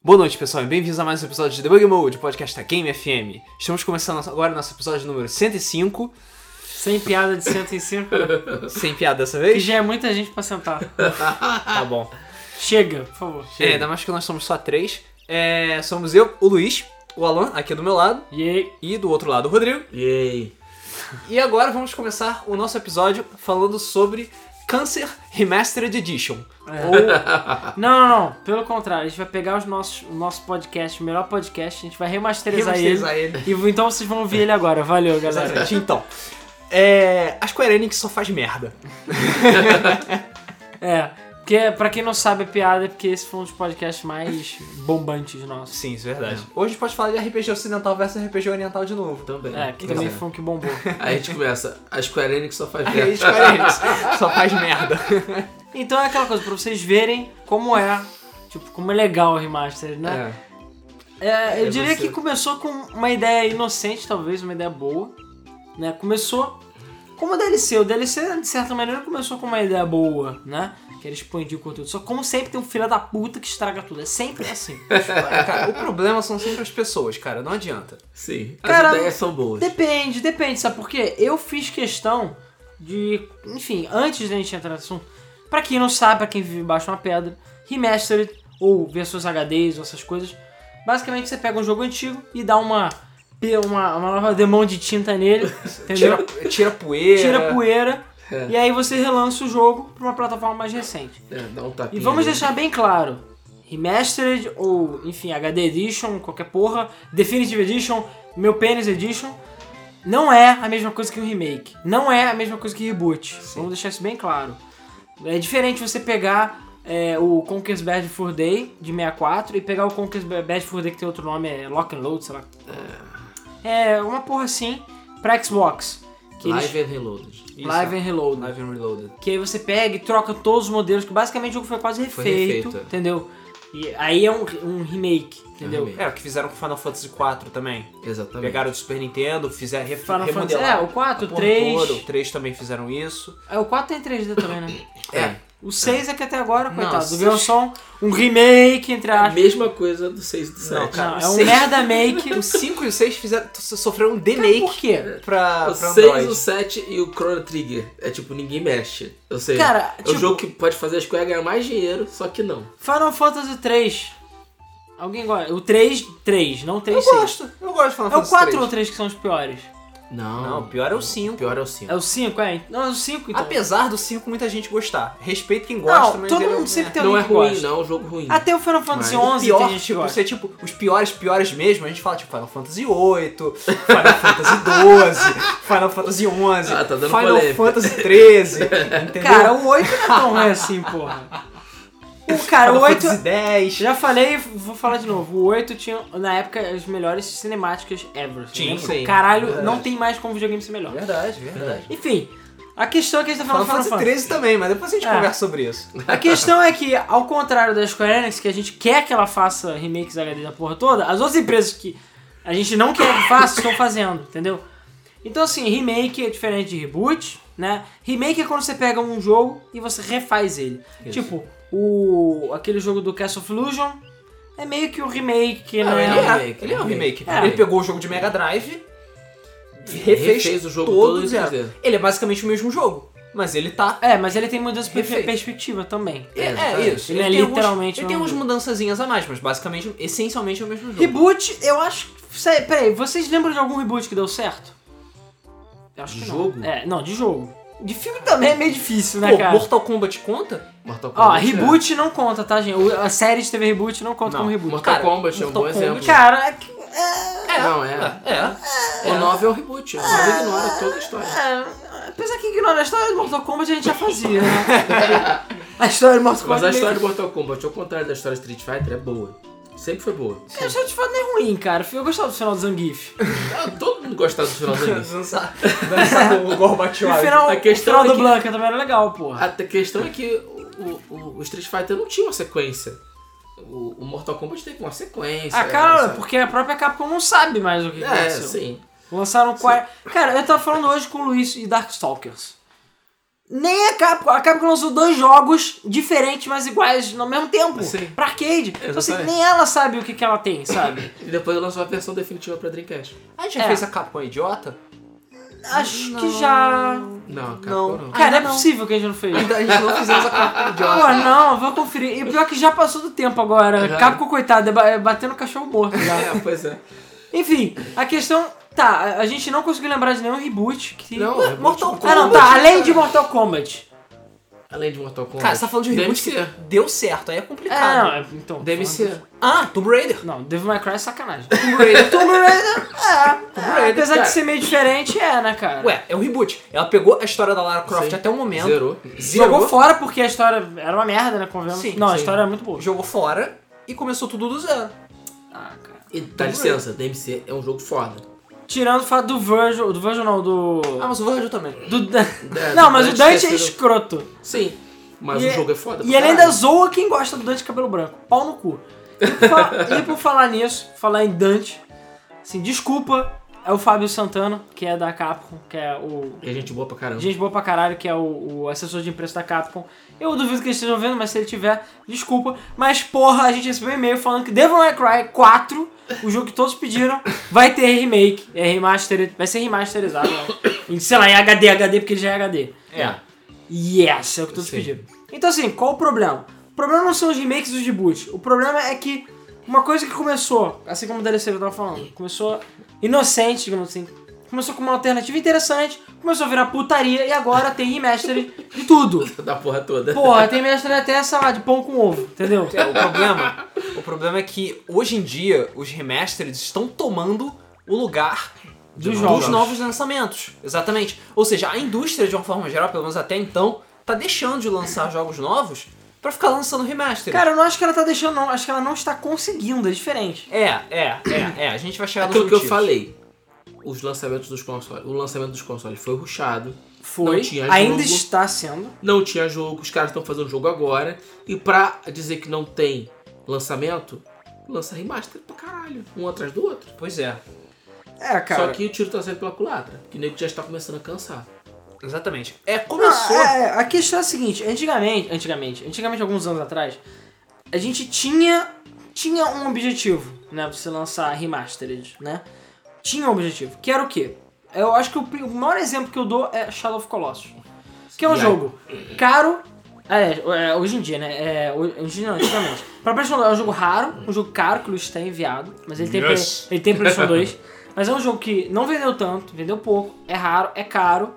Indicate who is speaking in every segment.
Speaker 1: Boa noite, pessoal, e bem-vindos a mais um episódio de Debug Mode, podcast da Game FM. Estamos começando agora nosso episódio número 105,
Speaker 2: Sem piada de 105,
Speaker 1: sem piada dessa
Speaker 2: que
Speaker 1: vez.
Speaker 2: já é muita gente pra sentar.
Speaker 1: Tá bom.
Speaker 2: Chega, por favor.
Speaker 1: É, ainda mais que nós somos só três. É, somos eu, o Luiz, o Alan, aqui do meu lado,
Speaker 2: E aí,
Speaker 1: e do outro lado o Rodrigo.
Speaker 3: Yay!
Speaker 1: E agora vamos começar o nosso episódio falando sobre Cancer Remastered Edition. Ou
Speaker 2: é. Não, não, não. Pelo contrário, a gente vai pegar os nossos, o nosso podcast, o melhor podcast, a gente vai remasterizar,
Speaker 1: remasterizar ele.
Speaker 2: ele. E então vocês vão ouvir ele agora. Valeu, galera.
Speaker 1: Exatamente. Então, é, a Square Enix só faz merda.
Speaker 2: É. Porque, pra quem não sabe a piada, é porque esse foi um dos podcasts mais bombantes nossos.
Speaker 1: Sim, isso é verdade. Hoje a gente pode falar de RPG ocidental versus RPG oriental de novo.
Speaker 3: Também.
Speaker 2: É, que
Speaker 3: Pois
Speaker 2: também
Speaker 3: é.
Speaker 2: foi um que bombou.
Speaker 3: Aí a gente começa. A Square Enix só
Speaker 2: É
Speaker 3: faz
Speaker 1: Aí
Speaker 3: merda.
Speaker 1: Square Enix só faz merda.
Speaker 2: Então é aquela coisa, pra vocês verem como é, tipo, como é legal o remaster, né?
Speaker 3: É.
Speaker 2: É, eu
Speaker 3: É
Speaker 2: diria que
Speaker 3: você.
Speaker 2: começou com uma ideia inocente, talvez, uma ideia boa. Né? Começou como o DLC. O DLC, de certa maneira, começou com uma ideia boa, né? Que era expandir o conteúdo. Só que, como sempre tem um filho da puta que estraga tudo. É sempre assim.
Speaker 1: É, cara, o problema são sempre as pessoas, cara. Não adianta.
Speaker 3: Sim. As
Speaker 2: Cara,
Speaker 3: ideias são boas.
Speaker 2: depende, depende. Sabe por quê? Eu fiz questão de... Enfim, antes da gente entrar no assunto. Pra quem não sabe, pra quem vive embaixo de uma pedra, Remastered ou versões HDs ou essas coisas, basicamente você pega um jogo antigo e dá uma... Uma, uma nova demão de tinta nele, entendeu?
Speaker 1: Tira, tira poeira.
Speaker 2: tira a poeira
Speaker 3: É.
Speaker 2: e aí você relança o jogo pra uma plataforma mais recente.
Speaker 3: É, dá um tapinha.
Speaker 2: E vamos
Speaker 3: ali.
Speaker 2: deixar bem claro, Remastered ou, enfim, HD Edition, qualquer porra, Definitive Edition, Meu Pênis Edition, não é a mesma coisa que um remake, não é a mesma coisa que reboot. Vamos deixar isso bem claro. É diferente você pegar é, o Conker's Bad for Day de 64 e pegar o Conker's Bad for Day que tem outro nome, é Lock and Load, sei lá. É uma porra assim pra Xbox. Que eles-
Speaker 3: Live and Reloaded.
Speaker 1: Isso.
Speaker 2: Live and Reload.
Speaker 1: Live and Reloaded.
Speaker 2: Que aí você pega e troca todos os modelos, que basicamente o jogo foi quase
Speaker 3: Foi
Speaker 2: refeito,
Speaker 3: refeito.
Speaker 2: entendeu? E aí é um, um remake, entendeu?
Speaker 3: remake.
Speaker 1: é. É, o que fizeram com Final Fantasy IV também.
Speaker 3: Exatamente.
Speaker 1: Pegaram do Super Nintendo, fizeram, ref,
Speaker 2: Final Fantasy, é,
Speaker 1: remodelaram.
Speaker 2: o 4, o
Speaker 1: porra
Speaker 2: 3.
Speaker 1: toda. O 3 também fizeram isso.
Speaker 2: É, o 4 tem 3D também, né?
Speaker 3: É.
Speaker 2: O 6 é que até agora,
Speaker 3: Não,
Speaker 2: coitado,
Speaker 3: seis-
Speaker 2: ganhou só um, um remake, entre
Speaker 3: A
Speaker 2: aspas.
Speaker 3: mesma coisa do 6 e do 7.
Speaker 1: cara,
Speaker 2: Não,
Speaker 1: o
Speaker 2: é um
Speaker 1: seis-
Speaker 2: merda make.
Speaker 1: O 5 e o 6 fizeram, so- sofreram um
Speaker 2: Por
Speaker 1: demake
Speaker 2: quê?
Speaker 1: pra, pra
Speaker 3: o 6,
Speaker 1: Android.
Speaker 3: o 7 e o Chrono Trigger. É tipo, ninguém mexe. Eu sei.
Speaker 2: Cara,
Speaker 3: é
Speaker 2: tipo,
Speaker 3: o jogo que pode fazer a Square ganhar mais dinheiro, só que não.
Speaker 2: Final Fantasy 3. Alguém gosta? O 3, 3, não 3,
Speaker 1: Eu
Speaker 2: 6.
Speaker 1: gosto, eu gosto de Final
Speaker 2: É o
Speaker 1: Fantasy
Speaker 2: 4 ou
Speaker 1: III.
Speaker 2: 3 que são os piores?
Speaker 3: Não.
Speaker 1: Não, o pior é o 5.
Speaker 3: Pior é o 5.
Speaker 2: É o 5, é? Não, é o 5 então.
Speaker 1: Apesar do 5 muita gente gostar. Respeito quem gosta,
Speaker 2: não,
Speaker 1: mas
Speaker 2: todo
Speaker 1: ele é um-
Speaker 2: mundo sempre tem
Speaker 3: Não
Speaker 2: alguém
Speaker 3: é
Speaker 2: que
Speaker 3: ruim,
Speaker 2: gosta.
Speaker 3: não. É um jogo ruim.
Speaker 2: Até o Final Fantasy
Speaker 3: Mas
Speaker 1: O
Speaker 2: 11
Speaker 1: pior,
Speaker 2: tem gente que
Speaker 1: tipo,
Speaker 2: gosta.
Speaker 1: você, tipo, os piores, piores mesmo, a gente fala, tipo, Final Fantasy VIII, Final Fantasy XII, Final Fantasy XI,
Speaker 3: Ah, tá dando
Speaker 1: Final
Speaker 3: polêmica.
Speaker 1: Fantasy XIII, entendeu?
Speaker 2: Cara, o 8 não é tão ruim assim, porra. O cara, o
Speaker 1: Final
Speaker 2: 8.
Speaker 1: Fantasy X.
Speaker 2: Já falei, vou falar de novo. O 8 tinha, na época, as melhores cinemáticas ever. você
Speaker 1: Tinha, É
Speaker 2: lembra?
Speaker 3: sim.
Speaker 2: Caralho,
Speaker 1: Verdade.
Speaker 2: não tem mais como videogame ser melhor.
Speaker 1: Verdade, verdade.
Speaker 2: Enfim, a questão é que a gente tá
Speaker 1: Final
Speaker 2: falando Final
Speaker 1: Fantasy
Speaker 2: Fantasy.
Speaker 1: XIII também, mas depois a gente
Speaker 2: É.
Speaker 1: conversa sobre isso.
Speaker 2: A questão é que, ao contrário da Square Enix, que a gente quer que ela faça remakes HD da porra toda, as outras empresas que a gente não quer que faça estão fazendo, entendeu? Então, assim, remake é diferente de reboot, né? Remake é quando você pega um jogo e você refaz ele.
Speaker 3: Isso.
Speaker 2: Tipo, o aquele jogo do Castle of Illusion é meio que um remake,
Speaker 1: Não,
Speaker 2: né?
Speaker 1: ele, é,
Speaker 3: remake,
Speaker 1: ele é um remake.
Speaker 2: É.
Speaker 1: Ele pegou o jogo de Mega Drive, refez,
Speaker 3: Refez o jogo
Speaker 1: todo
Speaker 3: todo em
Speaker 1: do zero.
Speaker 3: 3D.
Speaker 1: Ele é basicamente o mesmo jogo, mas ele tá...
Speaker 2: É, mas ele tem mudança de per-
Speaker 1: Refeito.
Speaker 2: perspectiva também.
Speaker 1: É,
Speaker 3: É,
Speaker 1: é
Speaker 3: exatamente.
Speaker 1: isso.
Speaker 2: Ele é
Speaker 1: tem alguns-
Speaker 2: literalmente
Speaker 1: Ele tem
Speaker 2: um-
Speaker 1: umas mudançazinhas a mais, mas basicamente, essencialmente é o mesmo jogo.
Speaker 2: Reboot, eu acho. Sé- Peraí, vocês lembram de algum reboot que deu certo? Eu acho
Speaker 3: De
Speaker 2: que
Speaker 3: jogo?
Speaker 2: Não. É, não, de jogo. De filme também é meio difícil, né,
Speaker 1: Pô,
Speaker 2: cara?
Speaker 1: Mortal Kombat conta?
Speaker 3: Mortal
Speaker 2: Ó,
Speaker 3: Kombat. é.
Speaker 2: reboot não conta, tá, gente? O- A série de TV reboot não conta
Speaker 1: Não,
Speaker 2: como reboot.
Speaker 3: Mortal
Speaker 1: Cara,
Speaker 3: Kombat é um
Speaker 1: Mortal
Speaker 3: bom exemplo.
Speaker 1: Kombat-
Speaker 2: Cara, é que-
Speaker 3: Não, é.
Speaker 1: É.
Speaker 3: O 9 é um reboot. O 9 ignora toda a história.
Speaker 2: é, apesar que ignora a história de Mortal Kombat, a gente já fazia, né? a história de Mortal Kombat.
Speaker 3: Mas a
Speaker 2: meio-
Speaker 3: história de Mortal Kombat, ao contrário da história de Street Fighter, é boa. Sempre foi boa.
Speaker 2: Cara, a história de fato não é ruim, cara. Eu gostava do final do Zangief.
Speaker 3: Ah, Todo mundo gostava do final do anime.
Speaker 1: Dançar, dançar com o
Speaker 2: E o
Speaker 1: Gorbachev.
Speaker 2: final,
Speaker 3: a
Speaker 2: o
Speaker 3: questão
Speaker 2: final
Speaker 3: é
Speaker 2: do
Speaker 3: que-
Speaker 2: Blanca também era legal, porra.
Speaker 3: A questão é que o, o- o Street Fighter não tinha uma sequência. O, o Mortal Kombat teve uma sequência.
Speaker 2: Ah, cara,
Speaker 3: sabe?
Speaker 2: porque a própria Capcom não sabe mais o que
Speaker 3: É,
Speaker 2: aconteceu.
Speaker 3: sim.
Speaker 2: Lançaram quatro. Cara, eu tava falando hoje com o Luiz e Darkstalkers. Nem a Capcom. A Capcom lançou dois jogos diferentes, mas iguais no mesmo tempo.
Speaker 3: Sim.
Speaker 2: Pra arcade. Então, assim,
Speaker 3: Exatamente.
Speaker 2: nem ela sabe o que, que ela tem, sabe?
Speaker 3: E depois lançou a versão definitiva pra Dreamcast.
Speaker 1: A gente já
Speaker 2: É.
Speaker 1: fez a Capcom idiota?
Speaker 2: Acho
Speaker 1: Não.
Speaker 2: que já.
Speaker 3: Não, acabou
Speaker 1: Não.
Speaker 3: não.
Speaker 2: Cara, é
Speaker 1: não.
Speaker 2: possível que a gente não fez.
Speaker 1: Ainda a gente não fizemos a Capcom idiota.
Speaker 2: Pô, não, vou conferir. E pior é que já passou do tempo agora.
Speaker 3: Já.
Speaker 2: Capcom, coitado, é ba- é batendo cachorro morto já.
Speaker 3: É, pois é.
Speaker 2: Enfim, a questão. Tá, a- a gente não conseguiu lembrar de nenhum reboot que.
Speaker 3: Não,
Speaker 1: Ué,
Speaker 3: é
Speaker 1: Mortal
Speaker 3: muito-
Speaker 2: ah, não, tá.
Speaker 1: Kombat,
Speaker 2: Além
Speaker 1: cara.
Speaker 2: de Mortal Kombat.
Speaker 3: Além de Mortal Kombat.
Speaker 1: Cara, você tá falando de um reboot que
Speaker 3: DMC.
Speaker 1: deu certo, aí é
Speaker 2: É,
Speaker 1: complicado.
Speaker 2: não, é- então.
Speaker 3: DMC.
Speaker 1: Ah, Tomb Raider.
Speaker 2: Não, Devil May Cry é sacanagem.
Speaker 1: Tomb Raider.
Speaker 2: Tomb Raider, é,
Speaker 1: Raider,
Speaker 2: apesar
Speaker 3: cara.
Speaker 2: de ser meio diferente, é, né, cara?
Speaker 1: Ué, é um reboot. Ela pegou a história da Lara Croft
Speaker 3: Sim.
Speaker 1: até o momento.
Speaker 3: Zerou.
Speaker 1: Zerou.
Speaker 2: Jogou fora porque a história era uma merda, né, convenhamos.
Speaker 1: Sim,
Speaker 2: não, a
Speaker 3: sim.
Speaker 2: história era muito boa.
Speaker 1: Jogou fora e começou tudo do zero.
Speaker 2: Ah, cara.
Speaker 3: E dá licença, DMC é um jogo foda.
Speaker 2: Tirando o fato do Virgil, do Virgil não, do...
Speaker 1: Ah, mas o Virgil também.
Speaker 2: do Dan-
Speaker 3: Da-
Speaker 2: não, mas o Dante é
Speaker 3: terceiro-
Speaker 2: escroto.
Speaker 3: Sim, mas
Speaker 2: E-
Speaker 3: o jogo é foda.
Speaker 2: E
Speaker 3: pra
Speaker 2: ele ainda
Speaker 3: caralho.
Speaker 2: zoa quem gosta do Dante cabelo branco. Pau no cu. E por, fa- e por falar nisso, falar em Dante, assim, desculpa, é o Fábio Santana, que é da Capcom, que é o.
Speaker 3: E é gente boa pra caramba.
Speaker 2: Gente boa pra caralho, que é o, o assessor de imprensa da Capcom. Eu duvido que eles estejam vendo, mas se ele tiver, desculpa. Mas porra, a gente recebeu um e-mail falando que Devil May Cry 4, o jogo que todos pediram, vai ter remake, é remastered, vai ser remasterizado, né? Em, sei lá, em HD, HD, porque ele já é HD.
Speaker 3: É.
Speaker 2: Yes, é o que todos
Speaker 3: Sim.
Speaker 2: pediram. Então assim, qual o problema? O problema não são os remakes dos reboots. O problema é que uma coisa que começou, assim como o DLC que eu tava falando, começou inocente, digamos assim. Começou com uma alternativa interessante, começou a virar putaria e agora tem remaster de tudo.
Speaker 3: Da porra toda.
Speaker 2: Porra, tem remaster até, sei lá, de pão com ovo, entendeu?
Speaker 1: É, o problema, o problema é que hoje em dia os remasters estão tomando o lugar
Speaker 2: Dos
Speaker 1: dos
Speaker 2: jogos.
Speaker 1: novos lançamentos. Exatamente. Ou seja, a indústria de uma forma geral, pelo menos até então, tá deixando de lançar jogos novos pra ficar lançando remaster.
Speaker 2: Cara, eu não acho que ela tá deixando, não. Acho que ela não está conseguindo, é diferente.
Speaker 1: é, é, é, é. A gente vai chegar nos
Speaker 3: Aquilo que eu
Speaker 1: motivos.
Speaker 3: falei. Os lançamentos dos consoles. O lançamento dos consoles foi ruchado.
Speaker 2: Foi,
Speaker 3: Não tinha
Speaker 2: ainda
Speaker 3: jogo.
Speaker 2: está sendo.
Speaker 3: Não tinha jogo, os caras estão fazendo jogo agora. E pra dizer que não tem lançamento, lança remaster pra caralho. Um atrás do outro.
Speaker 1: Pois é.
Speaker 2: É, cara.
Speaker 3: Só que o tiro tá saindo pela culatra. Que o nego já está começando a cansar.
Speaker 1: Exatamente. É,
Speaker 2: Não,
Speaker 1: começou.
Speaker 2: é, é, a questão é a seguinte, antigamente, antigamente, antigamente alguns anos atrás, a gente tinha tinha um objetivo, né, pra você lançar remastered, né? Tinha um objetivo, que era o quê? Eu acho que o, pri- o maior exemplo que eu dou é Shadow of Colossus, que é um
Speaker 3: E aí?
Speaker 2: jogo caro, aliás, é, hoje em dia, né? É, ho- hoje em dia não, antigamente. Pra PlayStation 2 é um jogo raro, um jogo caro que o Luiz tem enviado, mas ele tem, pra-
Speaker 1: Yes.
Speaker 2: ele tem PlayStation 2. Mas é um jogo que não vendeu tanto, vendeu pouco, é raro, é caro,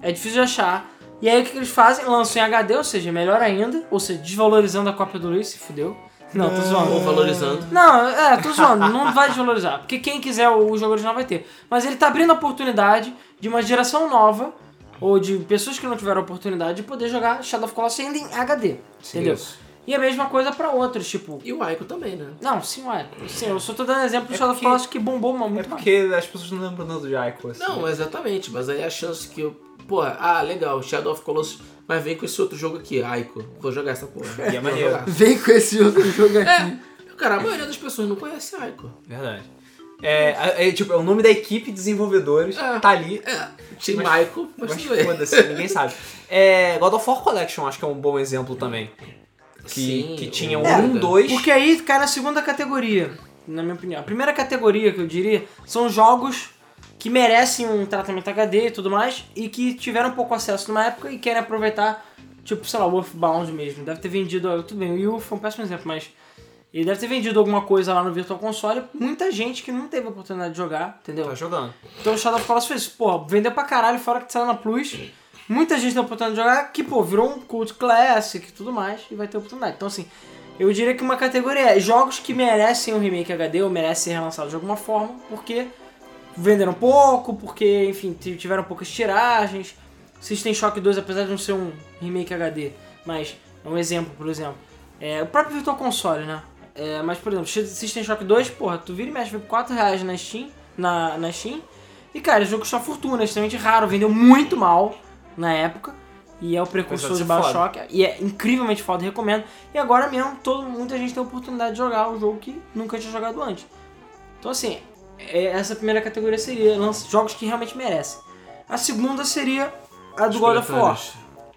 Speaker 2: é difícil de achar. E aí o que que eles fazem? Lançam em HD, ou seja, melhor ainda, ou seja, desvalorizando a cópia do Luiz, se fudeu. Não, tô zoando.
Speaker 3: Ou valorizando.
Speaker 2: Não, é, tô zoando, não vai desvalorizar. Porque quem quiser o, o jogo original vai ter. Mas ele tá abrindo a oportunidade de uma geração nova, ou de pessoas que não tiveram a oportunidade de poder jogar Shadow of Colossus ainda em HD. entendeu?
Speaker 3: isso.
Speaker 2: E a mesma coisa pra outros, tipo.
Speaker 3: E o Aiko também, né?
Speaker 2: Não, sim, ué. Sim, eu só tô dando exemplo do
Speaker 1: É
Speaker 2: Shadow of
Speaker 1: porque-
Speaker 2: Colossus que bombou muito.
Speaker 1: É
Speaker 2: mais.
Speaker 1: porque as pessoas não lembram nada de Ico. Assim.
Speaker 3: Não, exatamente. Mas aí a chance que eu... Porra, ah, legal, Shadow of Colossus. Mas vem com esse outro jogo aqui, Aiko. Vou jogar essa porra.
Speaker 1: E é
Speaker 3: Vou
Speaker 1: maneiro.
Speaker 3: jogar.
Speaker 2: Vem com esse outro jogo aqui.
Speaker 3: Cara, a maioria das pessoas não conhece Aiko.
Speaker 1: Verdade. É, é, é, tipo, é o nome da equipe de desenvolvedores,
Speaker 3: É.
Speaker 1: tá ali,
Speaker 3: É, tinha
Speaker 1: Mas-
Speaker 3: Michael, mas,
Speaker 1: mas
Speaker 3: tudo bem.
Speaker 1: foda-se, ninguém sabe. É, God of War Collection acho que é um bom exemplo também. Que,
Speaker 3: Sim,
Speaker 1: que tinha
Speaker 3: o-
Speaker 1: um, um, dois...
Speaker 2: Porque aí cai na segunda categoria, na minha opinião. A primeira categoria que eu diria são jogos que merecem um tratamento HD e tudo mais e que tiveram pouco acesso numa época e querem aproveitar, tipo, sei lá, o Earthbound mesmo. Deve ter vendido, tudo bem, o Yu foi um péssimo exemplo, mas ele deve ter vendido alguma coisa lá no Virtual Console. Muita gente que não teve a oportunidade de jogar, entendeu?
Speaker 1: Tá jogando.
Speaker 2: Então o Shadow of Colossus fez isso. Pô, vendeu pra caralho fora que saiu na Plus. Muita gente tem oportunidade de jogar que, pô, virou um cult classic e tudo mais e vai ter oportunidade. Então, assim, eu diria que uma categoria é jogos que merecem um remake HD ou merecem ser relançados de alguma forma porque venderam pouco, porque, enfim, t- tiveram poucas tiragens. System Shock 2, apesar de não ser um remake HD, mas é um exemplo, por exemplo. É, o próprio Virtual Console, né? É, mas, por exemplo, System Shock 2, porra, tu vira e mexe, vem por 4 reais na Steam, na, na Steam. E, cara, o jogo custou uma fortuna, é extremamente raro, vendeu muito mal na época. E é o precursor
Speaker 1: Apesar de
Speaker 2: de
Speaker 1: ser
Speaker 2: Bioshock, e é incrivelmente foda, recomendo. E agora mesmo, todo, muita gente tem a oportunidade de jogar um jogo que nunca tinha jogado antes. Então, assim, é- essa primeira categoria seria lança- jogos que realmente merecem. A segunda seria a do God of War,
Speaker 3: um Comentários.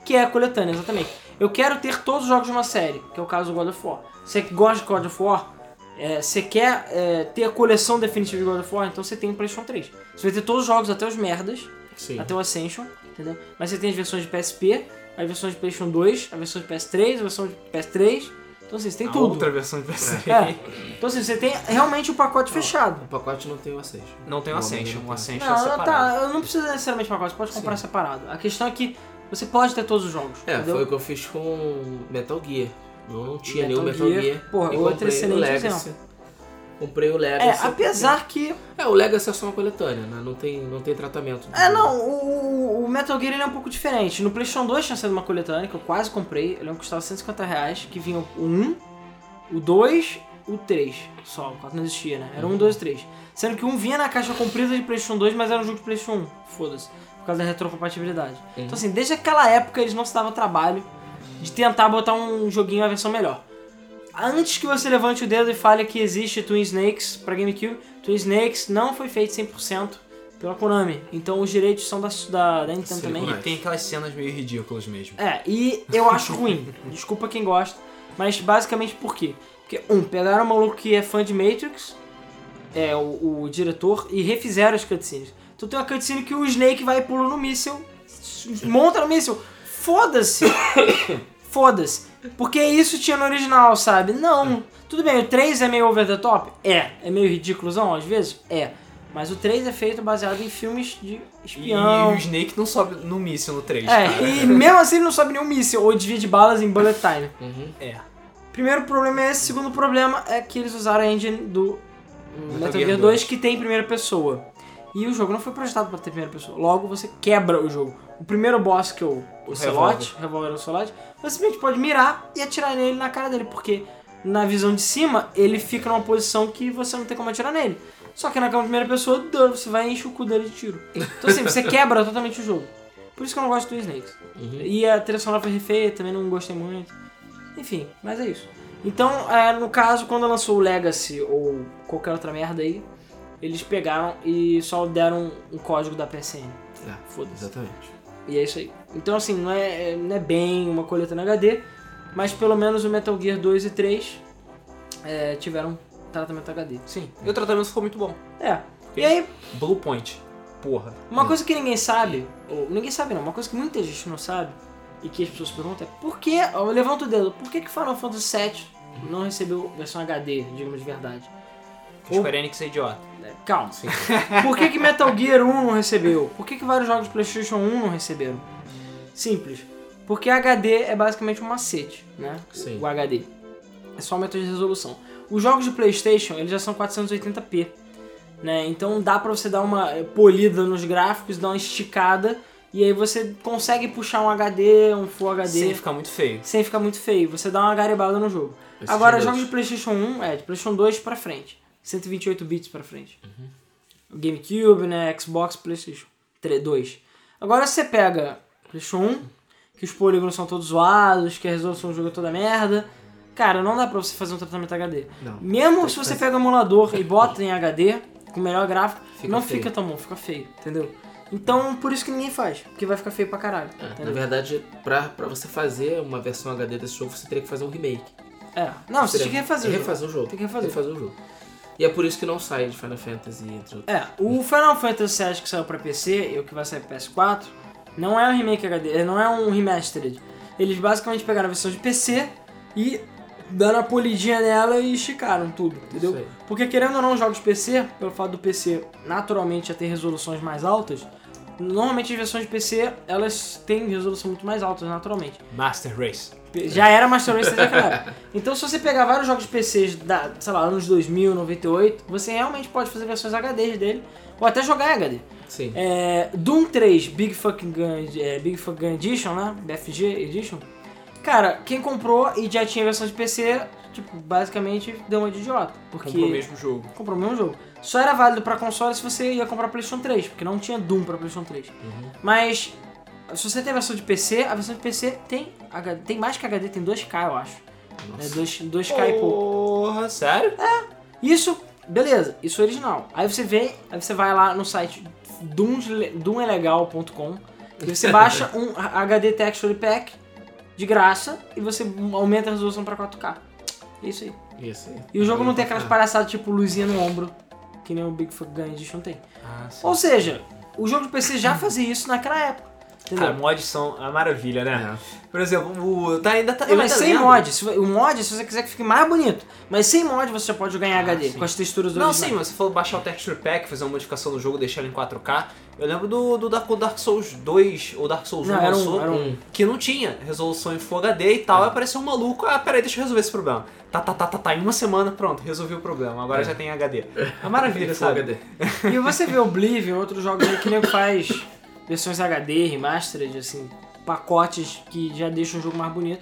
Speaker 2: que é a coletânea, exatamente. Eu quero ter todos os jogos de uma série, que é o caso do God of War. Você que gosta de God of War, é, você quer é, ter a coleção definitiva de God of War, então você tem o PlayStation 3. Você vai ter todos os jogos, até os merdas,
Speaker 3: Sim.
Speaker 2: até o Ascension, entendeu? Mas você tem as versões de PSP, as versões de PlayStation 2, a versão de PS3, a versão de PS3. Então assim, você tem
Speaker 1: A
Speaker 2: tudo.
Speaker 1: Outra versão de PC.
Speaker 2: É. Então assim, você tem realmente o pacote fechado.
Speaker 3: O pacote não tem o acesso.
Speaker 1: Não tem um o Ascension. O Ascension é
Speaker 2: Não, não,
Speaker 1: separado.
Speaker 2: tá, eu não preciso necessariamente pacote, você pode comprar separado. A questão é que você pode ter todos os jogos.
Speaker 3: É,
Speaker 2: entendeu?
Speaker 3: foi o que eu fiz com Metal Gear. Eu não tinha
Speaker 2: Metal
Speaker 3: nenhum Metal
Speaker 2: Gear,
Speaker 3: Gear.
Speaker 2: porra,
Speaker 3: e
Speaker 2: outro
Speaker 3: comprei o
Speaker 2: excelente
Speaker 3: Legacy. Comprei o
Speaker 2: É,
Speaker 3: Legacy.
Speaker 2: apesar que.
Speaker 3: É, o Legacy é só uma coletânea, né? Não tem, não tem tratamento.
Speaker 2: É, não, o, o Metal Gear ele é um pouco diferente. No PlayStation 2 tinha sido uma coletânea que eu quase comprei, ele custava 150 reais, que vinha o 1, o 2, o 3. Só, o 4 não existia, né? Era
Speaker 3: Uhum.
Speaker 2: um, 2 e 3. Sendo que um vinha na caixa comprida de PlayStation 2, mas era um jogo de PlayStation 1. Foda-se. Por causa da retrocompatibilidade. Então, assim, desde aquela época eles não se davam trabalho de tentar botar um joguinho, uma versão melhor. Antes que você levante o dedo e fale que existe Twin Snakes pra GameCube, Twin Snakes não foi feito 100% pela Konami. Então os direitos são da, da, da Nintendo
Speaker 3: Sim,
Speaker 2: também.
Speaker 3: correto.
Speaker 1: E tem aquelas cenas meio ridículas mesmo.
Speaker 2: É, e eu acho ruim. Desculpa quem gosta. Mas basicamente por quê? Porque, um, pegaram um maluco que é fã de Matrix, é o, o diretor, e refizeram as cutscenes. Então tem uma cutscene que o Snake vai e pula no míssil, s- monta no míssil. Foda-se! Foda-se. Porque isso tinha no original, sabe? Não. Tudo bem, o 3 é meio over the top? É. É meio ridículozão às vezes? É. Mas o 3 é feito baseado em filmes de espião.
Speaker 1: E o Snake não sobe no míssil no 3, cara.
Speaker 2: É, e mesmo assim ele não sobe nenhum míssil ou desvia de balas em bullet time.
Speaker 3: Uhum.
Speaker 1: É.
Speaker 2: Primeiro problema é esse, segundo problema é que eles usaram a engine do Metal, Gear 2, que tem primeira pessoa. E o jogo não foi projetado pra ter primeira pessoa. Logo, você quebra o jogo. O primeiro boss que é o o Celote, o revólver Celote, você simplesmente pode mirar e atirar nele na cara dele, porque na visão de cima ele fica numa posição que você não tem como atirar nele. Só que na câmera de primeira pessoa, dano, você vai e enche o cu dele de tiro. Então assim, você quebra totalmente o jogo. Por isso que eu não gosto do Snakes.
Speaker 3: Uhum.
Speaker 2: E a trilha sonora foi refeita, também não gostei muito. Enfim, mas é isso. Então, é, no caso, quando lançou o Legacy ou qualquer outra merda aí, eles pegaram e só deram um código da PSN.
Speaker 3: É,
Speaker 2: Foda-se.
Speaker 3: Exatamente.
Speaker 2: E é isso aí. Então, assim, não é, é- não é bem uma coleta no HD, mas pelo menos o Metal Gear 2 e 3 é, tiveram tratamento HD.
Speaker 1: Sim. E o tratamento ficou muito bom.
Speaker 2: É.
Speaker 1: Ok.
Speaker 2: E aí,
Speaker 1: Blue Point. Porra.
Speaker 2: uma coisa que ninguém sabe, ou ninguém sabe não, uma coisa que muita gente não sabe e que as pessoas perguntam é por que, ó, levanta o dedo, por que que Final Fantasy VII não recebeu versão HD, digamos de verdade?
Speaker 1: O Square Enix é idiota.
Speaker 2: É, Calma. Por que, que Metal Gear 1 não recebeu? Por que, que vários jogos de PlayStation 1 não receberam? Simples. Porque HD é basicamente um macete, né?
Speaker 3: Sim.
Speaker 2: O HD. É só aumento de resolução. Os jogos de PlayStation, eles já são 480p. Né? Então dá pra você dar uma eh, polida nos gráficos, dar uma esticada. E aí você consegue puxar um HD, um Full HD
Speaker 1: Sem ficar muito feio.
Speaker 2: sem ficar muito feio. Você dá uma garibada no jogo.
Speaker 3: Esses
Speaker 2: Agora,
Speaker 3: jogos-
Speaker 2: jogos de PlayStation 1, é, de PlayStation 2 pra frente. 128 bits pra frente.
Speaker 3: Uhum.
Speaker 2: GameCube, né? Xbox, PlayStation 3, 2. Agora você pega PlayStation 1, que os polígonos são todos zoados, que a resolução do jogo é toda merda. Cara, não dá pra você fazer um tratamento HD.
Speaker 3: Não.
Speaker 2: Mesmo se você pega o emulador e bota em HD, com melhor gráfico,
Speaker 3: Fica
Speaker 2: não
Speaker 3: feio.
Speaker 2: fica tão bom, fica feio, entendeu? Então, por isso que ninguém faz, porque vai ficar feio pra caralho.
Speaker 3: É, na
Speaker 2: entendeu?
Speaker 3: verdade, pra, pra você fazer uma versão HD desse jogo, você teria que fazer um remake.
Speaker 2: É. Não, você tinha que refazer. o jogo.
Speaker 3: Refazer o jogo.
Speaker 2: Tem que refazer.
Speaker 3: o jogo. E é por isso que não sai de Final Fantasy, entre outros.
Speaker 2: É, o Final Fantasy VII que saiu pra PC e o que vai sair pra PS4 não é um remake HD, eh, não é um remastered. Eles basicamente pegaram a versão de PC e deram a polidinha nela e esticaram tudo, entendeu?
Speaker 3: Isso aí.
Speaker 2: Porque querendo ou não, os jogos de PC, pelo fato do PC naturalmente já ter resoluções mais altas, normalmente as versões de PC elas têm resolução muito mais altas naturalmente.
Speaker 1: Master Race.
Speaker 2: Já era Master Race desde aquela época. Então, se você pegar vários jogos de PCs da, sei lá, anos 2000, 98, você realmente pode fazer versões HD dele, ou até jogar em HD.
Speaker 3: Sim.
Speaker 2: É, Doom 3 Big Fucking Gun, é, Big Fucking Gun Edition, né? BFG Edition. Cara, quem comprou e já tinha versão de PC, tipo, basicamente deu uma de idiota. Porque
Speaker 1: Comprou o mesmo jogo.
Speaker 2: comprou o mesmo jogo. Só era válido pra console se você ia comprar PlayStation 3, porque não tinha Doom pra PlayStation 3. Mas se você tem a versão de PC, a versão de PC tem HD, tem mais que HD, tem 2K, eu acho. É
Speaker 3: Nossa.
Speaker 2: 2, 2K e pouco.
Speaker 1: Porra, sério?
Speaker 2: Isso, beleza, isso é original. Aí você vê, aí você vai lá no site doomsle- doomelegal.com E você baixa um HD Texture Pack de graça e você aumenta a resolução pra 4K. É isso aí.
Speaker 3: Isso aí. Ah.
Speaker 2: E o jogo não tem aquelas
Speaker 3: aquelas
Speaker 2: palhaçadas tipo luzinha no ombro, que nem o Bigfoot Gun Edition tem.
Speaker 1: Ah, sim.
Speaker 2: Ou seja, o jogo de PC já fazia isso naquela época. Entendeu?
Speaker 1: Cara, mods são a maravilha, né?
Speaker 3: É.
Speaker 1: Por exemplo, o, tá, ainda tá.
Speaker 2: É, mas
Speaker 1: eu ainda
Speaker 2: sem
Speaker 1: lembro.
Speaker 2: mod. Se, o mod, se você quiser que fique mais bonito. Mas sem mod você já pode jogar em HD,
Speaker 1: Ah, sim.
Speaker 2: com as texturas
Speaker 1: Não,
Speaker 2: originais.
Speaker 1: sim, mas você falou baixar o texture pack, fazer uma modificação no jogo, deixar ele em 4K. Eu lembro do, do Dark, Dark Souls 2 ou Dark Souls 1
Speaker 2: Não, era um-
Speaker 1: lançou,
Speaker 2: era um- É.
Speaker 1: que não tinha resolução em Full HD e tal. E apareceu um maluco, ah, peraí, deixa eu resolver esse problema. Tá, tá, tá, tá, tá. Em uma semana, pronto, resolvi o problema. Agora já tem HD. É maravilha, sabe?
Speaker 3: HD.
Speaker 2: E você vê Oblivion, outros jogos aí que nem faz versões HD, remastered, assim, pacotes que já deixam o jogo mais bonito.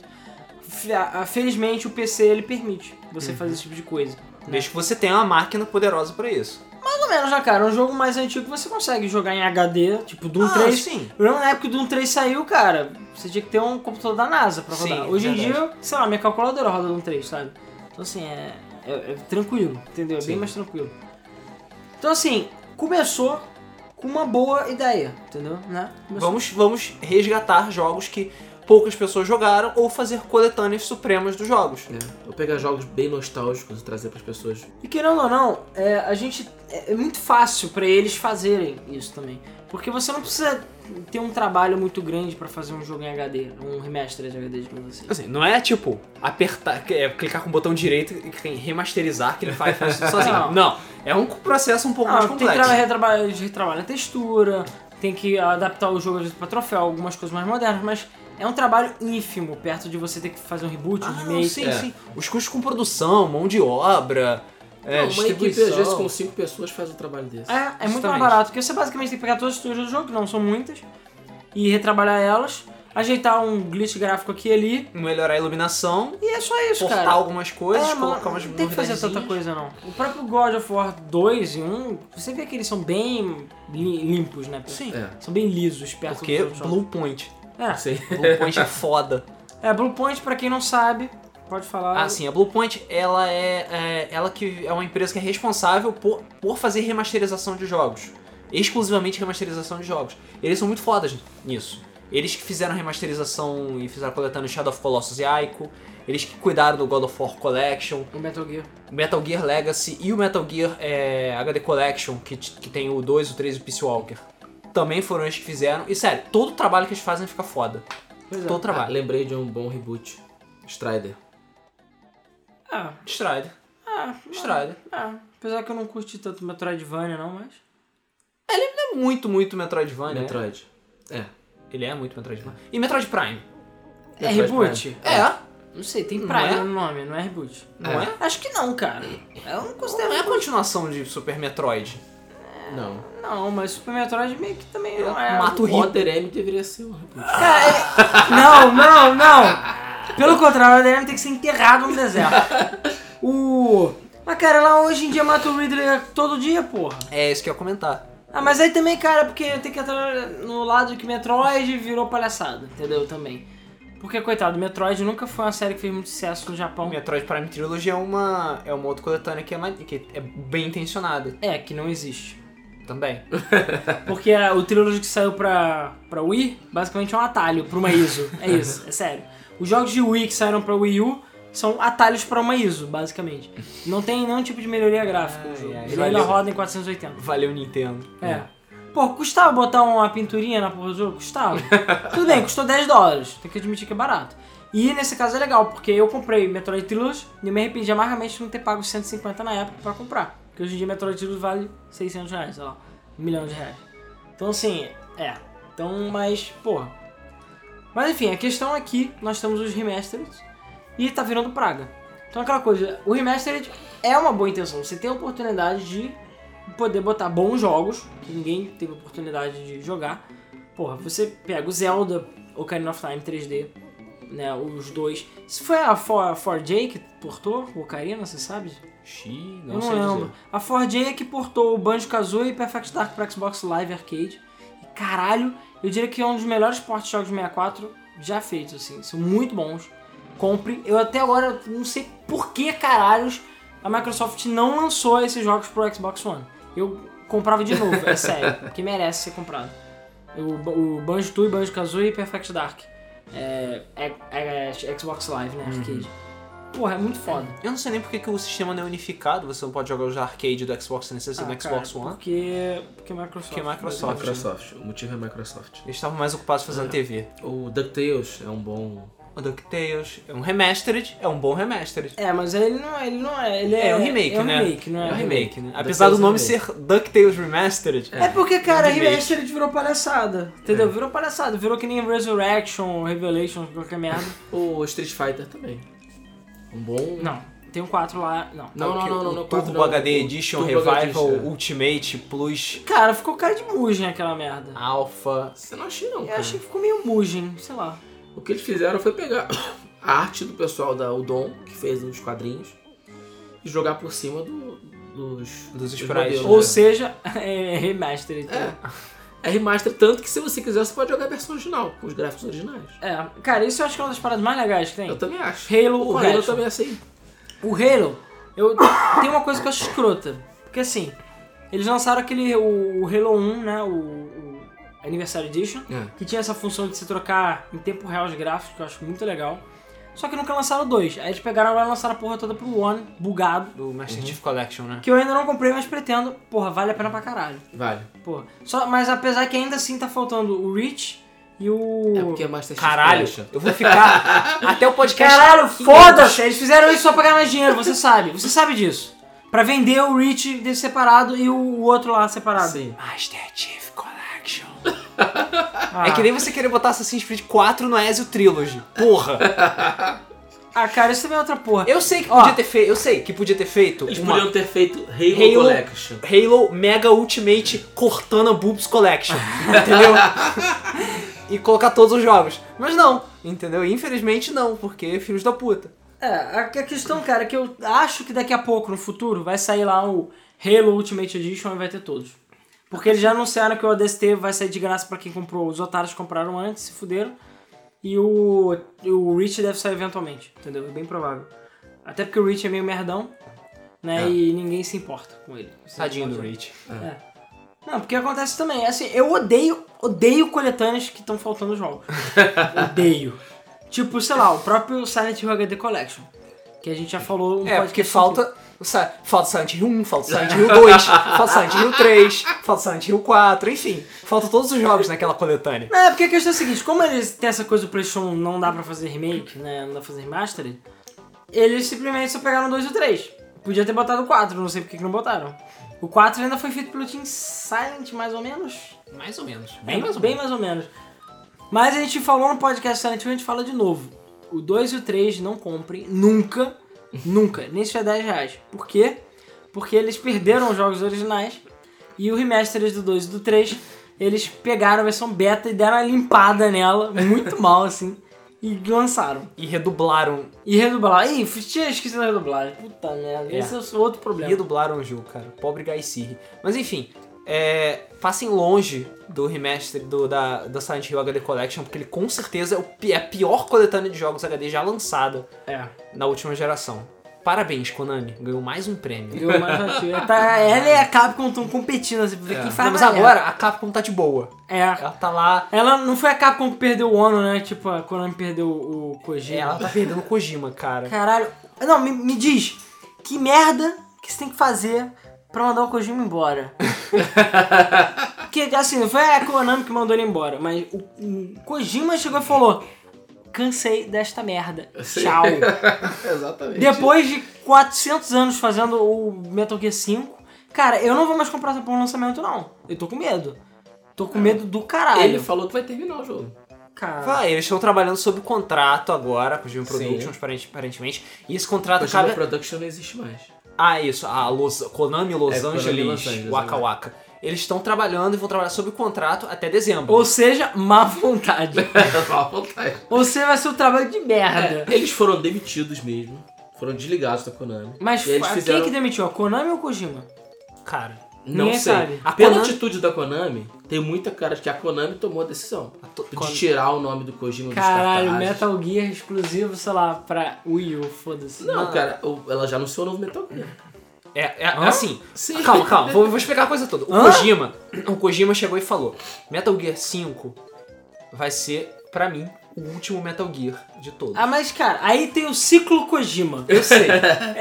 Speaker 2: Fe- a- Felizmente o PC ele permite você
Speaker 1: Uhum.
Speaker 2: fazer esse tipo de coisa. né?
Speaker 1: Desde que você tenha uma máquina poderosa pra isso.
Speaker 2: Pelo menos, né, cara? Um jogo mais antigo você consegue jogar em HD, tipo Doom
Speaker 1: Ah,
Speaker 2: 3.
Speaker 1: sim.
Speaker 2: Eu lembro na época que o Doom 3 saiu, cara, você tinha que ter um computador da NASA pra rodar.
Speaker 1: Sim,
Speaker 2: Hoje em
Speaker 1: verdade.
Speaker 2: dia, sei lá, minha calculadora roda Doom 3, sabe? Então assim, é, é- é tranquilo, entendeu? É bem
Speaker 3: Sim.
Speaker 2: mais tranquilo. Então assim, começou com uma boa ideia, entendeu? Né? Começou-
Speaker 1: Vamos, vamos resgatar jogos que poucas pessoas jogaram ou fazer coletâneas supremas dos jogos.
Speaker 3: É. Eu pegar jogos bem nostálgicos e trazer pras pessoas.
Speaker 2: E querendo ou não, é, a gente. É, é muito fácil pra eles fazerem isso também. Porque você não precisa ter um trabalho muito grande pra fazer um jogo em HD, um remaster de HD, digamos assim.
Speaker 1: Assim, não é tipo apertar, é, clicar com o botão direito e cl- remasterizar que ele faz, faz tudo sozinho.
Speaker 2: Não.
Speaker 1: Não. É um processo um pouco mais
Speaker 2: Não, Ah, tem que
Speaker 1: complexo.
Speaker 2: tra- retrabalhar, retrabalhar a textura, tem que adaptar o jogo às vezes pra troféu, algumas coisas mais modernas, mas é um trabalho ínfimo perto de você ter que fazer um reboot, um
Speaker 1: Ah, não,
Speaker 2: remake.
Speaker 1: sim,
Speaker 3: é.
Speaker 1: sim. Os custos com produção, mão de obra, é,
Speaker 3: Não, uma equipe,
Speaker 1: distribuição.
Speaker 3: às vezes, com cinco pessoas faz um trabalho desse.
Speaker 2: É, é muito mais
Speaker 1: Justamente.
Speaker 2: barato, porque você basicamente tem que pegar todas as texturas do jogo, que não são muitas, e retrabalhar elas, ajeitar um glitch gráfico aqui e ali,
Speaker 1: Melhorar a iluminação,
Speaker 2: e é só isso,
Speaker 1: cortar
Speaker 2: cara.
Speaker 1: algumas coisas,
Speaker 2: É, mano,
Speaker 1: colocar umas
Speaker 2: não tem que fazer tanta
Speaker 1: novidadezinhas.
Speaker 2: coisa não. O próprio God of War 2 e 1, você vê que eles são bem li- limpos, né?
Speaker 1: Sim.
Speaker 3: É.
Speaker 2: São bem lisos perto
Speaker 1: Porque
Speaker 2: do
Speaker 1: Blue Point.
Speaker 2: É,
Speaker 3: Sim.
Speaker 1: Blue Point é foda.
Speaker 2: É, Blue Point, pra quem não sabe, pode falar.
Speaker 1: Ah, sim, a Bluepoint, ela é, é- ela que é uma empresa que é responsável por, por fazer remasterização de jogos. Exclusivamente remasterização de jogos. Eles são muito fodas nisso. Eles que fizeram a remasterização e fizeram coletando Shadow of Colossus e Ico. Eles que cuidaram do God of War Collection,
Speaker 2: O Metal Gear.
Speaker 1: Metal Gear Legacy e o Metal Gear é, HD Collection, que, t- que tem o 2, o 3 e o Peace Walker. Também foram eles que fizeram. E sério, todo o trabalho que eles fazem fica foda.
Speaker 2: Pois é.
Speaker 1: Todo o
Speaker 3: Ah,
Speaker 1: trabalho.
Speaker 3: lembrei de um bom reboot. Strider.
Speaker 2: Ah,
Speaker 1: Strider.
Speaker 2: ah,
Speaker 1: Strider.
Speaker 2: ah, apesar que eu não curti tanto Metroidvania, não, mas.
Speaker 1: É muito, muito Metroidvania. né?
Speaker 3: Metroid. É.
Speaker 1: Ele é muito Metroidvania. E Metroid Prime?
Speaker 2: É
Speaker 3: Metroid
Speaker 2: reboot?
Speaker 3: Prime.
Speaker 1: É.
Speaker 2: Não sei, tem
Speaker 1: Não
Speaker 2: praia
Speaker 1: é?
Speaker 2: no nome, não é reboot.
Speaker 1: Não
Speaker 3: É.
Speaker 1: é?
Speaker 2: Acho que não, cara. Eu não considero.
Speaker 1: Não é a continuação de Super Metroid.
Speaker 3: Não.
Speaker 2: Não, mas Super Metroid meio que também
Speaker 1: Eu
Speaker 2: não é.
Speaker 1: mato
Speaker 3: O
Speaker 1: o Rip.
Speaker 3: Other M deveria ser um reboot.
Speaker 2: Cara, é- Não, não, não! Pelo contrário, o ADM tem que ser enterrado no deserto. O. Mas, cara, lá hoje em dia mata o Ridley todo dia, porra.
Speaker 1: É isso que eu ia comentar.
Speaker 2: Ah, mas aí também, cara, porque tem que entrar no lado que Metroid virou palhaçada, entendeu? Também. Porque, coitado, Metroid nunca foi uma série que fez muito sucesso no
Speaker 1: O
Speaker 2: Japão.
Speaker 1: Metroid Prime Trilogy é uma, é uma outra coletânea que é, ma- que é bem intencionada
Speaker 2: É, que não existe.
Speaker 1: também.
Speaker 2: Porque a- o trilogy que saiu pra, pra Wii, basicamente é um atalho pra uma ISO. É isso, é sério. Os jogos de Wii que saíram pra Wii U são atalhos pra uma ISO, basicamente. Não tem nenhum tipo de melhoria gráfica no jogo.
Speaker 1: ai,
Speaker 2: Ele ainda
Speaker 1: valeu.
Speaker 2: roda em 480.
Speaker 1: Valeu, Nintendo.
Speaker 2: É. Pô, custava botar uma pinturinha na porra do jogo? Custava. Tudo bem, custou 10 dólares. Tem que admitir que é barato. E nesse caso é legal, porque eu comprei Metroid Trilogy e eu me arrependi amargamente de não ter pago 150 na época pra comprar. Porque hoje em dia Metroid Trilogy vale 600 reais, sei lá. Um milhão de reais. Então assim, é. Então, mas, porra. Mas enfim, a questão aqui, nós temos os remastered e tá virando praga. Então aquela coisa, o remastered é uma boa intenção. Você tem a oportunidade de poder botar bons jogos, que ninguém teve oportunidade de jogar. Porra, você pega o Zelda, Ocarina of Time 3D, né, os dois. Se foi a 4J que portou o Ocarina, você sabe?
Speaker 1: Xiii,
Speaker 2: Eu não lembro. A 4J é que portou o Banjo-Kazooie e Perfect Dark para Xbox Live Arcade. E caralho, eu diria que é um dos melhores portes de jogos de 64 já feitos, assim. São muito bons. Compre. Eu até agora não sei por que caralhos a Microsoft não lançou esses jogos pro Xbox One. Eu comprava de novo, é sério. Porque merece ser comprado. O, o Banjo-Tooie, Banjo-Kazooie e Perfect Dark. É, é- é- é Xbox Live, né? Arcade. Porra, é muito foda.
Speaker 1: Eu não sei nem porque que o sistema não é unificado, você não pode jogar os arcade do Xbox 360 e
Speaker 2: Ah,
Speaker 1: do Xbox
Speaker 2: cara,
Speaker 1: One.
Speaker 2: Porque, porque é Microsoft. né?
Speaker 1: Porque Microsoft.
Speaker 3: Microsoft. O motivo é Microsoft.
Speaker 1: Eles estavam mais ocupados
Speaker 3: É.
Speaker 1: fazendo TV.
Speaker 3: O DuckTales é um bom.
Speaker 1: O DuckTales é um remastered, é um bom remastered.
Speaker 2: É, mas ele não é. Ele não é, ele
Speaker 1: É,
Speaker 2: é,
Speaker 1: um remake,
Speaker 2: é um
Speaker 1: né?
Speaker 2: remake, não é?
Speaker 1: É um remake, né? Apesar
Speaker 3: DuckTales
Speaker 1: do nome
Speaker 3: é um
Speaker 1: ser DuckTales Remastered,
Speaker 2: É porque, cara,
Speaker 1: É um remake.
Speaker 2: Remastered virou palhaçada. Entendeu? Virou palhaçada. Virou que nem Resurrection, Revelation, qualquer merda.
Speaker 3: O Street Fighter também. Um bom.
Speaker 2: Não, tem um 4 lá. Não.
Speaker 3: Não,
Speaker 1: é o
Speaker 3: não,
Speaker 1: que-
Speaker 3: não, não,
Speaker 1: o
Speaker 3: não, quatro
Speaker 1: Turbo
Speaker 3: não,
Speaker 1: HD
Speaker 3: o
Speaker 1: Edition,
Speaker 3: Turbo HD
Speaker 1: Revival,
Speaker 3: Edition, é.
Speaker 1: Ultimate, Plus,
Speaker 2: Cara, ficou cara de mugem aquela
Speaker 1: Ah,
Speaker 2: merda.
Speaker 1: Alpha.
Speaker 3: Você não achei, não.
Speaker 2: Eu
Speaker 3: Cara.
Speaker 2: achei que ficou meio mugem, sei lá.
Speaker 3: O que eles fizeram foi pegar a arte do pessoal da Udon, que fez os quadrinhos, e jogar por cima do- dos,
Speaker 1: Dos sprites.
Speaker 3: modelos,
Speaker 2: Ou
Speaker 3: né?
Speaker 2: seja, é remastered.
Speaker 3: É. É remaster tanto que se você quiser, você pode jogar a versão original, com os gráficos originais.
Speaker 2: É, cara, isso eu acho que é uma das paradas mais legais que tem.
Speaker 3: Eu também acho.
Speaker 2: Halo
Speaker 3: o
Speaker 2: Collection.
Speaker 3: Halo também é assim.
Speaker 2: O Halo, eu tem uma coisa que eu acho escrota. Porque assim, eles lançaram aquele. O, o Halo 1, né? O, o Anniversary Edition,
Speaker 3: É.
Speaker 2: que tinha essa função de se trocar em tempo real os gráficos, que eu acho muito legal. Só que nunca lançaram dois. Aí eles pegaram agora e lançaram a porra toda pro One, bugado.
Speaker 1: Do Master Chief Collection, né?
Speaker 2: Uhum. Que eu ainda não comprei, mas pretendo. Porra, vale a pena pra caralho.
Speaker 3: Vale.
Speaker 2: Porra. Só, mas apesar que ainda assim tá faltando o Reach e o.
Speaker 3: É porque é Master Chief
Speaker 1: Caralho,
Speaker 3: Collection.
Speaker 1: eu vou ficar até o podcast.
Speaker 2: Caralho, foda-se! Eles fizeram isso só pra ganhar mais dinheiro, você sabe. Você sabe disso. Pra vender o Rich desse separado e o outro lá separado.
Speaker 3: Sim.
Speaker 1: Master Chief Collection.
Speaker 2: Ah,
Speaker 1: É que nem você querer botar Assassin's Creed 4 no Ezio Trilogy. Porra!
Speaker 2: ah, cara, isso também é outra porra.
Speaker 1: Eu sei que
Speaker 2: Ó.
Speaker 1: podia ter feito. Eu sei que podia ter feito.
Speaker 3: Eles
Speaker 1: Uma
Speaker 3: poderiam ter feito Halo,
Speaker 1: Halo-
Speaker 3: Collection.
Speaker 1: Halo Mega Ultimate Cortana Boobs Collection. Entendeu? e colocar todos os jogos. Mas não, entendeu? Infelizmente não, porque filhos da puta.
Speaker 2: É, a, a questão, cara, é que eu acho que daqui a pouco, no futuro, vai sair lá o Halo Ultimate Edition e vai ter todos. Porque eles já anunciaram que o ADST vai sair de graça pra quem comprou. Os otários que compraram antes, se fuderam. E o, e o Reach deve sair eventualmente, entendeu? É bem provável. Até porque o Reach é meio merdão, né?
Speaker 3: É.
Speaker 2: E ninguém se importa com ele. Você
Speaker 1: Tadinho
Speaker 2: pode-
Speaker 1: do Rich.
Speaker 2: é. Não, porque acontece também. Assim, eu odeio, odeio coletâneas que estão faltando no jogo. odeio. Tipo, sei lá, o próprio Silent Hill HD Collection. Que a gente já falou um
Speaker 1: É, porque
Speaker 2: podcast
Speaker 1: falta. sa- Falta Silent Hill 1, falta Silent Hill 2, falta Silent Hill 3, falta Silent Hill 4, enfim. Falta todos os jogos naquela coletânea.
Speaker 2: inteiro. É, porque a questão é a seguinte, como eles têm essa coisa do PlayStation 1, não dá pra fazer remake, né? Não dá pra fazer remastered, eles simplesmente só pegaram o 2 e o 3. Podia ter botado o 4, não sei por que que não botaram. O 4 ainda foi feito pelo Team Silent, mais ou menos.
Speaker 1: Mais ou menos.
Speaker 2: Bem, mais, É, bem mais ou menos. Mas a gente falou no podcast Silent Hill, a gente fala de novo. O 2 e o 3 não comprem nunca, nunca, nem se for 10 reais. Por quê? Porque eles perderam os jogos originais e o remastered do 2 e do 3, eles pegaram a versão beta e deram uma limpada nela, muito mal assim, e lançaram.
Speaker 1: E redublaram.
Speaker 2: E redublaram. Ih, tinha esquecido da redublagem. Puta merda,
Speaker 1: É.
Speaker 2: esse é outro problema.
Speaker 1: Redublaram o jogo, cara. Pobre Guy Sirri. Mas enfim, é, passem longe do remaster do, da, da Silent Hill HD Collection, porque ele com certeza é, o pi- é a pior coletânea de jogos HD já lançada
Speaker 2: É.
Speaker 1: na última geração. Parabéns, Konami. Ganhou mais um prêmio.
Speaker 2: Eu, mas, tá, ela e a Capcom estão competindo assim, pra ver
Speaker 3: É.
Speaker 2: quem faz
Speaker 1: Mas
Speaker 2: mais.
Speaker 1: agora a Capcom tá de boa.
Speaker 2: É,
Speaker 1: Ela tá lá.
Speaker 2: Ela não foi a Capcom que perdeu o Ono, né? Tipo, a Konami perdeu o
Speaker 1: é,
Speaker 2: Kojima.
Speaker 1: Ela tá perdendo o Kojima, cara.
Speaker 2: Caralho. Não, me, me diz, que merda que você tem que fazer pra mandar o Kojima embora? Porque, assim, não foi a Konami que mandou ele embora, mas o, o Kojima chegou e falou: cansei desta merda.
Speaker 3: Sim.
Speaker 2: Tchau.
Speaker 3: Exatamente.
Speaker 2: Depois de 400 anos fazendo o Metal Gear 5, cara, eu não vou mais comprar essa porra no lançamento, não. Eu tô com medo. Tô com medo do caralho.
Speaker 3: Ele falou que vai terminar o jogo.
Speaker 2: cara.
Speaker 1: Vai, eles estão trabalhando sob contrato agora com o Jimmy
Speaker 3: Sim.
Speaker 1: Productions, aparente- aparentemente. E esse contrato
Speaker 3: O Shadow
Speaker 1: cabe.
Speaker 3: Production não existe mais.
Speaker 1: Ah, isso. A Los... Konami Los
Speaker 3: É, Konami Los
Speaker 1: Angeles,
Speaker 3: Angeles,
Speaker 1: Waka
Speaker 3: é.
Speaker 1: Waka. Eles estão trabalhando e vão trabalhar sob contrato até dezembro.
Speaker 2: Ou seja, má vontade.
Speaker 3: Dá uma vontade.
Speaker 2: Ou seja, vai ser um trabalho de merda.
Speaker 3: É, eles foram demitidos mesmo. Foram desligados da Konami.
Speaker 2: Mas
Speaker 3: e eles
Speaker 2: fa-
Speaker 3: fizeram...
Speaker 2: quem que demitiu? A Konami ou o Kojima?
Speaker 1: Cara,
Speaker 3: Não
Speaker 2: ninguém
Speaker 3: sei.
Speaker 2: sabe.
Speaker 1: A
Speaker 3: Pela
Speaker 1: Konami-
Speaker 3: atitude da Konami, tem muita cara de que a Konami tomou a decisão
Speaker 1: a to-
Speaker 3: de
Speaker 1: Kon-
Speaker 3: tirar o nome do Kojima dos
Speaker 2: Caralho,
Speaker 3: cartazes.
Speaker 2: Metal Gear exclusivo, sei lá, pra Wii U, foda-se.
Speaker 3: Não, cara, o- ela já anunciou o novo Metal Gear.
Speaker 1: É, é
Speaker 2: Hã?
Speaker 1: assim.
Speaker 3: Sim.
Speaker 1: Calma, calma, vou, vou explicar a coisa toda. O
Speaker 2: Hã?
Speaker 1: Kojima, o Kojima chegou e falou: Metal Gear 5 vai ser, pra mim, o último Metal Gear de todos.
Speaker 2: Ah, mas cara, aí tem o ciclo Kojima.
Speaker 1: Eu sei.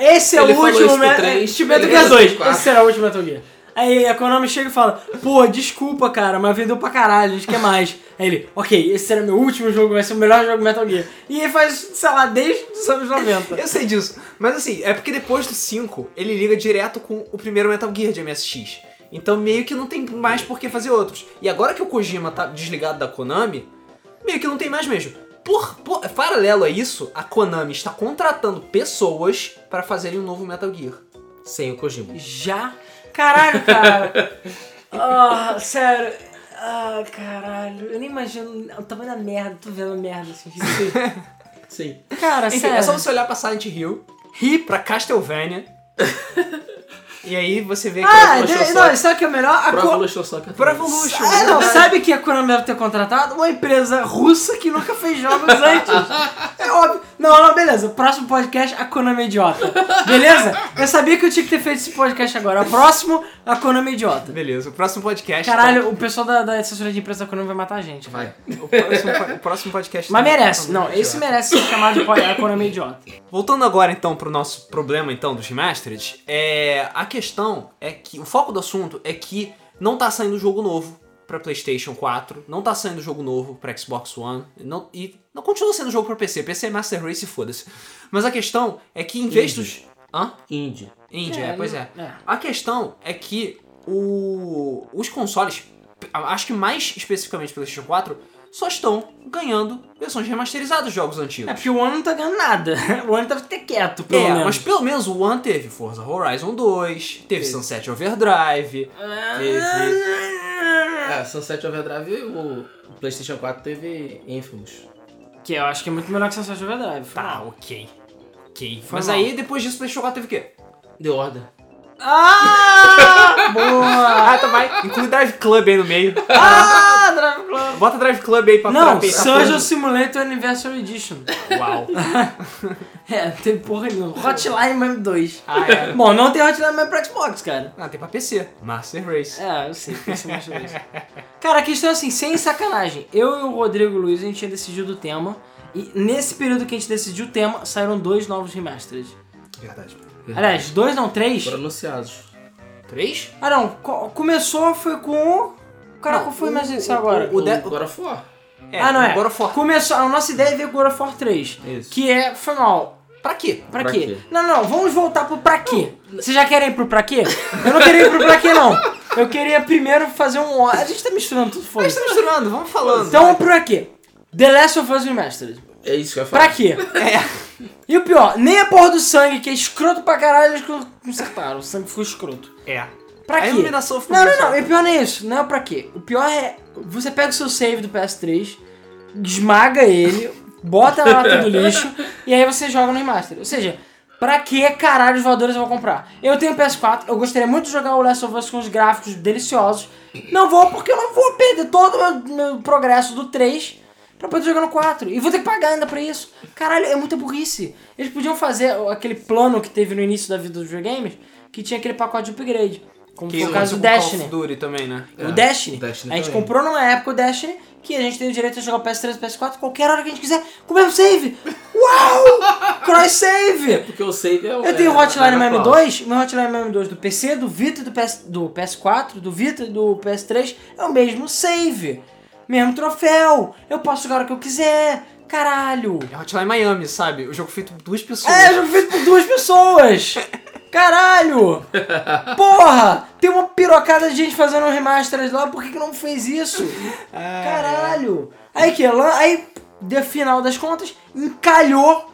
Speaker 2: Esse é
Speaker 3: Ele
Speaker 2: o
Speaker 3: falou
Speaker 2: último
Speaker 3: isso no
Speaker 2: Metal Gear.
Speaker 3: três,
Speaker 2: Este Metal
Speaker 3: ele
Speaker 2: Gear
Speaker 3: falou
Speaker 2: 2.
Speaker 3: isso no quatro.
Speaker 2: Esse será o último Metal Gear. Aí a Konami chega e fala: Pô, desculpa, cara, mas vendeu pra caralho, a gente quer mais. Aí ele: Ok, esse será meu último jogo, vai ser o melhor jogo Metal Gear. E ele faz, sei lá, desde os anos 90.
Speaker 1: Eu sei disso. Mas assim, é porque depois do 5, ele liga direto com o primeiro Metal Gear de MSX. Então meio que não tem mais por que fazer outros. E agora que o Kojima tá desligado da Konami, meio que não tem mais mesmo. Por, por- paralelo a isso, a Konami está contratando pessoas para fazerem um novo Metal Gear.
Speaker 3: Sem o Kojima.
Speaker 2: Já? Caralho, cara. Ah, sério. Ah, caralho. Eu nem imagino o tamanho da merda. Tô vendo a merda assim. Então, um
Speaker 3: Sim.
Speaker 2: Cara,
Speaker 1: Enfim,
Speaker 2: Tá sério.
Speaker 1: é só você olhar pra Silent Hill, rir pra Castlevania, e aí você vê que
Speaker 2: Ah,
Speaker 3: Pro
Speaker 2: de-
Speaker 3: Evolution
Speaker 2: não,
Speaker 3: Soccer.
Speaker 2: sabe o que é o melhor? A
Speaker 3: Pro
Speaker 2: co-
Speaker 3: Evolution Soccer.
Speaker 1: Pro
Speaker 3: também.
Speaker 1: Evolution.
Speaker 2: Ah, não, sabe que a Konami deve ter contratado? Uma empresa russa que nunca fez jogos antes. É óbvio. Não, não, beleza. Próximo podcast, a Konami é idiota. Beleza? Eu sabia que eu tinha que ter feito esse podcast agora. O próximo, a Konami é idiota.
Speaker 1: Beleza, o próximo podcast.
Speaker 2: Caralho, o pessoal da, da assessoria de imprensa da Konami vai matar a gente. cara.
Speaker 3: Vai.
Speaker 1: então, o, próximo, po- o próximo podcast. tá-
Speaker 2: Mas
Speaker 1: também-
Speaker 2: merece. Não, esse merece ser chamado de po- a Konami é idiota.
Speaker 1: Voltando agora então pro nosso problema então dos remastered, é a questão é que o foco do assunto é que não tá saindo jogo novo pra PlayStation 4, não tá saindo jogo novo pra Xbox One, não- e não continua sendo jogo pra PC, PC é Master Race, foda-se. Mas a questão é que em vez dos Hã?
Speaker 3: Indie.
Speaker 1: Indie, é,
Speaker 2: É,
Speaker 1: pois
Speaker 2: não-
Speaker 1: é.
Speaker 2: é.
Speaker 1: A questão é que o- os consoles, acho que mais especificamente PlayStation 4, só estão ganhando versões remasterizadas de jogos antigos.
Speaker 2: É porque o ano não tá ganhando nada. O ano deve ter quieto, pelo
Speaker 1: é,
Speaker 2: menos.
Speaker 1: mas pelo menos o One teve Forza Horizon 2, teve Sunset Overdrive,
Speaker 2: É,
Speaker 1: teve...
Speaker 3: É, Sunset Overdrive, o PlayStation 4 teve Infamous.
Speaker 2: Que eu acho que é muito melhor que Sunset Overdrive.
Speaker 1: Tá, ok. Ok.
Speaker 2: Foi
Speaker 1: Mas
Speaker 2: mal.
Speaker 1: aí depois disso o PlayStation 4 teve o quê?
Speaker 3: The Order.
Speaker 2: Ah! Boa!
Speaker 1: Ah, tá, vai. Inclui Drive Club aí no meio.
Speaker 2: Ah, Drive Club!
Speaker 1: Bota Drive Club aí pra pra-
Speaker 2: Não,
Speaker 1: pra-
Speaker 2: Surgeon Simulator Anniversary Edition.
Speaker 1: Uau.
Speaker 2: É, não tem porra nenhuma. Hotline Miami 2.
Speaker 1: Ah, é.
Speaker 2: Bom, não tem Hotline Miami pra Xbox, cara.
Speaker 1: Ah, tem pra PC. Master Race.
Speaker 2: É, eu sei, tem esse monte de coisa. Cara, a questão é assim, sem sacanagem. Eu e o Rodrigo Luiz, a gente tinha decidido o tema. E nesse período que a gente decidiu o tema, saíram dois novos remasters.
Speaker 1: Verdade.
Speaker 2: Aliás, dois não, três?
Speaker 3: Foram anunciados.
Speaker 1: 3?
Speaker 2: Ah não, co- começou, foi com o... Cara,
Speaker 1: Não,
Speaker 2: qual foi
Speaker 1: o-
Speaker 2: mais
Speaker 1: o-
Speaker 2: inicial agora?
Speaker 1: O
Speaker 3: O,
Speaker 1: de-
Speaker 3: God of War.
Speaker 1: É,
Speaker 2: ah, não é.
Speaker 1: Agora for.
Speaker 2: Começou, a nossa ideia é ver God of War 3.
Speaker 3: Isso.
Speaker 2: Que é, foi mal,
Speaker 1: Pra quê?
Speaker 2: pra,
Speaker 3: Pra
Speaker 2: quê?
Speaker 3: quê?
Speaker 2: Não, não, vamos voltar pro pra quê. Vocês já querem ir pro pra quê? Eu não queria ir pro pra quê, não. Eu queria primeiro fazer um... A gente tá misturando tudo,
Speaker 1: Mas
Speaker 2: foda-se.
Speaker 1: tá misturando, vamos falando.
Speaker 2: Então vamos pro pra quê. The Last of Us Remastered.
Speaker 3: É isso que eu ia falar.
Speaker 2: Pra quê?
Speaker 1: É.
Speaker 2: E o pior, nem a porra do sangue, que é escroto pra caralho, eles consertaram. O sangue ficou escroto.
Speaker 1: É.
Speaker 2: Pra
Speaker 1: A
Speaker 2: quê?
Speaker 1: iluminação ficou
Speaker 2: Não, não,
Speaker 1: muito
Speaker 2: não. E o pior não é isso. Não é o pra quê. O pior é. Você pega o seu save do PS3, esmaga ele, bota na lata do lixo e aí você joga no remaster. Ou seja, pra que caralho os voadores eu vou comprar? Eu tenho PS4, eu gostaria muito de jogar o Last of Us com os gráficos deliciosos. Não vou porque eu não vou perder todo o meu, meu progresso do 3 pra poder jogar no 4. E vou ter que pagar ainda pra isso. Caralho, é muita burrice. Eles podiam fazer aquele plano que teve no início da vida dos videogames que tinha aquele pacote de upgrade. Como
Speaker 1: Que
Speaker 2: foi o caso do
Speaker 1: Tipo, Call of
Speaker 2: Destiny.
Speaker 1: Duty também, né?
Speaker 3: É,
Speaker 2: O Destiny.
Speaker 3: Destiny
Speaker 2: a gente
Speaker 3: também.
Speaker 2: comprou numa época o Destiny que a gente tem o direito de jogar o PS3 e PS4 qualquer hora que a gente quiser, com o mesmo save. Uau! Cross save!
Speaker 3: Porque o save é o.
Speaker 2: Eu tenho
Speaker 3: é-
Speaker 2: Hotline
Speaker 3: é
Speaker 2: Miami
Speaker 3: atual.
Speaker 2: 2, meu Hotline Miami 2 do PC, do Vita e do, PS, do PS4, do Vita e do PS3 é o mesmo save. Mesmo troféu. Eu posso jogar o que eu quiser. Caralho.
Speaker 1: É Hotline Miami, sabe? O jogo feito por duas pessoas.
Speaker 2: É, jogo feito por duas pessoas! Caralho! Porra! Tem uma pirocada de gente fazendo um remaster lá, por que, que não fez isso?
Speaker 1: Ah.
Speaker 2: Caralho! Aí que lá, aí, de final das contas, encalhou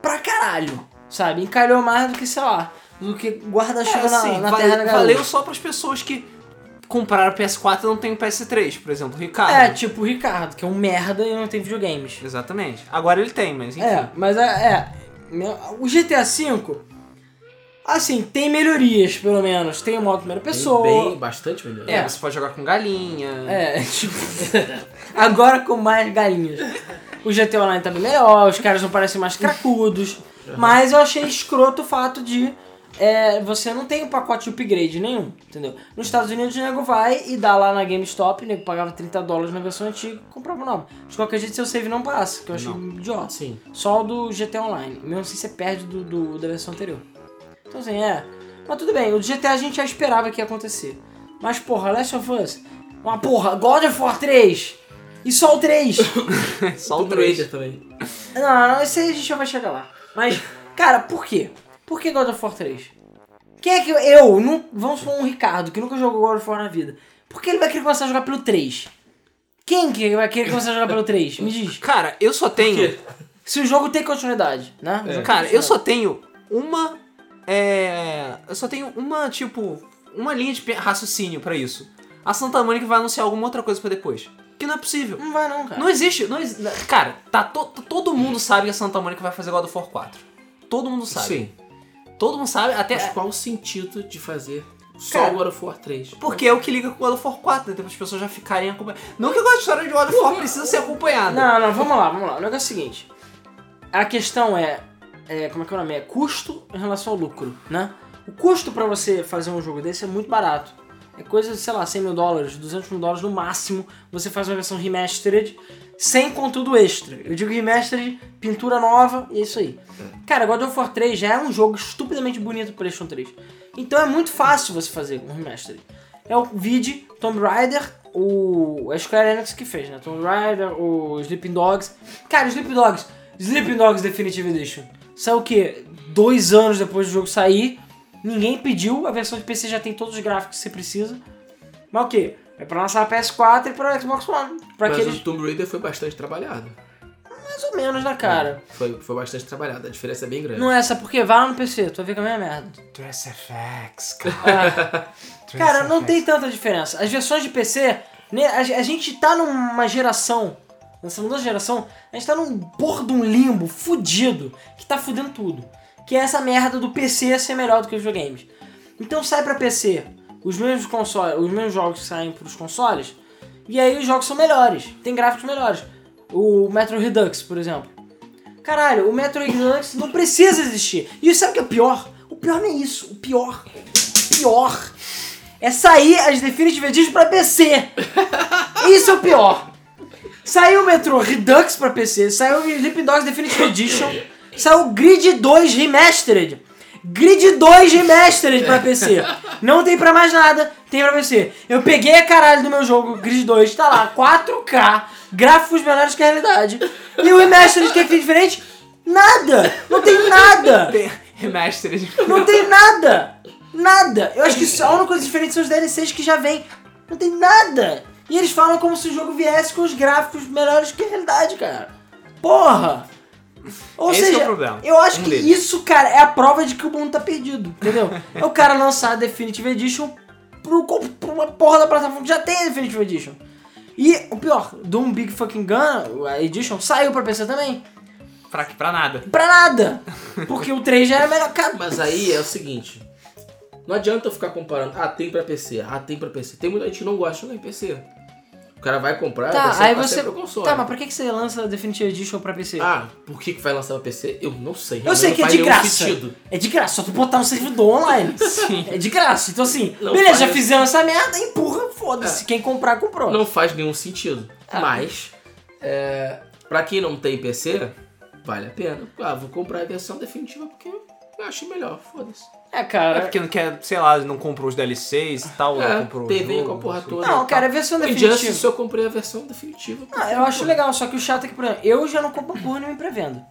Speaker 2: pra caralho, sabe? Encalhou mais do que, sei lá, do que guarda-chuva
Speaker 1: É, assim,
Speaker 2: na, na
Speaker 1: vale-
Speaker 2: terra né? da galera.
Speaker 1: valeu só pras pessoas que compraram PS4 e não tem PS3, por exemplo, o Ricardo.
Speaker 2: É, tipo o Ricardo, que é um merda e não tem videogames.
Speaker 1: Exatamente. Agora ele tem, mas enfim.
Speaker 2: É, mas é, é. meu- O GTA V, assim, tem melhorias, pelo menos. Tem o modo primeira
Speaker 3: Bem-
Speaker 2: pessoa.
Speaker 3: Bem, bastante melhor.
Speaker 1: É, você pode jogar com galinha.
Speaker 2: É, tipo. agora com mais galinhas. O GTA Online tá bem melhor, os caras não parecem mais cracudos. Mas eu achei escroto o fato de é, você não tem um pacote de upgrade nenhum, entendeu? Nos Estados Unidos o nego vai e dá lá na GameStop, o nego pagava 30 dólares na versão antiga e comprava o nome. De qualquer jeito seu save não passa, que eu achei idiota.
Speaker 3: Sim.
Speaker 2: Só o do GTA Online, mesmo assim você perde do, do- da versão anterior. Então assim, é. Mas tudo bem, o do GTA a gente já esperava que ia acontecer. Mas porra, Last of Us, uma porra, God of War 3! E só o 3! É,
Speaker 1: Só o
Speaker 3: Tomb
Speaker 1: 3.
Speaker 3: Raider também.
Speaker 2: Hum, Não, não, isso aí a gente já vai chegar lá. Mas, cara, por quê? Por que God of War 3? Quem é que eu, eu não, vamos supor um Ricardo, que nunca jogou God of War na vida. Por que ele vai querer começar a jogar pelo 3? Quem que vai querer começar a jogar pelo 3? Me diz.
Speaker 1: Cara, eu só tenho.
Speaker 3: quê?
Speaker 2: Se o jogo tem continuidade, né? O jogo tem
Speaker 1: Cara, eu
Speaker 2: continuidade.
Speaker 1: só tenho uma. É. Eu só tenho uma, tipo. Uma linha de pe- raciocínio pra isso. A Santa Mônica vai anunciar alguma outra coisa pra depois. Que não é possível.
Speaker 2: Não vai não, cara.
Speaker 1: Não existe. Não exi- Cara, tá to- todo mundo sabe que a Santa Mônica vai fazer God of War 4. Todo mundo sabe.
Speaker 3: Sim.
Speaker 1: Todo mundo sabe,
Speaker 3: Mas
Speaker 2: É.
Speaker 1: até.
Speaker 3: qual o sentido de fazer só
Speaker 1: Cara,
Speaker 3: o God of War 3?
Speaker 1: Porque é o que liga com God of War 4, né? Tem as pessoas já ficarem acompanhadas. Não que a história de God of War precisa ser acompanhada.
Speaker 2: Não, não, vamos lá, vamos lá. O negócio é o seguinte. A questão é, é, como é que é o nome? É custo em relação ao lucro, né? O custo pra você fazer um jogo desse é muito barato. É coisa de, sei lá, 100 mil dólares, 200 mil dólares no máximo. Você faz uma versão remastered, sem conteúdo extra. Eu digo remastered, pintura nova, e é isso aí. Cara, God of War 3 já é um jogo estupidamente bonito pro PlayStation 3. Então é muito fácil você fazer um remastered. É o Vid, Tomb Raider, o. A Square Enix que fez, né? Tomb Raider, o Sleeping Dogs. Cara, o Sleeping Dogs. Sleeping Dogs Definitive Edition. Saiu o quê? Dois anos depois do jogo sair. Ninguém pediu. A versão de PC já tem todos os gráficos que você precisa. Mas o quê? É pra lançar a PS4 e pra Xbox One. Pra
Speaker 3: Mas
Speaker 2: aqueles.
Speaker 3: o Tomb Raider foi bastante trabalhado.
Speaker 2: Mais ou menos, né, cara?
Speaker 3: Foi, foi bastante trabalhado, a diferença é bem grande.
Speaker 2: Não é essa porque vai lá no PC, tu vai ver que é a mesma merda.
Speaker 1: Dress FX, cara.
Speaker 2: Cara, não tem tanta diferença. As versões de PC, né, a, a gente tá numa geração, nessa mudança de geração, a gente tá num porra de um limbo fudido, que tá fudendo tudo. Que é essa merda do PC ser melhor do que os videogames. Então sai pra PC os mesmos consoles, os mesmos jogos que saem pros consoles, e aí os jogos são melhores, tem gráficos melhores. O Metro Redux, por exemplo. Caralho, o Metro Redux não precisa existir. E sabe o que é pior? O pior não é isso. O pior, o pior é sair as Definitive Edition pra PC. Isso é o pior. Saiu o Metro Redux pra PC, saiu o Sleeping Dogs Definitive Edition, saiu o Grid 2 Remastered. Grid 2 Remastered pra PC. Não tem pra mais nada, tem pra PC. Eu peguei a caralho do meu jogo, Grid 2, tá lá, 4K, gráficos melhores que a realidade. E o Remastered, o que é que tem diferente? Nada! Não tem nada!
Speaker 1: Tem remastered.
Speaker 2: Não tem nada! Nada! Eu acho que só a única coisa diferente são os DLCs que já vem. Não tem nada! E eles falam como se o jogo viesse com os gráficos melhores que a realidade, cara. Porra! Ou
Speaker 1: Esse que é o
Speaker 2: seja,
Speaker 1: problema.
Speaker 2: eu acho
Speaker 1: Um
Speaker 2: que
Speaker 1: deles.
Speaker 2: isso, cara, é a prova de que o mundo tá perdido, entendeu? é o cara lançar a Definitive Edition pro, co- pra uma porra da plataforma que já tem a Definitive Edition. E o pior, Doom Big Fucking Gun, a Edition, saiu pra PC também.
Speaker 1: Pra, pra nada.
Speaker 2: Pra nada! Porque o 3 já era melhor. Cara,
Speaker 3: Mas aí é o seguinte. Não adianta eu ficar comparando. Ah, tem pra PC. Ah, tem pra PC. Tem muita gente que não gosta de jogar em PC. O cara vai comprar,
Speaker 2: Tá,
Speaker 3: vai ser-
Speaker 2: aí
Speaker 3: vai
Speaker 2: você.
Speaker 3: ser pro console.
Speaker 2: Tá, mas pra que que você lança a Definitive Edition pra PC?
Speaker 3: Ah, por que, que vai lançar pra PC? Eu não sei.
Speaker 2: eu
Speaker 3: realmente
Speaker 2: sei
Speaker 3: não
Speaker 2: que é
Speaker 3: faz
Speaker 2: de
Speaker 3: nenhum
Speaker 2: graça.
Speaker 3: sentido.
Speaker 2: É de graça, só tu botar um servidor online. Sim. É de graça. Então assim,
Speaker 3: Não
Speaker 2: beleza,
Speaker 3: faz- É.
Speaker 2: já fizeram essa merda, empurra, foda-se. Quem comprar, comprou.
Speaker 3: Não faz nenhum sentido.
Speaker 2: Ah.
Speaker 3: Mas, é, pra quem não tem PC, vale a pena. Ah, vou comprar a versão definitiva porque eu achei melhor. Foda-se.
Speaker 2: É,
Speaker 1: É
Speaker 2: cara.
Speaker 1: porque não quer, sei lá, não comprou os DLCs e tal,
Speaker 3: É,
Speaker 1: não comprou o
Speaker 3: TV
Speaker 1: jogo,
Speaker 3: com a porra
Speaker 1: não sei.
Speaker 3: toda.
Speaker 2: Não, cara, a versão
Speaker 3: O
Speaker 2: definitiva.
Speaker 3: Injustice é eu comprei a versão definitiva.
Speaker 2: Ah, eu acho legal, só que o chato é que, por exemplo, eu já não compro porra nenhuma em pré-venda.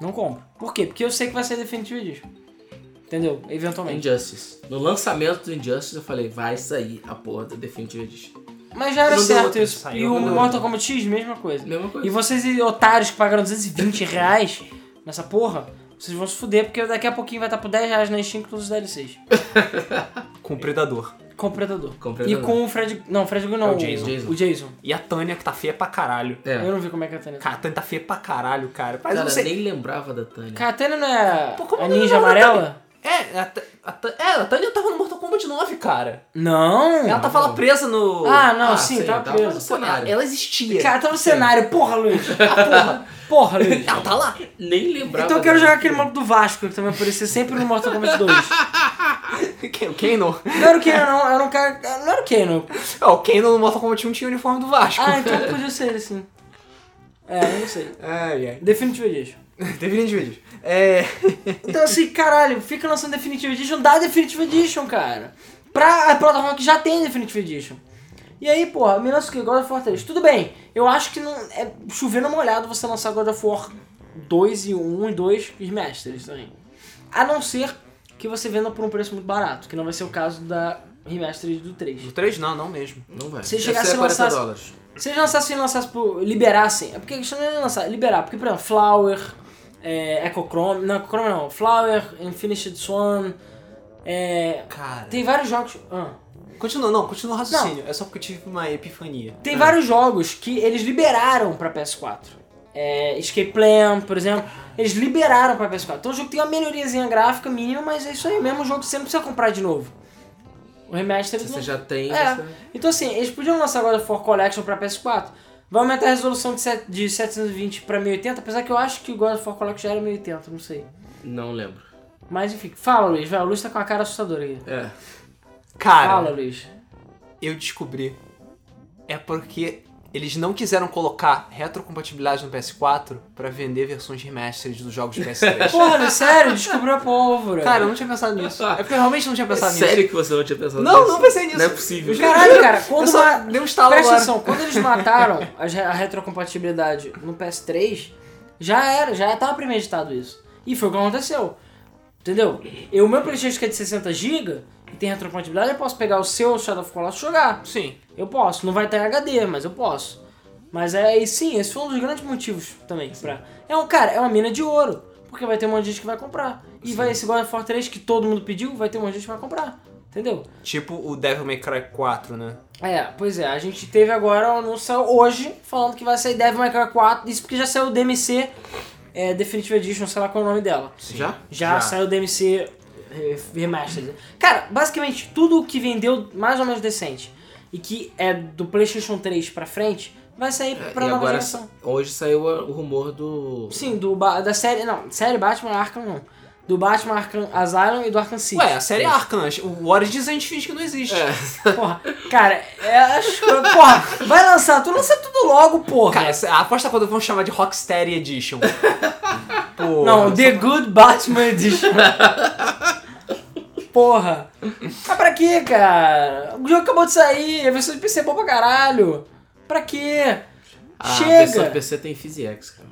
Speaker 2: Não compro. Por quê? Porque eu sei que vai ser Definitive Edition. Entendeu? Eventualmente.
Speaker 3: Injustice. No lançamento do Injustice eu falei, vai sair a porra da Definitive Edition.
Speaker 2: Mas já era
Speaker 3: Não deu
Speaker 2: certo
Speaker 3: outra,
Speaker 2: isso.
Speaker 1: saiu,
Speaker 2: E o
Speaker 1: não deu
Speaker 2: Mortal Kombat X, mesma coisa.
Speaker 3: Mesma coisa.
Speaker 2: E vocês otários que pagaram 220 reais nessa porra, vocês vão se fuder, porque daqui a pouquinho vai estar por 10 reais na Steam com todos os DLCs.
Speaker 1: Com o Predador.
Speaker 2: Com o Predador.
Speaker 3: Com o Predador.
Speaker 2: E com o Fred... Não, o Fred Gunn não.
Speaker 1: É o Jason.
Speaker 2: O Jason.
Speaker 1: E a Tânia, que tá feia pra caralho.
Speaker 3: É.
Speaker 2: Eu não vi como é que a Tânia...
Speaker 1: Cara, a Tânia tá feia pra caralho, cara. Mas eu
Speaker 3: Cara,
Speaker 1: não sei.
Speaker 3: nem lembrava da Tânia.
Speaker 2: Cara, a Tânia não é
Speaker 1: Pô, como
Speaker 2: a
Speaker 1: não
Speaker 2: ninja
Speaker 1: lembra da
Speaker 2: amarela?
Speaker 1: É, a, Ta- a, Ta- é, a Tânia tava no Mortal Kombat 9, cara.
Speaker 2: Não.
Speaker 1: Ela tá tava lá presa no.
Speaker 2: Ah, não,
Speaker 3: Ah,
Speaker 2: sim,
Speaker 3: sei,
Speaker 2: tá
Speaker 3: tava assim.
Speaker 2: preso.
Speaker 3: no
Speaker 1: Pô, ela,
Speaker 3: cenário.
Speaker 1: ela existia.
Speaker 2: Cara, tá no cenário. Porra, Luiz. Ah, porra. Porra, Luiz.
Speaker 1: Ela tá lá.
Speaker 3: Nem lembrava.
Speaker 2: Então eu quero
Speaker 3: dela.
Speaker 2: jogar aquele maluco do Vasco, que também aparecia sempre no Mortal Kombat 2.
Speaker 1: O Kano?
Speaker 2: Não era o Kano, não. Era um cara... Não era o Kano.
Speaker 1: Ah, o Kano no Mortal Kombat 1 tinha o uniforme do Vasco.
Speaker 2: Ah, então podia ser ele, sim. É, eu não sei.
Speaker 1: Ai, ai.
Speaker 2: Definitive Edition.
Speaker 1: Definitive Edition. É...
Speaker 2: Então, assim, caralho, fica lançando Definitive Edition, dá Definitive Edition, cara. Pra a plataforma que já tem Definitive Edition. E aí, porra, me lança o que? God of War 3. Tudo bem, eu acho que não é chover no molhado você lançar God of War 2 e 1 e 2 e Remasters também. A não ser que você venda por um preço muito barato, que não vai ser o caso da Remastered do 3.
Speaker 1: Do 3 não, não mesmo.
Speaker 3: Não vai.
Speaker 2: Se
Speaker 3: Deve
Speaker 2: chegasse
Speaker 3: ser
Speaker 2: a lançar-
Speaker 3: dólares.
Speaker 2: Se eles lançassem, lançassem por. liberassem. É porque a questão não é lançar, liberar. Porque, por exemplo, Flower, é, Echochrome. Não, Echochrome não. Flower, Infinished Swan. É,
Speaker 1: Cara...
Speaker 2: tem vários jogos. ah.
Speaker 1: Continua, não, continua o raciocínio. É só porque eu tive uma epifania.
Speaker 3: É.
Speaker 2: Tem vários jogos que eles liberaram pra PS4. É, Escape Plan, por exemplo. Eles liberaram pra PS4. Então o jogo tem uma melhoriazinha gráfica mínima, mas é isso aí mesmo. O jogo que você não precisa comprar de novo. O remaster
Speaker 3: Se
Speaker 2: não-
Speaker 3: você já tem,
Speaker 2: É.
Speaker 3: você...
Speaker 2: Então assim, eles podiam lançar God of War Collection pra PS4. Vai aumentar a resolução de, set- de 720 pra 1080, apesar que eu acho que o God of War Collection já era 1080, não sei.
Speaker 3: não lembro.
Speaker 2: Mas enfim, fala Luiz, vai, o Luiz tá com uma cara assustadora aqui.
Speaker 3: É.
Speaker 1: Ah. Cara,
Speaker 2: Fala Luiz.
Speaker 1: eu descobri. É porque eles não quiseram colocar retrocompatibilidade no PS4 pra vender versões remastered dos jogos de PS3.
Speaker 2: Porra, Luiz, sério, descobriu a pólvora.
Speaker 1: Cara, eu não tinha pensado nisso. É porque eu realmente não tinha
Speaker 3: É
Speaker 1: pensado nisso.
Speaker 3: sério que você não tinha pensado
Speaker 1: Não,
Speaker 3: nisso?
Speaker 1: não pensei nisso.
Speaker 3: Não é possível.
Speaker 2: Caralho, cara, quando
Speaker 1: Eu só
Speaker 2: uma-
Speaker 1: dei um estalo
Speaker 2: Presta
Speaker 1: agora.
Speaker 2: atenção, quando eles mataram a, re- a retrocompatibilidade no PS3, já era, já tava premeditado isso. E foi o que aconteceu. Entendeu? Eu, meu Playstation que é de 60GB e tem retrocompatibilidade, eu posso pegar o seu Shadow of Colossus e jogar.
Speaker 1: Sim.
Speaker 2: Eu posso, não vai ter HD, mas eu posso. Mas é e sim, esse foi um dos grandes motivos também. Pra... É um cara, é uma mina de ouro. Porque vai ter um monte de gente que vai comprar. E vai esse God of War 3 que todo mundo pediu, vai ter um monte de gente que vai comprar. Entendeu?
Speaker 1: Tipo o Devil May Cry 4, né?
Speaker 2: É, pois é, a gente teve agora o anúncio hoje falando que vai sair Devil May Cry 4, isso porque já saiu o DMC é, Definitive Edition, sei lá qual é o nome dela.
Speaker 3: Já?
Speaker 2: Já,
Speaker 1: Já.
Speaker 2: saiu o DMC eh, Remastered. Cara, basicamente tudo que vendeu mais ou menos decente e que é do PlayStation 3 pra frente vai sair pra
Speaker 3: É, e
Speaker 2: nova
Speaker 3: agora,
Speaker 2: geração.
Speaker 3: hoje saiu a- o rumor do...
Speaker 2: Sim, do ba- da série, não, série Batman Arkham não. Do Batman Arkham Asylum e do Arkham City.
Speaker 1: Ué, a série é Arkham, o Origins a gente finge que não existe.
Speaker 3: É.
Speaker 2: Porra, cara, é, acho, porra, vai lançar, tu lança tudo logo, porra.
Speaker 1: Cara, essa- aposta quando vão chamar de Rocksteady Edition. Pô.
Speaker 2: Não, The Good Batman Edition. Porra. Mas pra quê, cara? O jogo acabou de sair, a versão de PC é boa pra caralho. Pra quê? Ah,
Speaker 3: A versão
Speaker 2: chega.
Speaker 3: do PC tem PhysiX, cara.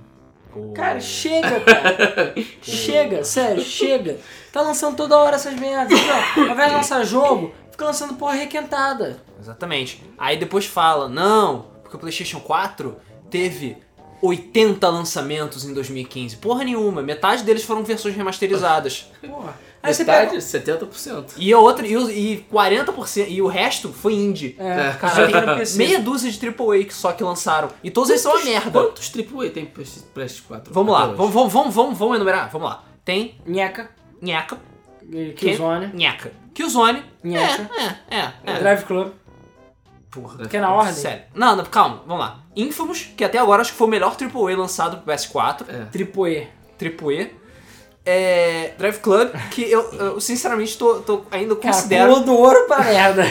Speaker 1: Pô.
Speaker 2: Cara, chega, cara. chega, sério, chega. Tá lançando toda hora essas merdas. Não, ao invés de lançar jogo, fica lançando porra requentada.
Speaker 1: Exatamente. Aí depois fala, não, porque o PlayStation 4 teve 80 lançamentos em 2015. Porra nenhuma, metade deles foram versões remasterizadas.
Speaker 2: Porra. Aí você
Speaker 3: Metade,
Speaker 2: pega...
Speaker 3: 70%.
Speaker 1: E a outra e, o- e 40% e o resto foi indie.
Speaker 2: É,
Speaker 3: É.
Speaker 1: Cara,
Speaker 2: joga no
Speaker 1: tem
Speaker 2: PC.
Speaker 1: meia dúzia de AAA que só que lançaram. E todos eles são uma merda.
Speaker 3: Quantos AAA tem pro PS4?
Speaker 1: Vamos lá,
Speaker 3: até hoje?
Speaker 1: vamos, vamos, vamos, vamos, vamos enumerar? Vamos lá. Tem
Speaker 2: Nheca,
Speaker 1: Nheca,
Speaker 2: Killzone,
Speaker 1: Nheca. Killzone.
Speaker 2: Nheca.
Speaker 1: É, é, é.
Speaker 2: Drive Club.
Speaker 1: Porra.
Speaker 2: Quer na ordem?
Speaker 1: Sério. Não, não, calma, vamos lá. Infamous, que até agora acho que foi o melhor AAA lançado pro PS4.
Speaker 3: É.
Speaker 2: Tripoe.
Speaker 1: Triple E. É, Drive Club, que eu, eu, sinceramente tô, tô ainda
Speaker 2: Cara,
Speaker 1: considero.
Speaker 2: pulou do ouro pra merda.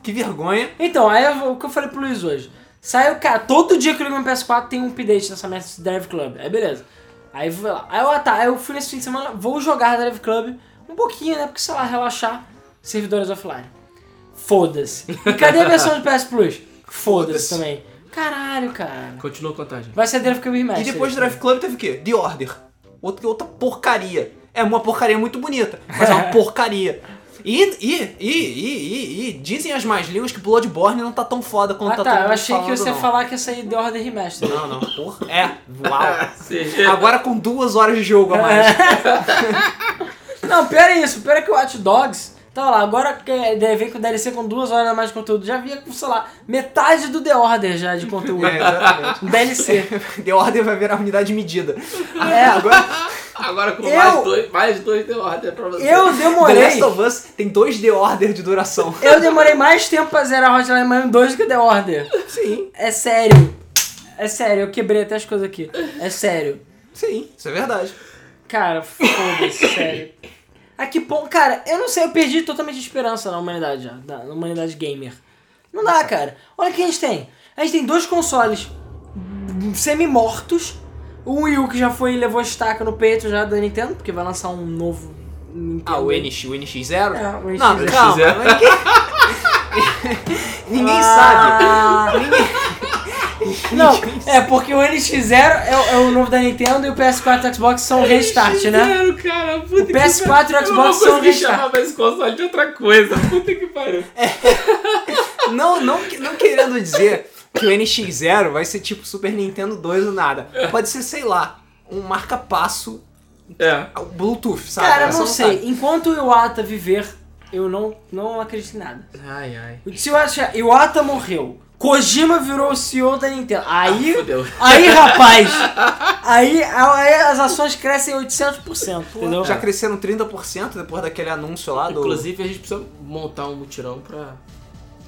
Speaker 1: Que vergonha.
Speaker 2: Então, aí eu- o que eu falei pro Luiz hoje. Saiu, cara, todo dia que eu ligo meu PS4 tem um update dessa merda de Drive Club. Aí beleza. Aí eu fui lá. Aí eu, ah, tá, aí eu fui nesse fim de semana, vou jogar Drive Club um pouquinho, né? Porque sei lá, relaxar. Servidores offline. Foda-se. E cadê a versão de PS Plus? Foda-se também. Caralho, cara.
Speaker 3: Continua a contagem.
Speaker 2: Vai ser Drive Club
Speaker 1: E
Speaker 2: Remastered.
Speaker 1: depois do Drive Club teve o quê? The Order. Outra, outra porcaria. É uma porcaria muito bonita, mas é uma porcaria. E, e, e, e, e, e dizem as mais línguas que Bloodborne não tá tão foda quanto
Speaker 2: Ah
Speaker 1: todo
Speaker 2: tá, eu
Speaker 1: mundo
Speaker 2: achei que
Speaker 1: falando,
Speaker 2: você ia
Speaker 1: não.
Speaker 2: falar que ia sair The Order Remastered.
Speaker 1: Não, não, porra. É, uau.
Speaker 3: Sim.
Speaker 1: Agora com duas horas de jogo a
Speaker 2: É.
Speaker 1: mais.
Speaker 2: Não, pior é isso, pior é que o Watch Dogs. Tá lá, agora que é- deve ver que o DLC com duas horas a mais de conteúdo. Já vinha com, sei lá, metade do The Order já de conteúdo.
Speaker 1: É, exatamente.
Speaker 2: Um DLC.
Speaker 1: The Order vai virar unidade de medida.
Speaker 2: É,
Speaker 1: Agora,
Speaker 3: Agora com
Speaker 2: Eu-
Speaker 3: mais dois, mais dois deu ordem pra você.
Speaker 2: Eu
Speaker 1: The
Speaker 2: demorei.
Speaker 1: Last of Us tem dois The Order de duração.
Speaker 2: Eu demorei mais tempo pra zerar Hotline Miami 2 do que The Order.
Speaker 1: Sim,
Speaker 2: É sério. É sério, eu quebrei até as coisas aqui. É sério.
Speaker 1: sim, isso é verdade.
Speaker 2: Cara, foda-se, sério. A que ponto. Cara, eu não sei, eu perdi totalmente a esperança na humanidade já, da- na humanidade gamer. Não dá, cara. Olha o que a gente tem. A gente tem dois consoles semi-mortos. O Wii U que já foi levou estaca no peito já da Nintendo, porque vai lançar um novo. Nintendo.
Speaker 1: Ah, o NX, o NX0?
Speaker 2: É, o NX.
Speaker 1: Não,
Speaker 2: O NX
Speaker 1: calma.
Speaker 3: zero.
Speaker 1: mas ninguém- Ninguém sabe.
Speaker 2: sabe. Não, é porque o NX0 é, é o novo da Nintendo e o PS4 e o Xbox são restart, né?
Speaker 3: Zero, cara. Puta que
Speaker 2: PS4 e
Speaker 3: pariu.
Speaker 2: Xbox
Speaker 3: Eu
Speaker 2: são
Speaker 3: não consegui
Speaker 2: restart.
Speaker 3: chamar mais esse console de outra coisa. Puta que pariu.
Speaker 1: Não, não, que- não querendo dizer que o NX0 vai ser tipo Super Nintendo 2 ou nada. Pode ser, sei lá, um marca-passo
Speaker 3: É.
Speaker 1: Bluetooth, sabe?
Speaker 2: Cara, eu
Speaker 1: Você
Speaker 2: não sei.
Speaker 1: sabe.
Speaker 2: Enquanto o Iwata viver, eu não, não acredito em nada.
Speaker 3: Ai, ai.
Speaker 2: Se eu achar, Iwata morreu. Kojima virou o CEO da Nintendo. Aí,
Speaker 3: Fudeu.
Speaker 2: aí rapaz, aí, aí as ações crescem 800%, entendeu?
Speaker 1: Já cresceram 30% depois daquele anúncio lá do.
Speaker 3: Inclusive, a gente precisa montar um mutirão pra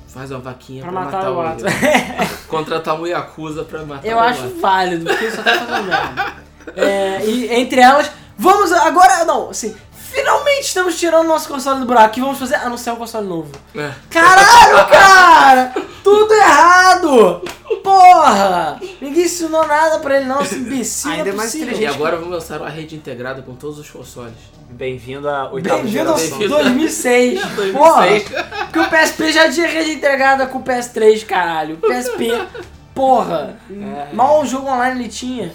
Speaker 3: fazer uma vaquinha
Speaker 2: Pra
Speaker 3: pra,
Speaker 2: matar o
Speaker 3: o
Speaker 2: Iwata.
Speaker 3: Contratar um Yakuza pra matar
Speaker 2: Eu
Speaker 3: o
Speaker 2: acho
Speaker 3: Iwata.
Speaker 2: válido, porque só tá fazendo merda. É, e entre elas, vamos agora, não, assim, finalmente estamos tirando o nosso console do buraco e vamos fazer anunciar um console novo.
Speaker 3: É.
Speaker 2: Caralho, cara! Tudo errado! Porra! Ninguém ensinou nada pra ele, não, esse imbecil.
Speaker 1: Ainda
Speaker 2: é
Speaker 1: mais
Speaker 2: possível.
Speaker 1: inteligente.
Speaker 3: E agora vamos lançar uma rede integrada com todos os consoles.
Speaker 1: Bem-vindo à oitava
Speaker 2: Bem-vindo ao
Speaker 1: geração.
Speaker 3: Bem-vindo.
Speaker 2: 2006. Porra! Porque o PSP já tinha rede entregada com o PS3, caralho. O PSP, porra!
Speaker 3: É.
Speaker 2: Mal o jogo online ele tinha.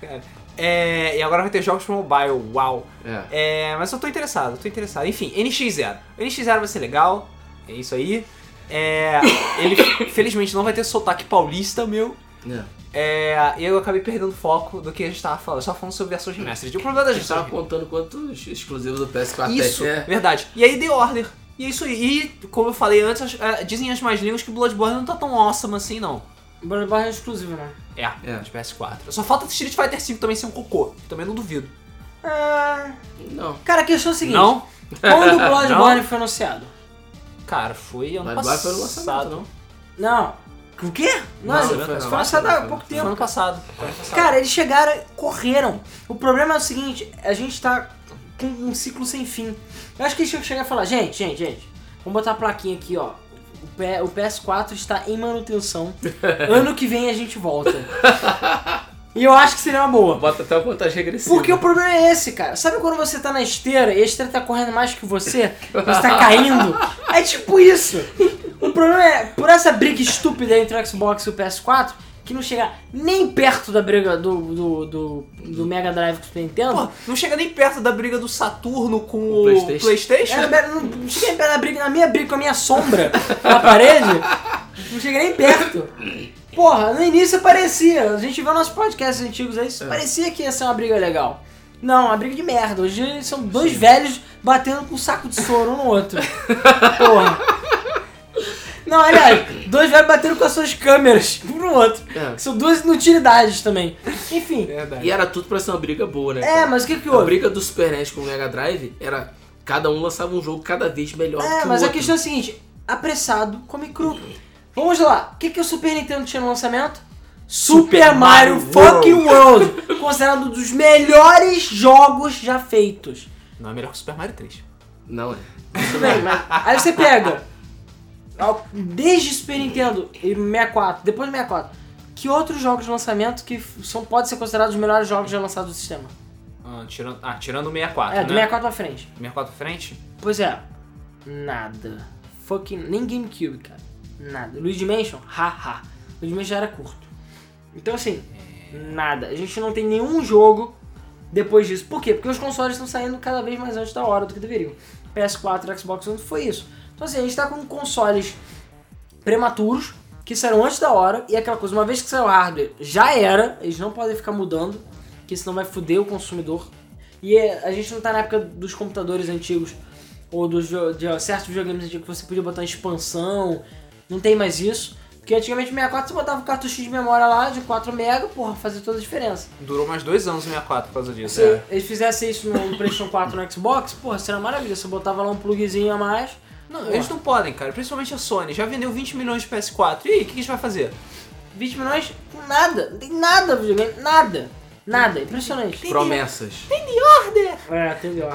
Speaker 1: Cara, é, e agora vai ter jogos pro mobile, uau.
Speaker 3: É.
Speaker 1: É, mas eu tô interessado, eu tô interessado. Enfim, NX0. NX0 vai ser legal, é isso aí. É, ele felizmente não vai ter sotaque paulista, meu.
Speaker 3: É.
Speaker 1: É, eu acabei perdendo o foco do que a gente tava falando. Só falando sobre versões remastered. O problema da
Speaker 3: A gente
Speaker 1: gente
Speaker 3: tava contando quantos exclusivos do PS4
Speaker 1: Isso,
Speaker 3: é.
Speaker 1: verdade. E aí The Order. E é isso aí. E, como eu falei antes, as- é, dizem as mais línguas que o Bloodborne não tá tão awesome assim, não.
Speaker 2: Bloodborne é exclusivo, né?
Speaker 1: É,
Speaker 3: É.
Speaker 1: de PS4. Só falta Street Fighter V também ser um cocô. Também não duvido.
Speaker 2: Ah,
Speaker 3: Não.
Speaker 2: cara, a questão é a seguinte.
Speaker 1: Não?
Speaker 2: Quando o Bloodborne foi anunciado?
Speaker 1: Cara, foi ano
Speaker 3: Bloodborne foi no
Speaker 1: passado.
Speaker 3: lançamento, não.
Speaker 2: Não. O quê?
Speaker 3: Não,
Speaker 2: Nossa,
Speaker 3: não foi, não.
Speaker 2: foi anunciado há pouco
Speaker 1: Foi
Speaker 2: tempo.
Speaker 1: ano passado. Foi ano passado.
Speaker 2: Cara, eles chegaram, e correram. O problema é o seguinte, a gente tá com um ciclo sem fim. Eu acho que eles tinham que chegar e falar, gente, gente, gente, vamos botar a plaquinha aqui, ó. O P- O PS4 está em manutenção. Ano que vem a gente volta. E eu acho que seria uma boa.
Speaker 3: Bota até o contagem regressiva.
Speaker 2: Porque o problema é esse, cara. Sabe quando você tá na esteira e a esteira tá correndo mais que você? Você tá caindo? É tipo isso. O problema é, por essa briga estúpida entre o Xbox e o PS4, que não chega nem perto da briga do, do, do, do Mega Drive tá com o Super Nintendo.
Speaker 1: Pô, não chega nem perto da briga do Saturno com o,
Speaker 3: PlayStation.
Speaker 1: PlayStation.
Speaker 2: É, não não chega nem perto da briga, na minha briga com a minha sombra na parede. Não chega nem perto. Porra, no início parecia. A gente vê nossos podcasts antigos aí, isso parecia que ia ser uma briga legal. Não, uma briga de merda. Hoje eles são dois velhos batendo com um saco de soro um no outro. Porra. Não, aliás, dois velhos batendo com as suas câmeras um no outro.
Speaker 3: É.
Speaker 2: Que são duas inutilidades também. Enfim.
Speaker 1: Verdade.
Speaker 3: E era tudo pra ser uma briga boa, né?
Speaker 2: É,
Speaker 3: cara?
Speaker 2: mas o que que
Speaker 3: A
Speaker 2: houve?
Speaker 3: briga do Super NES com o Mega Drive era... Cada um lançava um jogo cada vez melhor que o
Speaker 2: É,
Speaker 3: outro.
Speaker 2: mas a questão é a seguinte: apressado, come cru. Vamos lá, o que, que o Super Nintendo tinha no lançamento? Super,
Speaker 1: Super
Speaker 2: Mario,
Speaker 1: Mario
Speaker 2: fucking World! considerado um dos melhores jogos já feitos.
Speaker 1: Não é melhor que o Super Mario 3.
Speaker 3: Não é.
Speaker 2: Tudo bem, mas. Aí você pega. ao- Desde Super Nintendo e 64, depois do 64, que outros jogos de lançamento que f- são, podem ser considerados os melhores jogos já lançados do sistema?
Speaker 1: Ah, tirando, ah, tirando o 64,
Speaker 2: é,
Speaker 1: né?
Speaker 2: do 64 pra frente.
Speaker 1: 64 pra frente?
Speaker 2: Pois é, nada. Fucking. Nem GameCube, cara. Nada. Luigi Mansion? Haha. Luigi Mansion era curto. Então assim, nada. A gente não tem nenhum jogo depois disso. Por quê? Porque os consoles estão saindo cada vez mais antes da hora do que deveriam. PS4, Xbox One foi isso. Então assim, a gente tá com consoles prematuros que saíram antes da hora e é aquela coisa, uma vez que saiu o hardware, já era, eles não podem ficar mudando, que senão vai foder o consumidor. E é, a gente não tá na época dos computadores antigos ou dos jo- de ó, certos videogames antigos que você podia botar expansão, não tem mais isso. Porque antigamente o 64 você botava um cartucho de memória lá de 4 mega, porra, fazia toda a diferença.
Speaker 1: Durou mais dois anos o 64 por causa disso. É.
Speaker 2: Se eles fizessem isso no PlayStation 4 no Xbox, porra, seria maravilha. Você botava lá um plugzinho a mais.
Speaker 1: Não,
Speaker 2: Porra.
Speaker 1: eles não podem, cara. Principalmente a Sony. Já vendeu 20 milhões de PS4. E aí, o que, que a gente vai fazer?
Speaker 2: é 20 milhões, nada, não tem nada videogame, nada. Nada, impressionante.
Speaker 3: Promessas.
Speaker 2: É, entendeu?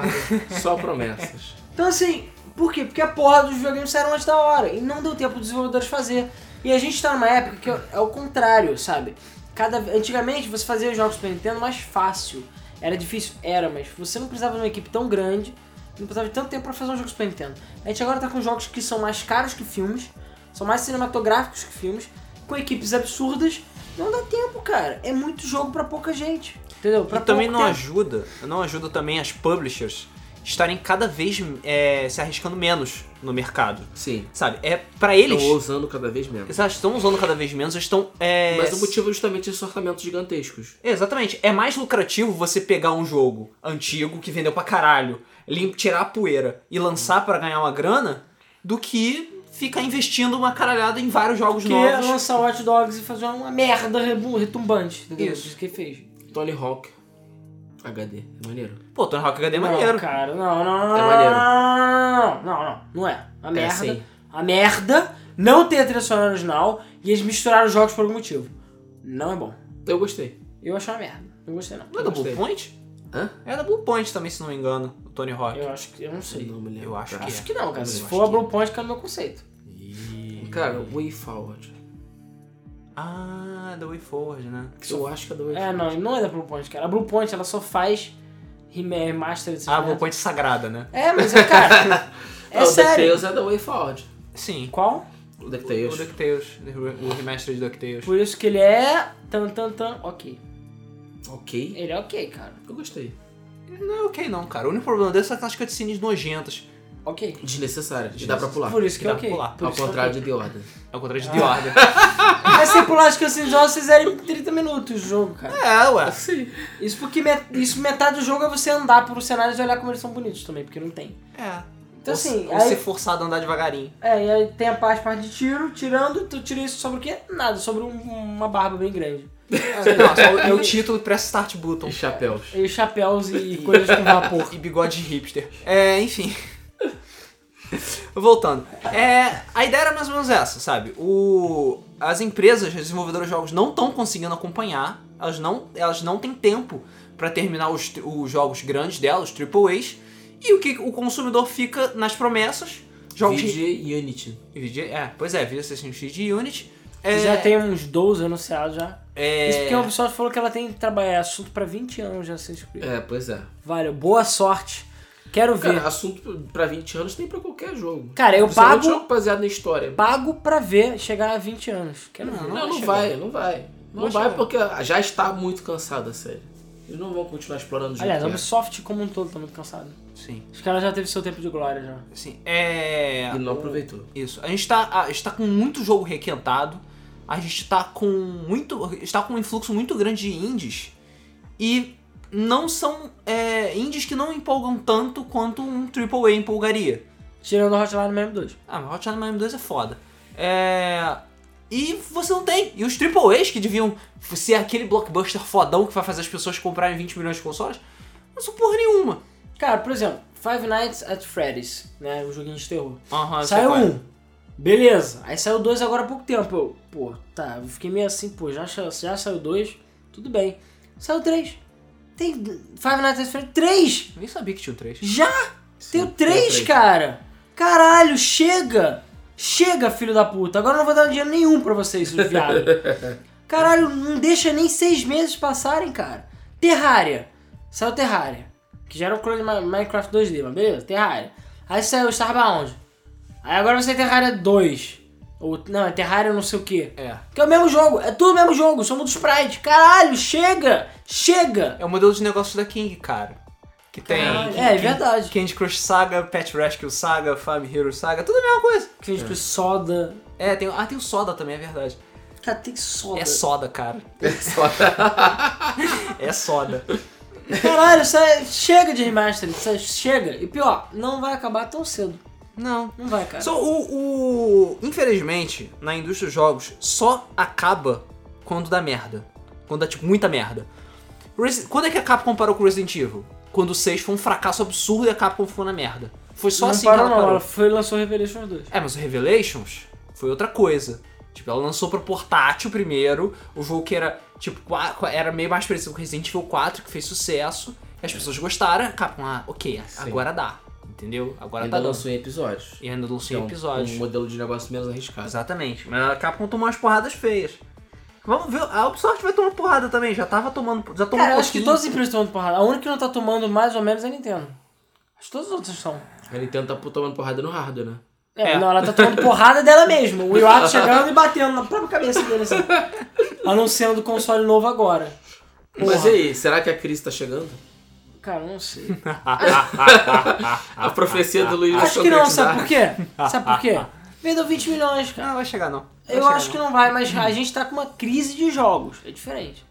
Speaker 3: Só promessas.
Speaker 2: Então assim, por quê? Porque a porra dos videogames saíram antes da hora e não deu tempo dos desenvolvedores fazer. E a gente tá numa época que é o contrário, sabe? Cada, antigamente você fazia os jogos Super Nintendo mais fácil. Era difícil? Era, mas você não precisava de uma equipe tão grande, não precisava de tanto tempo pra fazer um jogo Super Nintendo. A gente agora tá com jogos que são mais caros que filmes, são mais cinematográficos que filmes, com equipes absurdas. Não dá tempo, cara. É muito jogo pra pouca gente. Entendeu? Pra
Speaker 1: e também
Speaker 2: pouco
Speaker 1: não
Speaker 2: tempo.
Speaker 1: ajuda, não ajuda também as publishers estarem cada vez é, se arriscando menos no mercado.
Speaker 3: Sim.
Speaker 1: Sabe? É para eles.
Speaker 2: Então,
Speaker 3: Estão ousando cada vez menos.
Speaker 1: Eles estão usando cada vez menos, eles estão. é,
Speaker 3: Mas o motivo é justamente esses orçamentos gigantescos.
Speaker 1: Exatamente. É mais lucrativo você pegar um jogo antigo que vendeu pra caralho, lim- tirar a poeira e lançar pra ganhar uma grana, do que ficar investindo uma caralhada em vários jogos
Speaker 2: que é-
Speaker 1: novos.
Speaker 2: lançar Watch Dogs e fazer uma merda rebu- retumbante. Entendeu?
Speaker 1: Isso.
Speaker 2: Isso que ele fez.
Speaker 3: Tony Hawk. HD. É maneiro.
Speaker 1: Pô, Tony Hawk HD é
Speaker 2: não,
Speaker 1: maneiro.
Speaker 2: cara, não, não, não,
Speaker 3: É
Speaker 2: não,
Speaker 3: maneiro.
Speaker 2: não, não, não, não, não é. A merda,
Speaker 3: sim.
Speaker 2: a merda não tem a trilha sonora original e eles misturaram os jogos por algum motivo. Não é bom.
Speaker 3: Eu gostei.
Speaker 2: Eu achei uma merda. Não gostei não.
Speaker 1: Não é da
Speaker 3: Gostei.
Speaker 1: Blue Point?
Speaker 3: Hã?
Speaker 1: É da Blue Point também, se não me engano, o Tony Hawk.
Speaker 2: Eu acho que, eu não sei.
Speaker 3: Não me lembro.
Speaker 1: Eu acho
Speaker 3: cara.
Speaker 2: Acho que não, cara. Se
Speaker 1: Eu
Speaker 2: for a
Speaker 1: acho que
Speaker 2: Blue Point, caiu meu conceito.
Speaker 3: Cara, Way Forward.
Speaker 1: Ah, da WayForward, né?
Speaker 3: Eu acho que é da Way
Speaker 2: É, não, não é da Blue Point, cara. A Blue Point, ela só faz rem- remaster desses
Speaker 1: Ah, a Blue
Speaker 2: jogos.
Speaker 1: Point sagrada, né?
Speaker 2: É, mas é, cara, é
Speaker 3: o
Speaker 2: sério.
Speaker 3: DuckTales é da Way Forward.
Speaker 1: Sim.
Speaker 2: Qual?
Speaker 3: O
Speaker 1: O
Speaker 3: DuckTales.
Speaker 1: DuckTales, o remaster de DuckTales.
Speaker 2: Por isso que ele é... Tan, tan, tan, ok.
Speaker 3: Ok.
Speaker 2: Ele é ok, cara.
Speaker 3: Eu gostei.
Speaker 1: Não é ok não, cara. O único problema desse é aquelas cutscenes nojentas.
Speaker 2: Ok.
Speaker 3: Desnecessário. E dá pra pular.
Speaker 2: Por isso que é
Speaker 1: Dá pra
Speaker 2: ok.
Speaker 1: pular.
Speaker 2: Por
Speaker 3: Ao
Speaker 2: isso que é
Speaker 3: contrário
Speaker 2: ok.
Speaker 3: de The Order.
Speaker 1: Ao contrário de The
Speaker 2: Ah.
Speaker 1: Order.
Speaker 2: Mas se pular as canções jogos, vocês eram 30 minutos o jogo, cara.
Speaker 1: É, ué.
Speaker 3: Sim.
Speaker 2: Isso porque met- isso metade do jogo é você andar por cenários e olhar como eles são bonitos também, porque não tem.
Speaker 1: É. ou,
Speaker 2: Então assim,
Speaker 1: ou
Speaker 2: aí,
Speaker 1: ser forçado a andar devagarinho.
Speaker 2: é, e aí tem a parte, parte de tiro, tirando, tu tira isso sobre o quê? Nada, sobre um- uma barba bem grande.
Speaker 1: Nossa, é o título press start button.
Speaker 3: E Então, chapéus.
Speaker 2: E chapéus e coisas com vapor.
Speaker 1: E bigode hipster. É, enfim. Voltando. É, a ideia era mais ou menos essa, sabe? O, as empresas, as desenvolvedoras de jogos não estão conseguindo acompanhar, elas não, elas não têm tempo pra terminar os, tri- os jogos grandes delas, os AAAs, e o que o consumidor fica nas promessas, jogos
Speaker 3: VG e Unity.
Speaker 1: de- VG, é, pois é, Video Assassin's Creed e Unity. É,
Speaker 2: Já tem uns 12 anunciados já.
Speaker 1: é,
Speaker 2: Isso porque a Ubisoft falou que ela tem que trabalhar assunto pra 20 anos já se inscrever.
Speaker 3: É, pois é.
Speaker 2: Valeu, boa sorte. Quero ver.
Speaker 3: Cara, assunto pra 20 anos tem pra qualquer jogo.
Speaker 2: Cara, eu
Speaker 3: Principalmente
Speaker 2: pago-
Speaker 3: jogo baseado na
Speaker 1: um
Speaker 3: história.
Speaker 2: Pago pra ver chegar a 20 anos. Quero ver.
Speaker 3: Não, não,
Speaker 1: vai
Speaker 3: vai, não vai. Não,
Speaker 1: Não
Speaker 3: vai
Speaker 1: chega.
Speaker 3: porque já está muito cansada a série. Eles não vão continuar explorando o jeito
Speaker 2: Aliás, a
Speaker 3: que é.
Speaker 2: Ubisoft como um todo tá muito cansado.
Speaker 1: Sim,
Speaker 2: Os caras já teve seu tempo de glória já.
Speaker 1: sim. É.
Speaker 3: E não aproveitou.
Speaker 1: Isso. A gente tá, a gente tá com muito jogo requentado. A gente tá com muito. está com um influxo muito grande de indies. E não são é, indies que não empolgam tanto quanto um AAA empolgaria.
Speaker 2: Tirando o Hotline Miami 2.
Speaker 1: Ah, mas Hotline Miami 2 é foda. É. E você não tem. E os AAAs que deviam ser aquele blockbuster fodão que vai fazer as pessoas comprarem 20 milhões de consoles, não são porra nenhuma.
Speaker 2: Cara, por exemplo, Five Nights at Freddy's, né? O joguinho de terror.
Speaker 1: Aham, eu sei
Speaker 2: saiu
Speaker 1: qual é.
Speaker 2: um. Beleza. Aí saiu dois agora há pouco tempo. Eu, pô, tá. Eu fiquei meio assim, pô, já, sa- já saiu dois. Tudo bem. Saiu três. Tem Five Nights at Freddy's. Três!
Speaker 1: Nem sabia que tinha um 3.
Speaker 2: Já! Tem o
Speaker 3: tem o
Speaker 2: três,
Speaker 3: três.
Speaker 2: cara! Caralho, chega! Chega, filho da puta! Agora eu não vou dar dinheiro nenhum pra vocês, seus viados. Caralho, não deixa nem seis meses passarem, cara. Terraria. Saiu Terraria. Que já era um clone de Ma- Minecraft 2D, mas beleza, Terraria. Aí saiu Starbound. Aí agora vai sair Terraria 2. Ou, não, é Terraria não sei o que.
Speaker 1: É.
Speaker 2: Que é o mesmo jogo, é tudo o mesmo jogo, só muda o sprite. Caralho, chega! Chega!
Speaker 1: É o modelo de negócio da King, cara. Que tem.
Speaker 2: Caralho,
Speaker 1: que-
Speaker 2: é, é
Speaker 1: que-
Speaker 2: verdade.
Speaker 1: Candy Crush Saga, Pet Rescue Saga, Farm Hero Saga, tudo a mesma coisa.
Speaker 2: Que tipo soda.
Speaker 1: É, tem. Ah, tem o Soda também, é verdade.
Speaker 2: Cara, tem soda.
Speaker 1: É soda, cara. É soda.
Speaker 2: Caralho, isso é- chega de remaster, isso é- chega. E pior, não vai acabar tão cedo.
Speaker 1: Não.
Speaker 2: Não vai, cara.
Speaker 1: Só o, o- Infelizmente, na indústria dos jogos, só acaba quando dá merda. Quando dá, tipo, muita merda. Resi- Quando é que a Capcom parou com Resident Evil? Quando o 6 foi um fracasso absurdo e a Capcom foi na merda. Foi só
Speaker 2: não
Speaker 1: assim que
Speaker 2: parou,
Speaker 1: ela
Speaker 2: não.
Speaker 1: parou.
Speaker 2: Ela foi e lançou Revelations 2.
Speaker 1: É, mas o Revelations foi outra coisa. Tipo, ela lançou pro portátil primeiro, o jogo que era, tipo, qua- qua- era meio mais parecido com Resident Evil 4, que fez sucesso, e as pessoas gostaram, a Capcom, ah, ok,
Speaker 3: Sim.
Speaker 1: agora dá, entendeu? Agora
Speaker 3: Ainda
Speaker 1: tá dando.
Speaker 3: lançou em episódios.
Speaker 1: E ainda
Speaker 3: Que é
Speaker 1: lançou
Speaker 2: Então,
Speaker 3: um-
Speaker 1: em episódios.
Speaker 3: Um modelo de negócio menos arriscado.
Speaker 1: Exatamente. Mas a Capcom tomou umas porradas feias. Vamos ver, a Ubisoft vai tomar porrada também, já tava tomando, já tomou
Speaker 2: Cara,
Speaker 1: um
Speaker 2: eu acho que
Speaker 1: pouquinho.
Speaker 2: todas as empresas estão tomando porrada. A única que não tá tomando mais ou menos é a Nintendo. Acho que todas as outras estão.
Speaker 3: A Nintendo tá pu- tomando porrada no hardware, né?
Speaker 2: É,
Speaker 1: É.
Speaker 2: não, ela tá tomando porrada dela mesma. O Iwata chegando e batendo na própria cabeça dele, assim. Anunciando o console novo agora.
Speaker 3: Mas e
Speaker 2: Porra.
Speaker 3: aí, será que a crise tá chegando?
Speaker 2: Cara, não sei.
Speaker 1: Ah,
Speaker 3: a profecia do Luiz é vai se
Speaker 2: Acho que não,
Speaker 3: concretizar?
Speaker 2: sabe por quê? Sabe por quê? Vendeu 20 milhões, cara.
Speaker 1: Não, vai chegar não. Vai
Speaker 2: Eu
Speaker 1: chegar,
Speaker 2: acho que
Speaker 3: né?
Speaker 2: não vai, mas
Speaker 3: Uhum.
Speaker 2: a gente tá com uma crise de jogos. É diferente.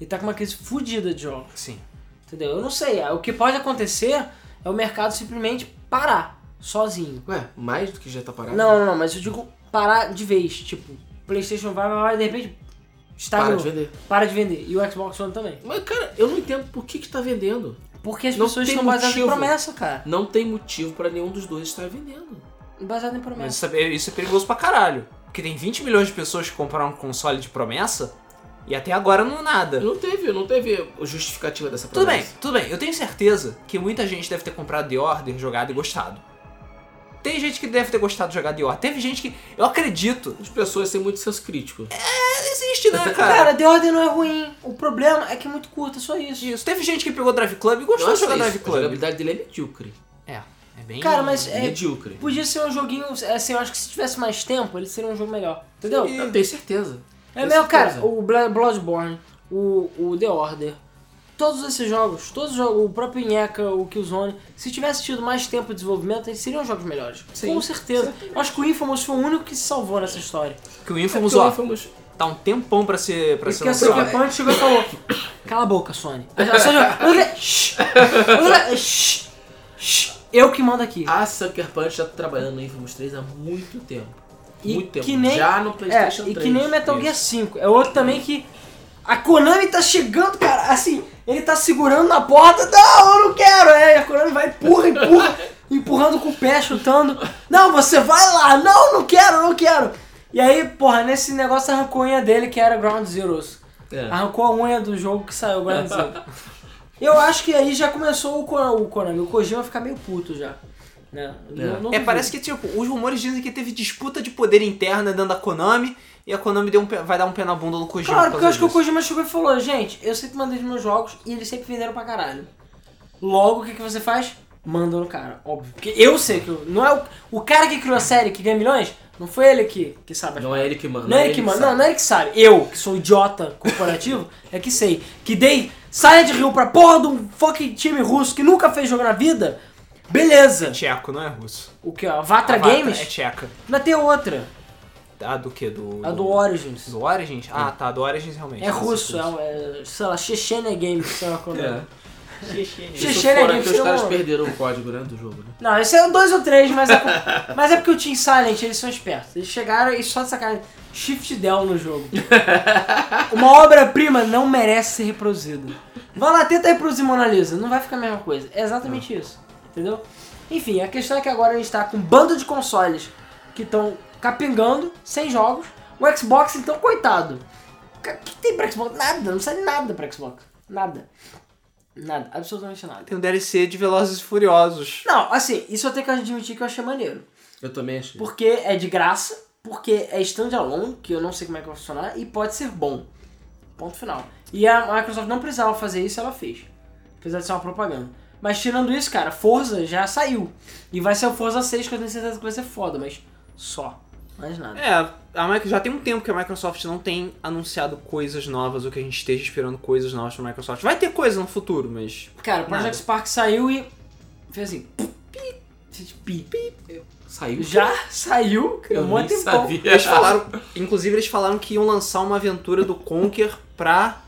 Speaker 2: E tá com uma crise fodida de jogos.
Speaker 1: Sim.
Speaker 2: Entendeu? Eu não sei. é, O que pode acontecer é o mercado simplesmente parar sozinho.
Speaker 3: Ué, mais do que já tá parado?
Speaker 2: Não, não, não, mas eu digo parar de vez. Tipo, PlayStation vai, vai, vai, de repente. Está
Speaker 3: Para de vender.
Speaker 2: Para de vender. E o Xbox One também.
Speaker 3: Mas, cara, eu não entendo por que que tá vendendo.
Speaker 2: Porque as
Speaker 3: Não
Speaker 2: pessoas
Speaker 3: tem
Speaker 2: estão baseadas em
Speaker 3: motivo.
Speaker 2: promessa, cara.
Speaker 3: Não tem motivo pra nenhum dos dois estar vendendo.
Speaker 2: Baseado em promessa.
Speaker 1: Mas isso é, isso é perigoso pra caralho. Porque tem 20 milhões de pessoas que compraram um console de promessa e até agora não nada.
Speaker 3: Não teve, não teve justificativa dessa
Speaker 1: Tudo bem,
Speaker 3: promessa.
Speaker 1: tudo bem. Eu tenho certeza que muita gente deve ter comprado The Order, jogado e gostado. Tem gente que deve ter gostado de jogar The Order. Teve gente que. Eu acredito.
Speaker 3: As pessoas têm muito senso crítico.
Speaker 2: É,
Speaker 1: Existe, né, cara?
Speaker 2: Cara, The Order não é ruim. O problema é que é muito curta, só isso.
Speaker 1: Isso. Teve gente que pegou Drive Club e gostou de
Speaker 3: Nossa,
Speaker 1: jogar
Speaker 3: isso,
Speaker 1: Drive
Speaker 3: a
Speaker 1: Club.
Speaker 3: jogabilidade dele é medíocre.
Speaker 1: É, é bem.
Speaker 2: Cara, mas é,
Speaker 3: Medíocre.
Speaker 2: podia ser um joguinho. Assim, eu acho que se tivesse mais tempo, ele seria um jogo melhor. Entendeu?
Speaker 3: Eu tenho certeza.
Speaker 2: É
Speaker 3: Tenho
Speaker 2: mesmo, cara,
Speaker 3: certeza.
Speaker 2: o Bla- Bloodborne, o, o The Order, todos esses jogos, todos os jogos, o próprio Inheca, o Killzone, se tivesse tido mais tempo de desenvolvimento, eles seriam jogos melhores.
Speaker 3: Sim,
Speaker 2: Com certeza. Acho que o Infamous foi o único que se salvou nessa história.
Speaker 1: Que o Infamous,
Speaker 3: É porque o assim,
Speaker 1: ó,
Speaker 3: Infamous-
Speaker 1: tá um tempão pra ser, pra ser
Speaker 2: Porque a Sucker
Speaker 3: é,
Speaker 1: lançado.
Speaker 2: Punch chegou e falou: Cala a boca, Sony. A a Sony falou, "Olha, shh, olha, shh, shh, Eu que mando aqui.
Speaker 3: A Sucker Punch já tá trabalhando no Infamous 3 há muito tempo.
Speaker 2: E
Speaker 3: muito tempo.
Speaker 2: que nem-
Speaker 3: já no
Speaker 2: É,
Speaker 3: PlayStation
Speaker 2: e
Speaker 3: 3.
Speaker 2: que nem o Metal Gear 5. É outro também que. A Konami tá chegando, cara, assim, ele tá segurando na porta, não, eu não quero, é, e a Konami vai, empurra, empurra, empurrando com o pé, chutando, não, você vai lá, não, não quero, não quero. E aí, porra, nesse negócio arrancou a unha dele, que era Ground Zeroes.
Speaker 3: É.
Speaker 2: Arrancou a unha do jogo que saiu Ground Zero. Eu acho que aí já começou o, Ko- o Konami, o Kojima ficar meio puto já. Né? Não- não
Speaker 1: É, parece que, tipo, os rumores dizem que teve disputa de poder interna dentro da Konami e a Konami deu um pé- vai dar um pé na bunda do Kojima.
Speaker 2: Claro,
Speaker 1: por
Speaker 2: porque eu acho
Speaker 1: causa
Speaker 2: que o
Speaker 1: disso.
Speaker 2: Kojima chegou e falou, gente, eu sempre mandei os meus jogos e eles sempre venderam pra caralho. Logo, o que, que você faz? Manda no cara, óbvio. Porque eu sei que eu- não é o, o cara que criou a série que ganha milhões, não foi ele que, que sabe.
Speaker 3: Não é ele que manda.
Speaker 2: Não é ele que manda, não,
Speaker 3: sabe.
Speaker 2: não é ele que sabe. Eu, que sou idiota corporativo, é que sei. Que dei Silent Hill pra porra de um fucking time russo que nunca fez jogo na vida, beleza.
Speaker 1: É tcheco, não é russo.
Speaker 2: O que, ó, Vatra
Speaker 1: A Vatra
Speaker 2: Games?
Speaker 1: É tcheca.
Speaker 2: Mas tem outra,
Speaker 1: A do quê? Do,
Speaker 2: a do Origins.
Speaker 1: do Origins? Ah, tá, do Origins realmente.
Speaker 2: É russo, é, um- é, sei lá, Chechenia Games, sei lá como é.
Speaker 3: É.
Speaker 1: é.
Speaker 3: Isso
Speaker 2: Chechênia
Speaker 3: fora
Speaker 2: Games
Speaker 3: que os caras
Speaker 2: não-
Speaker 3: perderam o código né, do jogo, né?
Speaker 2: Não, esse é um dois ou três, mas é, por- mas é porque o Team Silent, eles são espertos. Eles chegaram e só sacaram Shift Del no jogo. Uma obra-prima não merece ser reproduzida. Vai lá, tenta reproduzir Mona Lisa, não vai ficar a mesma coisa. É exatamente isso, entendeu? Enfim, a questão é que agora a gente tá com um bando de consoles que estão capengando, sem jogos. O Xbox, então, coitado. Ca- O que tem pra Xbox? Nada, não sai nada pra Xbox. Nada. Nada, absolutamente nada.
Speaker 1: Tem um DLC de Velozes e Furiosos.
Speaker 2: Não, assim, isso eu tenho que admitir que eu achei maneiro.
Speaker 3: Eu também achei.
Speaker 2: Porque é de graça, porque é standalone, que eu não sei como é que vai funcionar, e pode ser bom. Ponto final. E a Microsoft não precisava fazer isso, ela fez. Apesar de ser uma propaganda. Mas tirando isso, cara, Forza já saiu. E vai ser o Forza 6, que eu tenho certeza que vai ser foda, mas só. Mais nada.
Speaker 1: É, a Microsoft já tem um tempo que a Microsoft não tem anunciado coisas novas ou que a gente esteja esperando coisas novas pra Microsoft. Vai ter coisa no futuro, mas.
Speaker 3: É,
Speaker 2: Cara, o Project
Speaker 1: Nada.
Speaker 2: Spark saiu e. fez assim. Pi, fez pi, pi.
Speaker 3: Saiu.
Speaker 2: Já saiu,
Speaker 3: Eu
Speaker 2: criou um monte
Speaker 3: nem
Speaker 2: de tempo.
Speaker 3: sabia.
Speaker 1: Eles falaram. inclusive, eles falaram que iam lançar uma aventura do Conker pra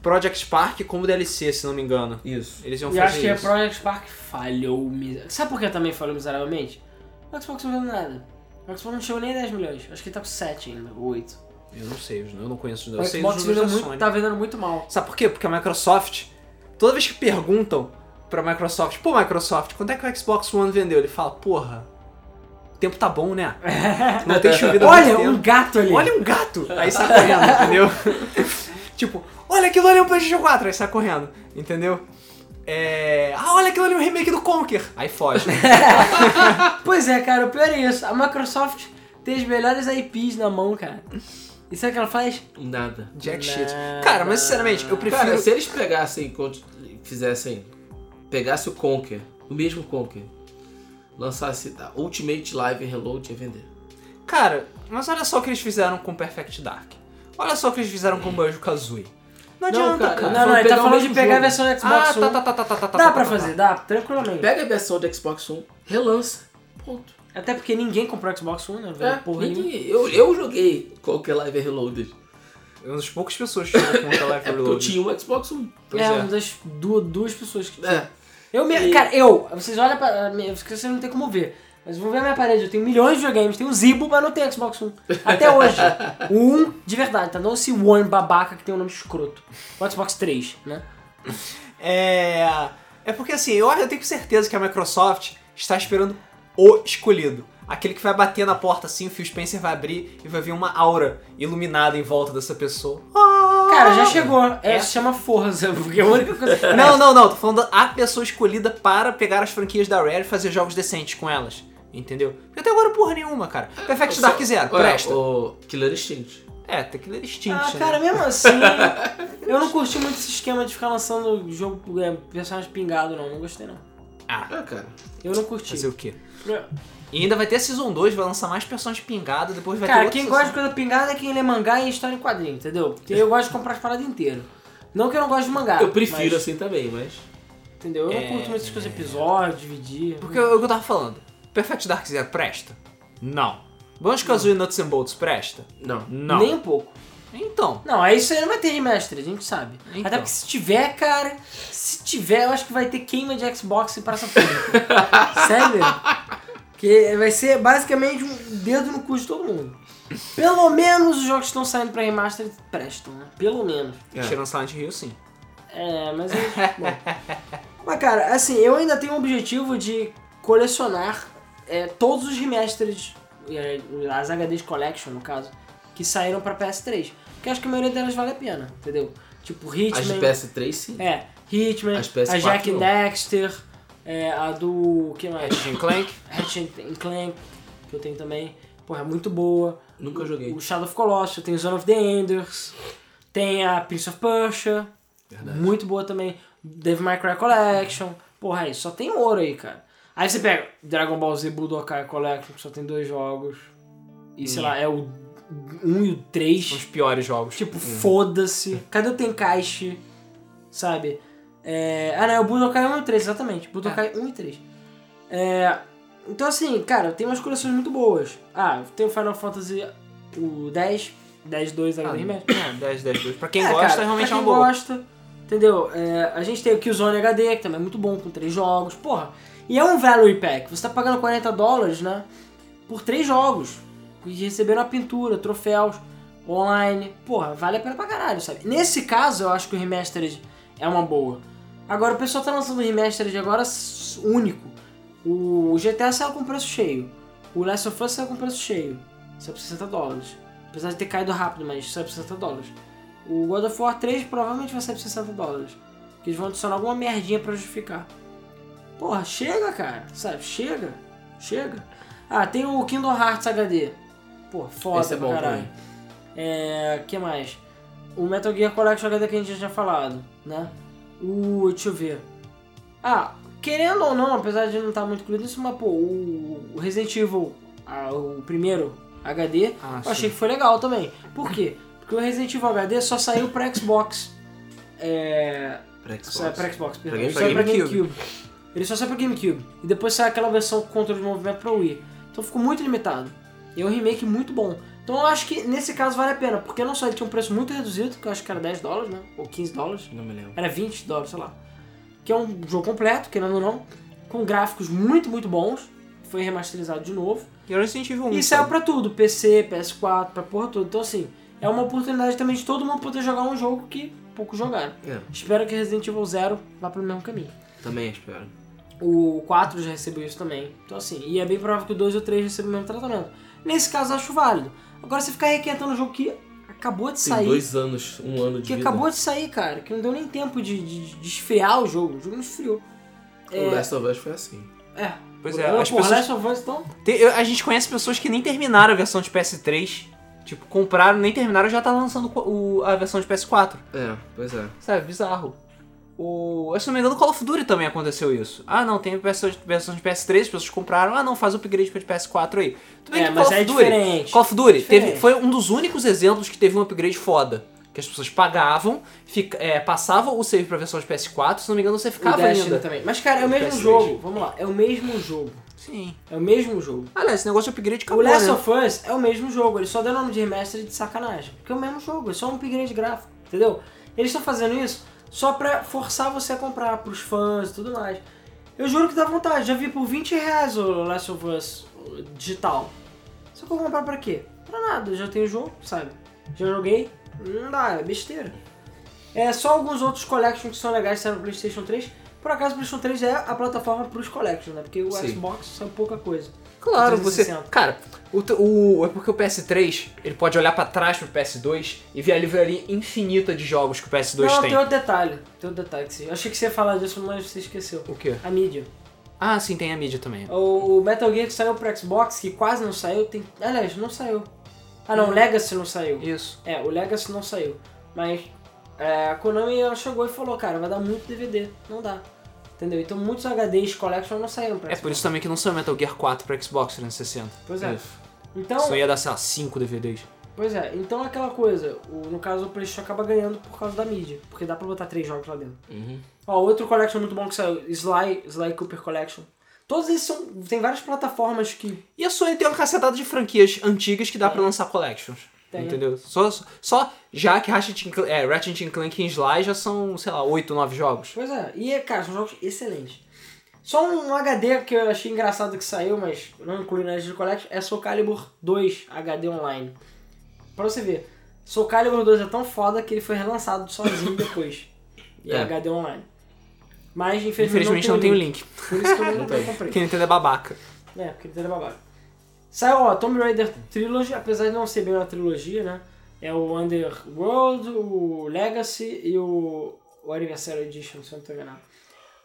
Speaker 1: Project Spark como DLC, se não me engano.
Speaker 3: Isso.
Speaker 1: Eles iam
Speaker 2: E
Speaker 1: fazer
Speaker 2: acho que é a
Speaker 1: Então isso.
Speaker 2: Project Spark falhou miseravelmente. Sabe por que também falhou miseravelmente? O Xbox não vendeu nada. O Xbox não chegou nem a 10 milhões. Acho que ele tá com 7 ainda, ou 8.
Speaker 1: Eu não sei, os- eu não conheço os
Speaker 2: O
Speaker 1: números. Eu sei
Speaker 2: Xbox
Speaker 1: os números
Speaker 2: vendeu
Speaker 1: da
Speaker 2: muito,
Speaker 1: Sony.
Speaker 2: tá vendendo muito mal.
Speaker 1: Sabe por quê? Porque a Microsoft, toda vez que perguntam pra Microsoft, pô, Microsoft, quanto é que o Xbox One vendeu? Ele fala, porra, tempo tá bom, né? Não tem chovido há muito
Speaker 2: Olha,
Speaker 1: tempo.
Speaker 2: um gato ali.
Speaker 1: Olha um gato! Aí sai correndo, entendeu? tipo, olha aquilo ali é um PlayStation 4, aí sai correndo, entendeu? É... Ah, olha aquilo ali é um remake do Conker! Aí foge. né?
Speaker 2: Pois é, cara, o pior é isso. A Microsoft tem as melhores IPs na mão, cara. E sabe o que ela faz?
Speaker 3: Nada.
Speaker 1: Jack
Speaker 2: Não.
Speaker 1: shit. Cara, mas sinceramente, eu prefiro.
Speaker 3: Cara, se eles pegassem, cont- fizessem, pegasse o Conker, o mesmo Conker, lançasse a Ultimate Live Reload, ia vender.
Speaker 1: Cara, mas olha só o que eles fizeram com Perfect Dark. Olha só o que eles fizeram com Banjo Kazooie. Não
Speaker 3: Não,
Speaker 1: adianta,
Speaker 3: cara,
Speaker 1: cara.
Speaker 2: Não,
Speaker 3: vamos
Speaker 2: não, ele
Speaker 3: pegar
Speaker 2: tá
Speaker 3: o
Speaker 2: falando de
Speaker 3: mesmo
Speaker 2: pegar a
Speaker 3: jogo.
Speaker 2: versão do Xbox
Speaker 1: Ah,
Speaker 2: One.
Speaker 1: tá, tá, tá, tá, tá, tá, tá.
Speaker 2: Dá
Speaker 1: tá,
Speaker 2: pra
Speaker 1: tá,
Speaker 2: fazer, dá, tranquilamente.
Speaker 3: Pega a versão do Xbox One, relança. Ponto.
Speaker 2: Até porque ninguém comprou Xbox One, né? velho?
Speaker 3: É,
Speaker 2: Porra
Speaker 3: ninguém-
Speaker 2: nenhuma.
Speaker 3: eu, eu joguei Conker Live Reloaded.
Speaker 1: tá. Uma das poucas pessoas que jogam contra Life
Speaker 3: É porque eu
Speaker 1: Reloaded.
Speaker 3: tinha um Xbox One.
Speaker 1: Pois
Speaker 2: é,
Speaker 1: é.
Speaker 2: uma das duas, duas pessoas que.
Speaker 3: É.
Speaker 2: Eu mesmo.
Speaker 3: E-
Speaker 2: Cara, eu. Vocês olham pra. a minha- Vocês não tem como ver. Mas vão ver a minha parede. Eu tenho milhões de videogames. Tenho um Zibo, mas não tenho Xbox One. Até hoje. um de verdade, tá? Não esse One babaca que tem um nome escroto. O Xbox 3, né?
Speaker 1: É. É porque assim, eu, eu tenho certeza que a Microsoft está esperando o escolhido. Aquele que vai bater na porta assim, o Phil Spencer vai abrir e vai vir uma aura iluminada em volta dessa pessoa. Ah!
Speaker 2: Cara, já chegou. É,
Speaker 1: É.
Speaker 2: se chama Forza, porque é a única coisa.
Speaker 1: Não, não, não. Tô falando a pessoa escolhida para pegar as franquias da Rare e fazer jogos decentes com elas. Entendeu? Porque até agora porra nenhuma, cara. Perfect Dark Zero,
Speaker 3: Olha,
Speaker 1: presta.
Speaker 3: O Killer Instinct.
Speaker 1: É, tem que ler Extinct,
Speaker 2: Ah,
Speaker 1: né?
Speaker 2: cara, mesmo assim, eu não curti muito esse esquema de ficar lançando jogo, é, personagem pingado, não. Não gostei, não.
Speaker 1: Ah,
Speaker 3: É, cara.
Speaker 2: Eu não curti.
Speaker 1: fazer o quê? E ainda vai ter a Season 2, vai lançar mais personagens pingadas, depois vai ter
Speaker 2: Cara,
Speaker 1: outra
Speaker 2: quem
Speaker 1: season.
Speaker 2: gosta de coisa pingada é quem lê mangá e história em quadrinho, entendeu? Porque eu gosto de comprar as paradas inteiras. Não que eu não gosto de mangá.
Speaker 3: eu prefiro
Speaker 2: mas,
Speaker 3: assim é, também, mas.
Speaker 2: Entendeu? Eu não curto muito essas coisas, episódios, dividir.
Speaker 1: Porque é o que eu tava falando. Perfect Dark Zero presta? Não. Banjo Kazooie Nuts and Bolts presta?
Speaker 3: Não.
Speaker 1: Não.
Speaker 2: Nem um pouco.
Speaker 1: Então.
Speaker 2: Não, aí isso aí não vai ter remaster, a gente sabe.
Speaker 1: Então.
Speaker 2: Até porque se tiver, cara, se tiver, eu acho que vai ter queima de Xbox e praça pública. Sério? Porque vai ser basicamente um dedo no cu de todo mundo. Pelo menos os jogos que estão saindo pra remaster prestam, né? Pelo menos.
Speaker 3: É.
Speaker 1: Tirando Silent Hill, sim.
Speaker 2: É, mas eu, bom. Mas cara, assim, eu ainda tenho o objetivo de colecionar é, todos os remasters, é, as HDs Collection, no caso, que saíram pra PS3. Porque eu acho que a maioria delas vale a pena, entendeu? Tipo Hitman.
Speaker 3: As de PS3, sim.
Speaker 2: É, Hitman,
Speaker 3: As PS4
Speaker 2: a Jack
Speaker 3: não.
Speaker 2: Dexter, é, a do. que mais?
Speaker 1: Jim Clank?
Speaker 2: Ratchet and Clank, que eu tenho também. Porra, é muito boa.
Speaker 3: Nunca joguei.
Speaker 2: O Shadow of Colossus, tem Zone of the Enders, tem a Prince of Persia,
Speaker 3: Verdade.
Speaker 2: muito boa também. Devil May Cry Collection, porra, aí só tem ouro aí, cara. Aí você pega Dragon Ball Z Budokai Collection, que só tem dois jogos. E sei lá, é o 1 e o 3.
Speaker 1: Os piores jogos.
Speaker 2: Tipo, foda-se. Cadê o Tenkaichi? Sabe? É... Ah, não, é o Budokai 1 e 3, exatamente. Budokai 1 e 3. É... Então, assim, cara, tem umas coleções muito boas. Ah, tem o Final Fantasy o 10, 10 2 agora remédio.
Speaker 1: é, 10, 10, 2. Pra quem
Speaker 2: É,
Speaker 1: gosta,
Speaker 2: cara,
Speaker 1: realmente é
Speaker 2: pra
Speaker 1: uma
Speaker 2: quem
Speaker 1: boa.
Speaker 2: gosta, entendeu? É, a gente tem o Killzone HD, que também é muito bom, com três jogos, porra. E é um Value Pack, você tá pagando 40 dólares, né? Por três jogos. E recebendo a pintura, troféus, online. Porra, vale a pena pra caralho, sabe? Nesse caso, eu acho que o Remastered é uma boa. Agora, o pessoal tá lançando o Remastered agora s- único. O GTA saiu com preço cheio. O Last of Us saiu com preço cheio. Saiu por 60 dólares. Apesar de ter caído rápido, mas saiu por 60 dólares. O God of War 3 provavelmente vai sair por 60 dólares. Porque eles vão adicionar alguma merdinha pra justificar. Porra, chega, cara. Sabe, chega. Chega. Ah, tem o Kingdom Hearts HD. Pô, foda
Speaker 3: Esse é
Speaker 2: pra
Speaker 3: bom
Speaker 2: caralho.
Speaker 3: também.
Speaker 2: É, que mais? O Metal Gear Collection HD que a gente já tinha falado, né? O, deixa eu ver. Ah, querendo ou não, apesar de não estar muito incluído nisso, mas pô, o o Resident Evil, ah, o primeiro HD,
Speaker 1: Ah,
Speaker 2: eu achei
Speaker 1: sim.
Speaker 2: que foi legal também. Por quê? Porque o Resident Evil HD só saiu pra Xbox. É.
Speaker 3: Pra Xbox.
Speaker 2: Só é pra Xbox, perdão.
Speaker 3: Game-
Speaker 2: só é
Speaker 1: pra
Speaker 2: pra
Speaker 1: GameCube.
Speaker 2: GameCube. Ele só saiu pra GameCube. E depois saiu aquela versão com controle de movimento pra Wii. Então ficou muito limitado. E é um remake muito bom. Então eu acho que nesse caso vale a pena, porque não só ele tinha um preço muito reduzido, que eu acho que era 10 dólares, né? Ou 15 dólares.
Speaker 3: Não me lembro.
Speaker 2: Era 20 dólares, sei lá. Que é um jogo completo, querendo ou não, com gráficos muito, muito bons. Foi remasterizado de novo.
Speaker 1: E era Resident Evil 1.
Speaker 2: E saiu
Speaker 1: sabe?
Speaker 2: pra tudo, PC, PS4, pra porra toda. Então assim, é uma oportunidade também de todo mundo poder jogar um jogo que poucos jogaram.
Speaker 3: É,
Speaker 2: Espero que Resident Evil Zero vá pelo mesmo caminho.
Speaker 3: também espero.
Speaker 2: O 4 já recebeu isso também. Então assim, e é bem provável que o 2 e o 3 recebam o mesmo tratamento. Nesse caso, eu acho válido. Agora você ficar requentando um jogo que acabou de
Speaker 3: Tem
Speaker 2: sair.
Speaker 3: dois anos, um ano de
Speaker 2: que
Speaker 3: vida.
Speaker 2: acabou de sair, cara. Que não deu nem tempo de, de, de esfriar o jogo. O jogo não esfriou.
Speaker 3: O Last of Us foi assim.
Speaker 2: É.
Speaker 1: Pois é,
Speaker 2: Pô,
Speaker 1: as
Speaker 2: porra,
Speaker 1: pessoas-
Speaker 2: Last of Us, então.
Speaker 1: Tem- eu- a gente conhece pessoas que nem terminaram a versão de PS3. Tipo, compraram, nem terminaram, já tá lançando o- a versão de PS4.
Speaker 3: É, pois é.
Speaker 1: Sabe, bizarro. O, se não me engano, Call of Duty também aconteceu isso. Ah, não, tem versão de, versão de PS3, as pessoas compraram. Ah, não, faz o upgrade pra de PS4 aí. Tudo bem
Speaker 2: É,
Speaker 1: que
Speaker 2: mas
Speaker 1: Call of
Speaker 2: é
Speaker 1: Duty...
Speaker 2: diferente.
Speaker 1: Call of Duty
Speaker 2: Diferente.
Speaker 1: teve, foi um dos únicos exemplos que teve um upgrade foda. Que as pessoas pagavam, fica- é, passavam o save pra versão de PS4, se não me engano, você
Speaker 2: O
Speaker 1: ficava
Speaker 2: Destiny
Speaker 1: ainda.
Speaker 2: também. Mas, cara, é o
Speaker 3: O
Speaker 2: mesmo
Speaker 3: PS3.
Speaker 2: jogo. Vamos lá. É o mesmo jogo.
Speaker 1: Sim.
Speaker 2: É o mesmo jogo.
Speaker 1: Aliás, esse negócio de upgrade acabou,
Speaker 2: o Last
Speaker 1: né?
Speaker 2: of Us é o mesmo jogo, ele só deu nome de remaster de sacanagem. Porque é o mesmo jogo, é só um upgrade gráfico, entendeu? Eles estão fazendo isso só pra forçar você a comprar pros fãs e tudo mais. Eu juro que dá vontade, já vi por 20 reais o Last of Us o digital. Só que eu vou comprar pra quê? Pra nada, eu já tenho o jogo, sabe? Já joguei, não dá, é besteira. É só alguns outros collections que são legais que saíram no PlayStation 3. Por acaso, o PlayStation 3 é a plataforma pros collections, né? Porque o
Speaker 3: Sim.
Speaker 2: Xbox são pouca coisa.
Speaker 1: né? Claro, você.
Speaker 2: 360.
Speaker 1: Cara, o, te- o- é porque o PS3, ele pode olhar pra trás pro PS2 e ver a livraria infinita de jogos que o PS2
Speaker 2: não,
Speaker 1: tem.
Speaker 2: tem outro detalhe. Tem outro detalhe. Que você... Eu achei que você ia falar disso, mas você esqueceu.
Speaker 1: O quê?
Speaker 2: A mídia.
Speaker 1: Ah, sim, tem a mídia também.
Speaker 2: O o Metal Gear que saiu pro Xbox, que quase não saiu, tem... Aliás, não saiu. Ah não, o Legacy não saiu.
Speaker 1: Isso.
Speaker 2: É, o Legacy não saiu. Mas é, a Konami ela chegou e falou, cara, vai dar muito DVD. Não dá. Entendeu? Então muitos HDs Collection não saíram pra
Speaker 1: É por isso também que não saiu Metal Gear 4 pra Xbox 360.
Speaker 2: Pois é.
Speaker 3: Isso.
Speaker 2: Então,
Speaker 1: Só ia dar, sei lá, 5 DVDs.
Speaker 2: pois é. Então é aquela coisa. O, no caso, o PlayStation acaba ganhando por causa da mídia. Porque dá pra botar três jogos lá dentro.
Speaker 3: Uhum.
Speaker 2: Ó, outro collection muito bom que saiu, Sly, Sly Cooper Collection. Todos esses são. Tem várias plataformas que.
Speaker 1: E a Sony tem uma cacetada de franquias antigas que dá pra lançar collections.
Speaker 2: Tem.
Speaker 1: Entendeu? Só, só já que Ratchet, and Clank- é, Ratchet and Clank e Sly já são, sei lá, 8, 9 jogos.
Speaker 2: Pois é, e é, cara, são jogos excelentes. Só um HD que eu achei engraçado que saiu, mas não inclui na lista de collection, é Soul Calibur 2 HD Online. Pra você ver, Soul Calibur 2 é tão foda que ele foi relançado sozinho depois. E é
Speaker 3: É.
Speaker 2: HD Online. Mas infelizmente,
Speaker 1: Infelizmente não tem o
Speaker 2: link.
Speaker 1: link,
Speaker 2: Por isso que eu não comprei.
Speaker 1: porque a Nintendo é babaca.
Speaker 2: É, porque ele era babaca. Saiu, ó, Tomb Raider Trilogy, apesar de não ser bem uma trilogia, né? É o Underworld, o Legacy e o, o Anniversary Edition, se eu não tô enganado.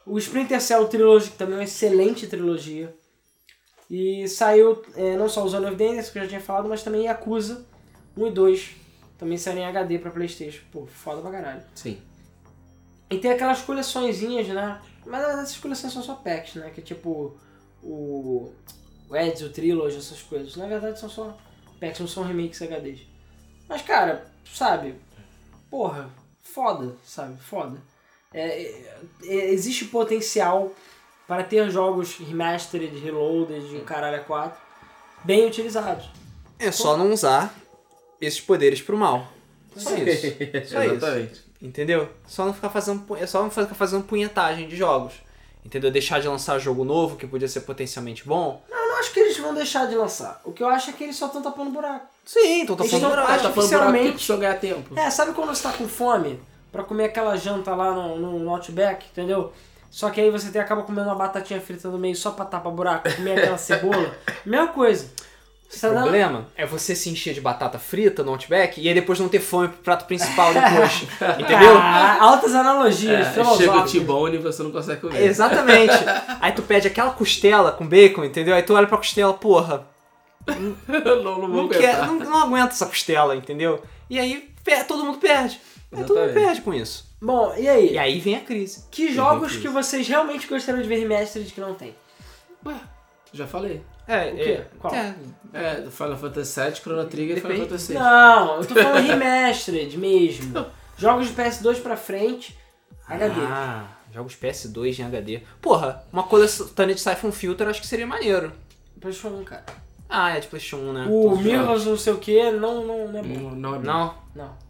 Speaker 2: O Splinter Cell Trilogy, que também é uma excelente trilogia. E saiu é, não só o Zone of Dance, que eu já tinha falado, mas também Yakuza 1 e 2. Também saíram em HD pra Playstation. Pô, foda pra caralho.
Speaker 3: Sim.
Speaker 2: E tem aquelas coleçõezinhas, né? Mas na verdade, essas coleções são só packs, né? Que é tipo o, o Eds, o Trilogy, essas coisas. Na verdade são só packs, não são remakes HDs. Mas cara, sabe? Porra, foda, sabe? Foda. É, é, é, existe potencial para ter jogos remastered, reloaded, de caralho a 4 bem utilizados.
Speaker 1: É só não usar esses poderes pro mal.
Speaker 3: É
Speaker 1: Só isso. Só isso.
Speaker 3: Exatamente.
Speaker 1: Entendeu? Só não ficar fazendo, pu- é só não ficar fazendo punhetagem de jogos. Entendeu? Deixar de lançar jogo novo que podia ser potencialmente bom.
Speaker 2: Eu não acho que eles vão deixar de lançar. O que eu acho é que eles só estão tapando buraco.
Speaker 1: Sim, então tá
Speaker 2: Eles
Speaker 1: falando.
Speaker 2: tão-
Speaker 1: pra-
Speaker 3: Ah, tá falando buraco
Speaker 2: Oficialmente-
Speaker 3: aqui pra só ganhar tempo.
Speaker 2: É, sabe quando você tá com fome pra comer aquela janta lá no, no, no Outback, entendeu? Só que aí você tem, acaba comendo uma batatinha frita no meio só pra tapar buraco, comer aquela cebola. Mesma coisa. Você
Speaker 1: O
Speaker 2: tá dando...
Speaker 1: problema é você se encher de batata frita no Outback e aí depois não ter fome pro prato principal depois. entendeu?
Speaker 2: Ah, altas analogias,
Speaker 3: É, chega o
Speaker 2: filosóficas.
Speaker 3: T-Bone e você não consegue comer.
Speaker 2: é.
Speaker 1: Exatamente. Aí tu pede aquela costela com bacon, entendeu? Aí tu olha pra costela, porra,
Speaker 3: não, não vou tá?
Speaker 1: não, quer,
Speaker 3: aguentar.
Speaker 1: não, não aguenta essa costela, entendeu? E aí pe- todo mundo perde. Aí todo mundo
Speaker 3: Exatamente.
Speaker 1: perde com isso.
Speaker 2: Bom, e aí?
Speaker 1: E aí vem a crise.
Speaker 2: Que jogos que vocês realmente gostariam de ver remastered que não tem?
Speaker 3: Ué, já falei.
Speaker 1: É,
Speaker 2: O quê?
Speaker 1: é-
Speaker 2: Qual?
Speaker 1: é,
Speaker 3: É, do Final Fantasy VII, Chrono Trigger e Final
Speaker 1: Depende.
Speaker 3: Fantasy VI.
Speaker 2: Não, eu tô falando remastered mesmo. Jogos de PS2 pra frente, HD.
Speaker 1: Ah, jogos PS2 em HD. Porra, uma coleção de Siphon Filter acho que seria maneiro.
Speaker 2: Deixa eu ver, cara.
Speaker 1: Ah, é de PlayStation 1, né?
Speaker 2: O
Speaker 1: Todos os jogos.
Speaker 2: Mirrors não sei o que, não, não, não é bom.
Speaker 3: Não, não é bom.
Speaker 1: Não,
Speaker 2: Não.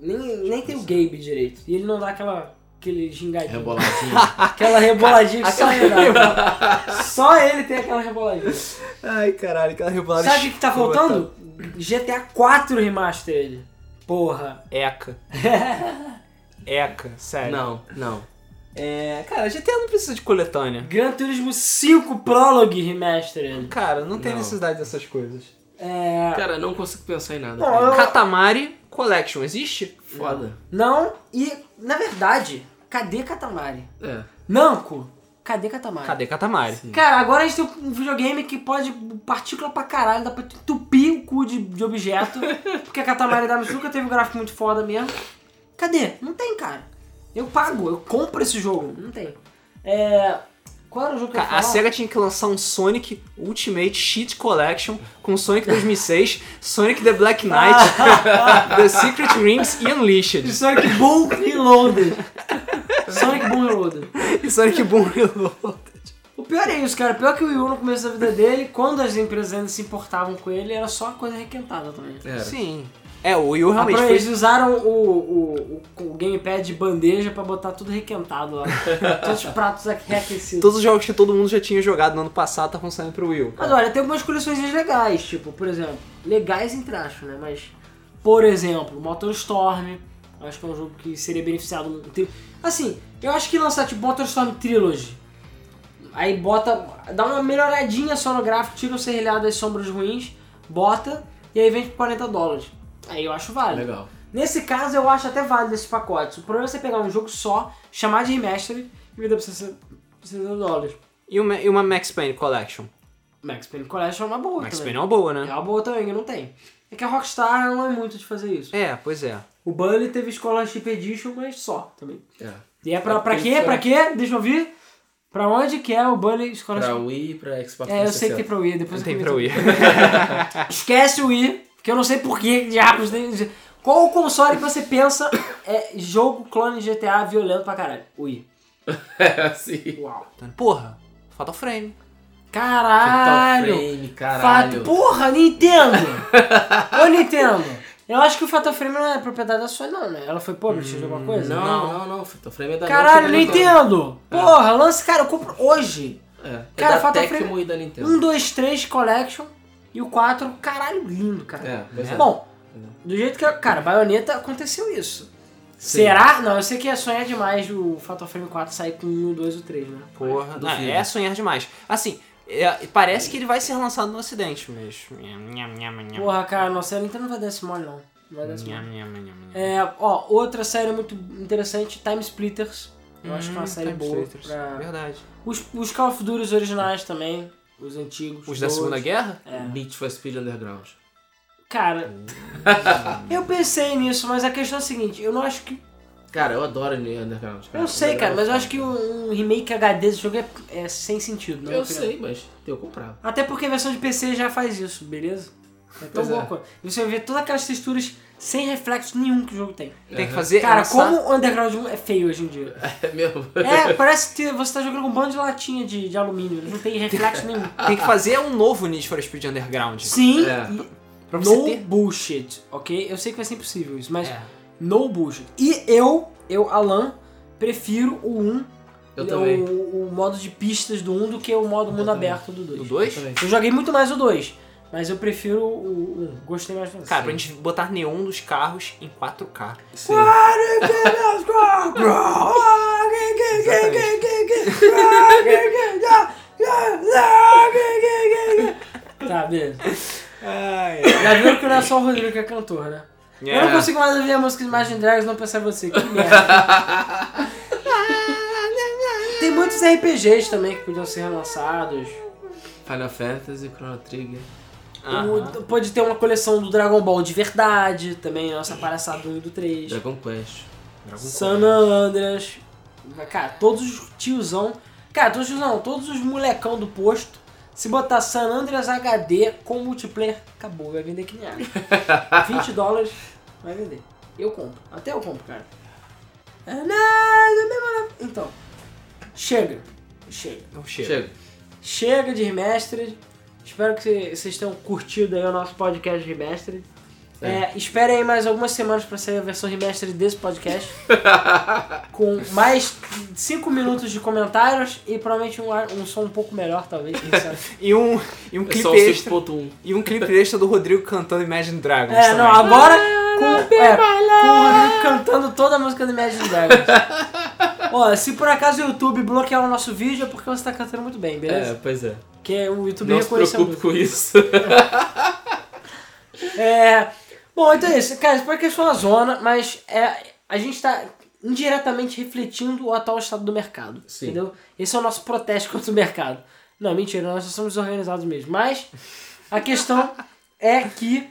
Speaker 2: Nem, nem tem o Gabe direito. E ele não dá aquela. aquele gingadinho.
Speaker 3: é Reboladinho.
Speaker 2: Aquela reboladinha que só
Speaker 1: Aquela-
Speaker 2: ele dá. só ele tem aquela reboladinha.
Speaker 1: Ai, caralho, aquela rebolada.
Speaker 2: Sabe o que tá faltando? GTA 4 Remaster ele. Porra.
Speaker 1: Eca. Eca, sério.
Speaker 3: É. não, não.
Speaker 1: É, cara, GTA não precisa de coletânea.
Speaker 2: Gran Turismo 5 Prologue Remastered.
Speaker 1: Cara, não tem
Speaker 3: Não.
Speaker 1: necessidade dessas coisas.
Speaker 2: É...
Speaker 3: Cara, não consigo pensar em nada.
Speaker 2: Bom,
Speaker 3: cara.
Speaker 2: eu-
Speaker 1: Katamari Collection, existe?
Speaker 3: Foda.
Speaker 2: Não, e na verdade, cadê Katamari?
Speaker 3: É.
Speaker 2: Namco, cadê Katamari?
Speaker 1: Cadê Katamari?
Speaker 2: Cara, agora a gente tem um videogame que pode partícula pra caralho, dá pra tu entupir o cu de, de objeto. porque a Katamari Damacy nunca teve um gráfico muito foda mesmo. Cadê? Não tem, cara. Eu pago, eu compro esse jogo. Não tem. É. Qual era o jogo que eu ia
Speaker 1: Cara, a
Speaker 2: falar?
Speaker 1: SEGA tinha que lançar um Sonic Ultimate Cheat Collection com Sonic 2006, Sonic the Black Knight, The Secret Rings e Unleashed.
Speaker 2: Sonic Boom Reloaded. Sonic Boom Reloaded.
Speaker 1: E Sonic Boom Reloaded.
Speaker 2: O pior é isso, cara. Pior que o Wii U no começo da vida dele, quando as empresas ainda se importavam com ele, era só coisa requentada também.
Speaker 3: Era.
Speaker 1: Sim. É, o Wii U realmente
Speaker 2: Apro-
Speaker 1: fez...
Speaker 2: Ah, Eles usaram o, o, o, o gamepad de bandeja pra botar tudo requentado lá. Todos os pratos aqui reaquecidos.
Speaker 1: Todos os jogos que todo mundo já tinha jogado no ano passado estavam saindo pro Wii U.
Speaker 2: Mas
Speaker 1: cara.
Speaker 2: olha, tem algumas coleções legais, tipo, por exemplo, legais em traço, né? Mas, por exemplo, Motor Storm, eu acho que é um jogo que seria beneficiado. no tri- Assim, eu acho que lançar tipo Motor Storm Trilogy, aí bota, dá uma melhoradinha só no gráfico, tira o serrilhado das sombras ruins, bota e aí vende por 40 dólares. Aí eu acho válido.
Speaker 3: Legal.
Speaker 2: Nesse caso, eu acho até válido esses pacotes. O problema é você pegar um jogo só, chamar de remaster e vender por 60 60 dólares.
Speaker 1: E uma, e uma Max Payne Collection.
Speaker 2: Max Payne Collection é uma boa
Speaker 1: Max
Speaker 2: também.
Speaker 1: Payne é uma boa,
Speaker 2: É
Speaker 1: né?
Speaker 2: uma boa também, que não tem. É que a Rockstar não é muito de fazer isso.
Speaker 1: É, pois é.
Speaker 2: O Bully teve Scholarship Edition, mas só também.
Speaker 3: É.
Speaker 2: E é pra,
Speaker 3: É,
Speaker 2: pra
Speaker 3: tem
Speaker 2: quê?
Speaker 3: que-
Speaker 2: Pra quê? Deixa eu ouvir. Pra onde que é o Bully
Speaker 3: Pra
Speaker 1: um
Speaker 2: Scholarship
Speaker 3: Wii, pra Xbox
Speaker 2: É, eu sei que tem
Speaker 3: 360.
Speaker 2: pra Wii,
Speaker 1: Não
Speaker 2: depois eu
Speaker 1: tem
Speaker 2: comento.
Speaker 1: pra Wii.
Speaker 2: Esquece o Wii, que eu não sei por que diabos. tem- Qual o console que você pensa é jogo clone de GTA violento pra caralho? Wii.
Speaker 3: É, sim.
Speaker 2: Uau.
Speaker 1: Porra, Fatal Frame.
Speaker 3: Fatal
Speaker 2: Caralho!
Speaker 3: Frame,
Speaker 2: Fato,
Speaker 3: caralho.
Speaker 2: porra, Nintendo! Ô, Nintendo! Eu acho que o Fatal Frame não é propriedade da Sony, não, né? Ela foi publisher de alguma coisa?
Speaker 3: Hum, Não, não, não. Fatal Frame é da
Speaker 2: Caralho,
Speaker 3: Namco, né?
Speaker 2: Nintendo! Porra, lance, cara, eu compro hoje.
Speaker 3: É.
Speaker 2: um- Cara,
Speaker 3: Cara, é da
Speaker 2: Fatal
Speaker 3: Tecmo
Speaker 2: Frame- Hum.
Speaker 3: e da Nintendo.
Speaker 2: 1, 2, 3 Collection e o 4, caralho, lindo, cara.
Speaker 3: É, pois é.
Speaker 2: Bom, do jeito que. eu- Cara, Bayonetta aconteceu isso. Será? Não, eu sei que é sonhar demais o Fatal Frame 4 sair com 1, 2 ou 3, né?
Speaker 1: Porra,
Speaker 3: Duvido.
Speaker 1: não, é sonhar demais. Assim, é, parece que ele vai ser lançado no Ocidente, mas...
Speaker 3: É.
Speaker 2: Porra, cara, nossa, a Nintendo não vai dar esse mole, não. Não vai dar esse mole.
Speaker 1: É,
Speaker 2: É, ó, outra série muito interessante, Time Splitters. Eu acho que é uma série boa. Pra...
Speaker 1: Hum, Verdade.
Speaker 2: Os, os Call of Duty originais também, os antigos.
Speaker 1: Os da
Speaker 2: dois.
Speaker 1: Segunda Guerra?
Speaker 3: Need for Speed Underground.
Speaker 2: Cara, eu pensei nisso, mas a questão é a seguinte, eu não acho que.
Speaker 3: Cara, eu adoro Need Underground.
Speaker 1: É,
Speaker 2: Eu sei, cara, mas eu acho que um, um remake HD desse jogo é, é sem sentido, né?
Speaker 3: Eu sei, mas eu comprava.
Speaker 2: Até porque a versão de PC já faz isso, beleza? É tão
Speaker 3: Pois é.
Speaker 2: boa coisa. E você vai ver todas aquelas texturas sem reflexo nenhum que o jogo tem.
Speaker 1: Tem que
Speaker 3: Aham.
Speaker 1: fazer...
Speaker 2: Cara,
Speaker 1: lançar-
Speaker 2: como o Underground 1 é feio hoje em dia.
Speaker 3: É mesmo?
Speaker 2: É, parece que você tá jogando com um bando de latinha de, de alumínio, não tem reflexo nenhum.
Speaker 1: Tem que fazer um novo Need for Speed Underground.
Speaker 2: Sim,
Speaker 3: É.
Speaker 2: e
Speaker 1: Pra você
Speaker 2: no
Speaker 1: ter...
Speaker 2: bullshit, ok? Eu sei que vai ser impossível isso, mas
Speaker 1: É.
Speaker 2: no bullshit. E eu, eu, Alan, prefiro o 1,
Speaker 3: Eu
Speaker 2: o,
Speaker 3: também.
Speaker 2: o modo de pistas do 1 do que o modo mundo
Speaker 3: também.
Speaker 2: aberto do 2.
Speaker 1: Do 2?
Speaker 3: Eu também.
Speaker 2: Eu joguei muito mais o 2, mas eu prefiro o 1, gostei mais do 1.
Speaker 1: Cara, pra gente botar neon dos carros em 4K.
Speaker 3: Sim.
Speaker 2: Tá, beleza.
Speaker 1: Ai,
Speaker 2: Já viram que não é só o Rodrigo que é cantor, né?
Speaker 1: É.
Speaker 2: Eu não consigo mais ouvir a música de Imagine Dragons não pensar em você, que merda. Tem muitos RPGs também que podiam ser relançados.
Speaker 3: Final Fantasy, Chrono Trigger.
Speaker 2: O- pode ter uma coleção do Dragon Ball de verdade também, nossa palhaçada do 1 e do 3.
Speaker 3: Dragon Quest.
Speaker 1: um
Speaker 2: San Andreas. Cara, todos os tiozão. Cara, todos os tiozão, todos os molecão do posto. Se botar San Andreas HD com multiplayer, acabou, vai vender que nem água. 20 dólares, vai vender. Eu compro, até eu compro, cara. É, não, não, não, não. Então, chega, chega.
Speaker 1: Não chega.
Speaker 3: Chega.
Speaker 2: Chega de Remastered. Espero que cê- vocês tenham curtido aí o nosso podcast de Remastered. É, esperem aí mais algumas semanas pra sair a versão Remastered desse podcast. com mais 5 minutos de comentários e provavelmente um, ar- um som um pouco melhor, talvez. quem sabe.
Speaker 1: E um, e um
Speaker 3: É só o
Speaker 1: clipe extra.
Speaker 3: 5.1.
Speaker 1: E um clipe extra do Rodrigo cantando Imagine Dragons.
Speaker 2: é, não,
Speaker 1: também.
Speaker 2: agora com, é, com o Rodrigo cantando toda a música do Imagine Dragons. Ó, se por acaso o YouTube bloquear o nosso vídeo é porque você tá cantando muito bem,
Speaker 3: É,
Speaker 2: beleza?
Speaker 3: pois é.
Speaker 2: Porque o YouTube
Speaker 3: Não se
Speaker 2: reconheceu
Speaker 3: preocupe
Speaker 2: muito.
Speaker 3: com isso.
Speaker 2: É. Bom, então é isso. Cara, espero que isso foi uma zona, mas é, a gente tá indiretamente refletindo o atual estado do mercado.
Speaker 3: Sim.
Speaker 2: Entendeu? Esse é o nosso protesto contra o mercado. Não, mentira, nós só somos desorganizados mesmo. Mas a questão é que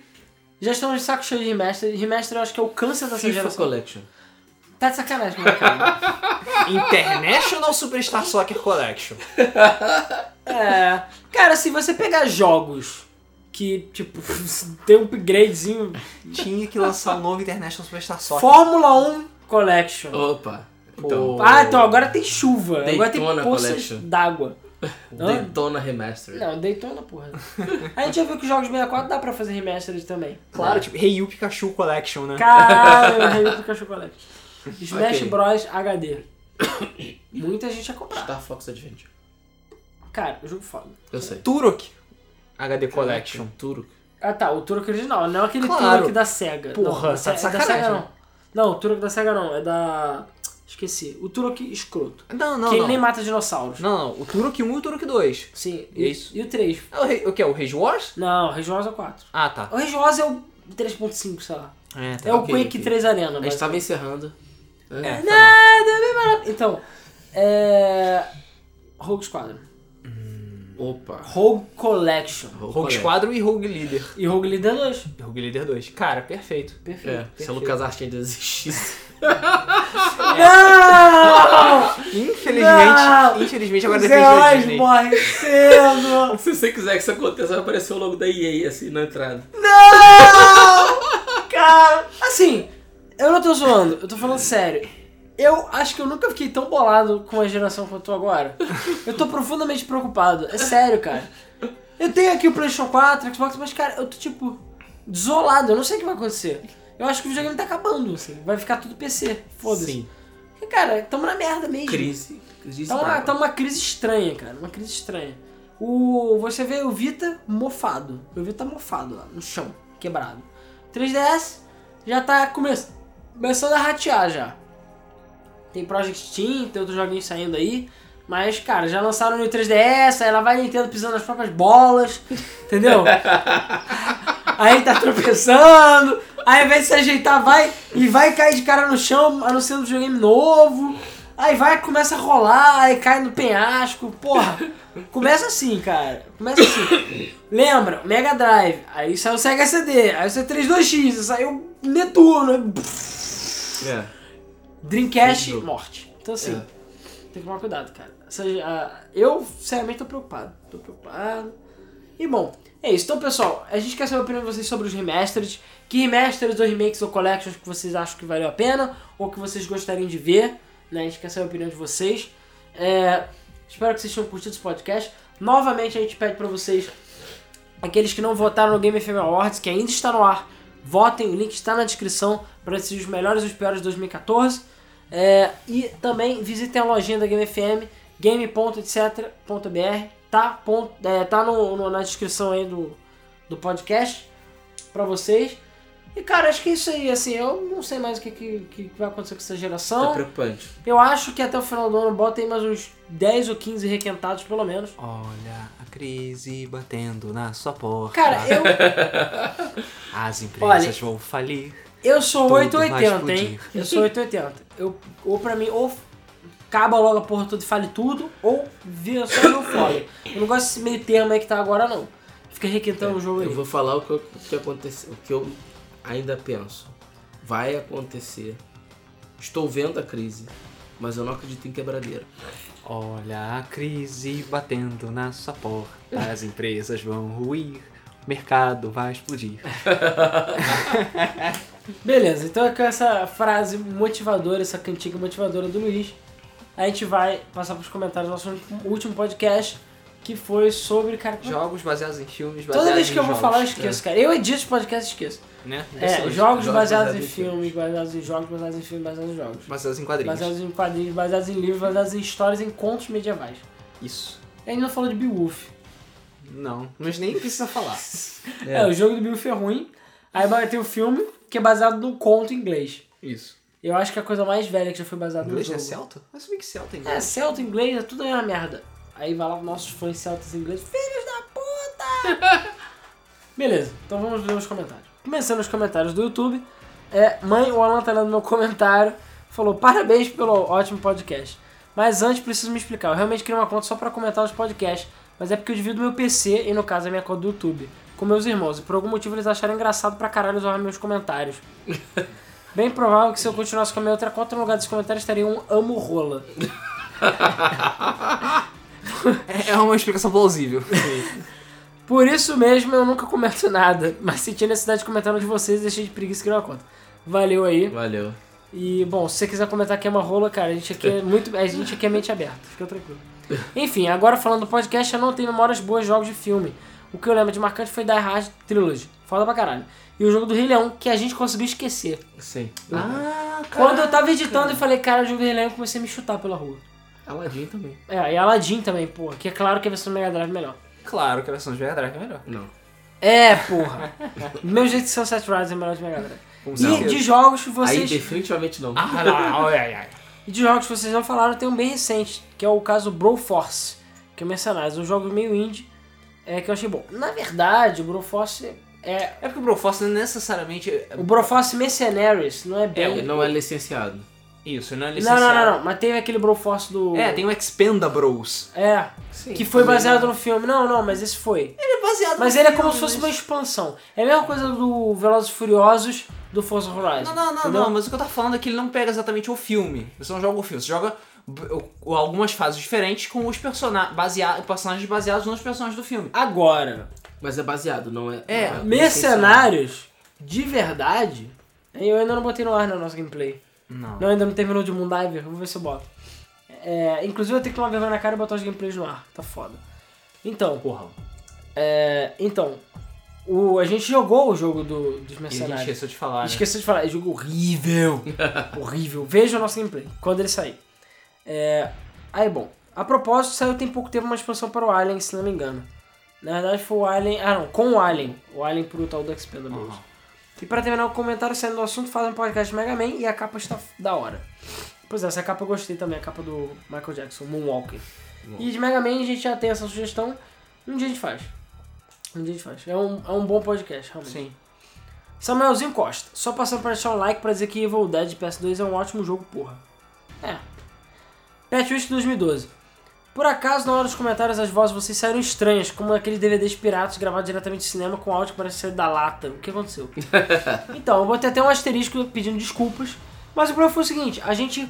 Speaker 2: já estamos de saco cheio de remaster. Remaster eu acho que é o câncer dessa
Speaker 3: FIFA
Speaker 2: geração.
Speaker 3: Collection.
Speaker 2: Tá de sacanagem, com o mercado.
Speaker 1: International Superstar Soccer Collection.
Speaker 2: É. Cara, se você pegar jogos que, tipo, tem um upgradezinho.
Speaker 1: Tinha que lançar um novo International Superstar Soccer.
Speaker 2: Fórmula 1 Collection.
Speaker 3: Opa. Então,
Speaker 2: Ah, então agora tem chuva. agora tem
Speaker 3: Daytona
Speaker 2: poças
Speaker 3: Collection.
Speaker 2: d'água.
Speaker 3: Daytona Remastered.
Speaker 2: Não, Daytona, porra. A gente já viu que jogos 64 dá pra fazer remastered também.
Speaker 1: Claro, tipo, Hey You Pikachu Collection, né?
Speaker 2: Caralho, eu errei pro chocolate. Smash
Speaker 3: Ok.
Speaker 2: Bros HD. Muita gente ia comprar.
Speaker 3: Star Fox Adventure.
Speaker 2: Cara, o jogo é foda.
Speaker 3: Eu sei.
Speaker 1: Turok HD Collection.
Speaker 3: Turok.
Speaker 2: Ah tá, o Turok original, não aquele
Speaker 1: Claro.
Speaker 2: Turok da SEGA.
Speaker 1: Porra, tá
Speaker 2: não,
Speaker 1: de
Speaker 2: Se- é da
Speaker 1: sacanagem.
Speaker 2: SEGA não. Não, o Turok da SEGA não, é da... Esqueci. O Turok escroto.
Speaker 1: Não, não,
Speaker 2: que
Speaker 1: não.
Speaker 2: ele nem mata dinossauros.
Speaker 1: Não, não. O Turok 1 e o Turok 2.
Speaker 2: Sim.
Speaker 1: E isso.
Speaker 2: E o 3.
Speaker 1: É o, rei- o que é? O Rage Wars?
Speaker 2: Não, o Rage Wars é o 4.
Speaker 1: Ah, tá.
Speaker 2: O Rage Wars é o 3.5, sei lá.
Speaker 1: É,
Speaker 2: É o
Speaker 3: ok,
Speaker 2: Quake
Speaker 3: ok.
Speaker 2: 3 Arena,
Speaker 3: A
Speaker 2: mas...
Speaker 3: gente tava encerrando. né?
Speaker 1: É.
Speaker 2: Nada, bem maravilhoso. Então, é... Rogue Squadron.
Speaker 3: Opa.
Speaker 2: Rogue Collection.
Speaker 1: Rogue Squadron e Rogue Leader.
Speaker 2: E Rogue Leader 2.
Speaker 1: E Rogue Leader 2. Cara, perfeito.
Speaker 2: Perfeito.
Speaker 3: É, se a LucasArts ainda existisse.
Speaker 2: Não!
Speaker 1: Infelizmente,
Speaker 2: Não!
Speaker 1: infelizmente agora
Speaker 2: Ah! Os
Speaker 1: depende da
Speaker 2: heróis
Speaker 1: Disney.
Speaker 2: morrem cedo!
Speaker 3: Se você quiser que isso aconteça, vai aparecer o logo da EA assim na entrada.
Speaker 2: Cara, assim, eu não tô zoando, eu tô falando sério. Eu acho que eu nunca fiquei tão bolado com a geração quanto eu tô agora. Eu tô profundamente preocupado, é sério, cara. Eu tenho aqui o PlayStation 4, Xbox, mas, cara, eu tô tipo desolado, eu não sei o que vai acontecer. Eu acho que o videogame tá acabando, assim, vai ficar tudo PC, foda-se.
Speaker 3: Sim.
Speaker 2: Porque, Cara, tamo na merda mesmo.
Speaker 3: Crise. Crise de
Speaker 2: Tá uma,
Speaker 3: espada.
Speaker 2: tá uma crise estranha, cara. Uma crise estranha. O, você vê o Vita mofado. O Vita tá mofado lá, no chão, quebrado. 3DS já tá come- começando a ratear já. Tem Project Team, tem outros joguinhos saindo aí. Mas, cara, já lançaram no 3DS, aí ela vai Nintendo pisando nas próprias bolas, entendeu? aí tá tropeçando, aí ao invés de se ajeitar, vai e vai cair de cara no chão, anunciando um videogame novo. Aí vai, começa a rolar, aí cai no penhasco, porra. Começa assim, cara. Começa assim. Lembra, Mega Drive, aí saiu o Sega CD, aí saiu 32X, aí saiu Netuno, aí
Speaker 3: É.
Speaker 2: Dreamcast
Speaker 3: Entendeu?
Speaker 2: morte. Então assim,
Speaker 3: É.
Speaker 2: tem que tomar cuidado, cara. Ou seja, a- eu sinceramente tô preocupado. Tô preocupado. E bom, é isso. Então, pessoal, a gente quer saber a opinião de vocês sobre os remasters. Que remasters ou remakes ou collections que vocês acham que valeu a pena ou que vocês gostariam de ver. Né? A gente quer saber a opinião de vocês. É, espero que vocês tenham curtido esse podcast. Novamente a gente pede pra vocês, aqueles que não votaram no Game FM Awards, que ainda está no ar, votem, o link está na descrição para decidir os melhores e os piores de 2014. É, e também visitem a lojinha da Game FM, game.etc.br, tá, ponto, é, tá no- no- na descrição aí do, do podcast pra vocês. E cara, acho que é isso aí, assim, eu não sei mais o que, que, que vai acontecer com essa
Speaker 3: Tá
Speaker 2: geração.
Speaker 3: preocupante.
Speaker 2: Eu acho que até o final do ano bota aí mais uns 10 ou 15 requentados, pelo menos.
Speaker 1: Olha a crise batendo na sua porta.
Speaker 2: Cara, eu,
Speaker 1: As empresas
Speaker 2: Olha,
Speaker 1: vão falir.
Speaker 2: eu sou
Speaker 1: Tudo
Speaker 2: 880,
Speaker 1: mais
Speaker 2: hein?
Speaker 1: podia.
Speaker 2: Eu sou 880. Eu, ou pra mim, ou acaba logo a porra toda e fale tudo, ou vira só jogo foda. Eu não gosto desse meio termo aí que tá agora, não. Fica requentando então, o jogo aí.
Speaker 3: É, Eu vou falar o que, eu- o que aconteceu, o que eu ainda penso. Vai acontecer. Estou vendo a crise, mas eu não acredito em quebradeira.
Speaker 1: Olha a crise batendo na sua porta. As empresas vão ruir. O mercado vai explodir.
Speaker 2: Beleza, então é com essa frase motivadora, essa cantiga motivadora do Luiz, a gente vai passar pros comentários do nosso último podcast, que foi sobre, cara, como é
Speaker 1: Jogos baseados em filmes, baseados
Speaker 2: Toda vez que
Speaker 1: em
Speaker 2: eu vou
Speaker 1: jogos.
Speaker 2: falar, eu esqueço, cara. Eu edito os podcasts e esqueço.
Speaker 1: Né?
Speaker 2: É,
Speaker 1: Impressionante.
Speaker 2: jogos
Speaker 3: Jogos
Speaker 2: baseados
Speaker 3: baseados
Speaker 2: em
Speaker 3: em
Speaker 2: filmes, baseados em jogos, baseados em filmes, baseados em jogos.
Speaker 1: Baseados em quadrinhos.
Speaker 2: Baseados em quadrinhos, baseados em livros, baseados em histórias, em contos medievais.
Speaker 1: Isso.
Speaker 2: A gente não falou de Beowulf.
Speaker 1: Não, mas nem precisa falar.
Speaker 2: É. o jogo do Beowulf é ruim. Aí vai ter o filme, que é baseado num é conto em inglês.
Speaker 1: Isso.
Speaker 2: Eu acho que é a coisa mais velha que já foi baseada no
Speaker 1: Inglês não
Speaker 2: jogo.
Speaker 1: é Celta? Mas se bem que Celta é
Speaker 2: É,
Speaker 1: inglês.
Speaker 2: Celta, inglês, é tudo a mesma merda. Aí vai lá nossos fãs celtas e inglês, filhos da puta! Beleza, então vamos ler os comentários. Começando os comentários do YouTube, é, mãe, o Alan tá lendo meu comentário, falou, parabéns pelo ótimo podcast. Mas antes preciso me explicar, eu realmente criei uma conta só pra comentar os podcasts, mas é porque eu divido meu PC e no caso a minha conta do YouTube, com meus irmãos, e por algum motivo eles acharam engraçado pra caralho usar meus comentários. Bem provável que se eu continuasse com a minha outra conta no lugar desse comentário estaria um amo rola.
Speaker 1: É, é uma explicação plausível.
Speaker 2: Por isso mesmo eu nunca comento nada, mas senti a necessidade de comentar um de vocês e deixei de preguiça e criar uma conta. Valeu aí.
Speaker 3: Valeu.
Speaker 2: E, bom, se você quiser comentar que é uma rola, cara, a gente aqui é muito. A gente aqui é mente aberta, fica tranquilo. Enfim, agora falando do podcast, eu não tenho memórias boas de jogos de filme. O que eu lembro de marcante foi Die Hard Trilogy, foda pra caralho. E o jogo do Rei Leão, que a gente conseguiu esquecer.
Speaker 3: Sim.
Speaker 1: ah,
Speaker 2: Quando eu tava editando e falei, cara, o jogo do Rei Leão, eu comecei a me chutar pela rua.
Speaker 3: Aladdin também.
Speaker 2: É, e Aladdin também, porra, que é claro que a versão do Mega Drive é melhor.
Speaker 1: Claro que a versão de Mega Drive é melhor.
Speaker 3: Não.
Speaker 2: É, porra. Do mesmo jeito que Sunset Rise é melhor de Mega Drive.
Speaker 1: Como
Speaker 2: E
Speaker 1: certeza.
Speaker 2: de jogos que
Speaker 3: Aí
Speaker 2: vocês.
Speaker 3: definitivamente não.
Speaker 1: Ah, não, ai, ai, ai.
Speaker 2: E de jogos que vocês não falaram, tem um bem recente, que é o caso Broforce, que eu mencionais, um jogo meio indie, é, que eu achei bom. Na verdade, o Broforce é.
Speaker 1: É porque o Broforce não é necessariamente.
Speaker 2: O Broforce Mercenaries não é
Speaker 3: Ele
Speaker 2: bem.
Speaker 3: não é licenciado.
Speaker 1: Isso, ele não é
Speaker 2: não,
Speaker 1: licenciado.
Speaker 2: não, não, não. Mas teve aquele Broforce do.
Speaker 1: É, tem o Expenda Bros.
Speaker 2: É,
Speaker 3: Sim,
Speaker 2: que foi
Speaker 3: também
Speaker 1: né?
Speaker 2: baseado no filme. Não, não, mas esse foi.
Speaker 1: Ele é baseado
Speaker 2: Mas
Speaker 1: no
Speaker 2: ele é
Speaker 1: filme,
Speaker 2: como se fosse uma
Speaker 1: mas-
Speaker 2: expansão. É a mesma coisa do Velozes e Furiosos do Forza Horizon.
Speaker 1: Não, não, não,
Speaker 2: entendeu?
Speaker 1: não, mas o que eu tava falando é que ele não pega exatamente o filme. Você não joga o filme, você joga b- o- algumas fases diferentes com os persona basea personagens baseados nos personagens do filme.
Speaker 2: Agora,
Speaker 3: Mas é baseado, não é.
Speaker 1: É,
Speaker 3: não licenciado.
Speaker 2: Mercenários, de verdade, eu ainda não botei no ar na nossa gameplay.
Speaker 1: Não.
Speaker 2: Não, é ainda não terminou de Moondiver, vou ver se eu boto. É, inclusive eu tenho que tomar vergonha na cara e botar os gameplays no ar, tá foda. Então,
Speaker 1: Porra.
Speaker 2: é, então o, a gente jogou o jogo do, dos
Speaker 1: E a gente
Speaker 2: mercenários.
Speaker 1: esqueceu de falar. né?
Speaker 2: Esqueci de falar, é jogo horrível. horrível. Veja o nosso gameplay, quando ele sair. É, aí, bom. A propósito, saiu tem pouco tempo uma expansão para o Alien, se não me engano. Na verdade foi o Alien... Ah, não. Com o Alien. O Alien pro tal do Expendables.
Speaker 1: Uhum.
Speaker 2: E para terminar o comentário saindo do assunto, faz um podcast de Mega Man e a capa está da hora. Pois é, essa capa eu gostei também, a capa do Michael Jackson, Moonwalker. E de Mega Man a gente já tem essa sugestão. Um dia a gente faz. Um dia a gente faz. É um, é um bom podcast, realmente.
Speaker 1: Sim.
Speaker 2: Samuelzinho Costa. Só passando pra deixar um like pra dizer que Evil Dead de PS2 é um ótimo jogo, porra. É. Pet Wish 2012. Por acaso, na hora dos comentários, as vozes de vocês saíram estranhas, como aqueles DVDs piratas gravados diretamente do cinema com áudio que parece ser da lata. O que aconteceu? então, eu botei até um asterisco pedindo desculpas, mas o problema foi o seguinte, a gente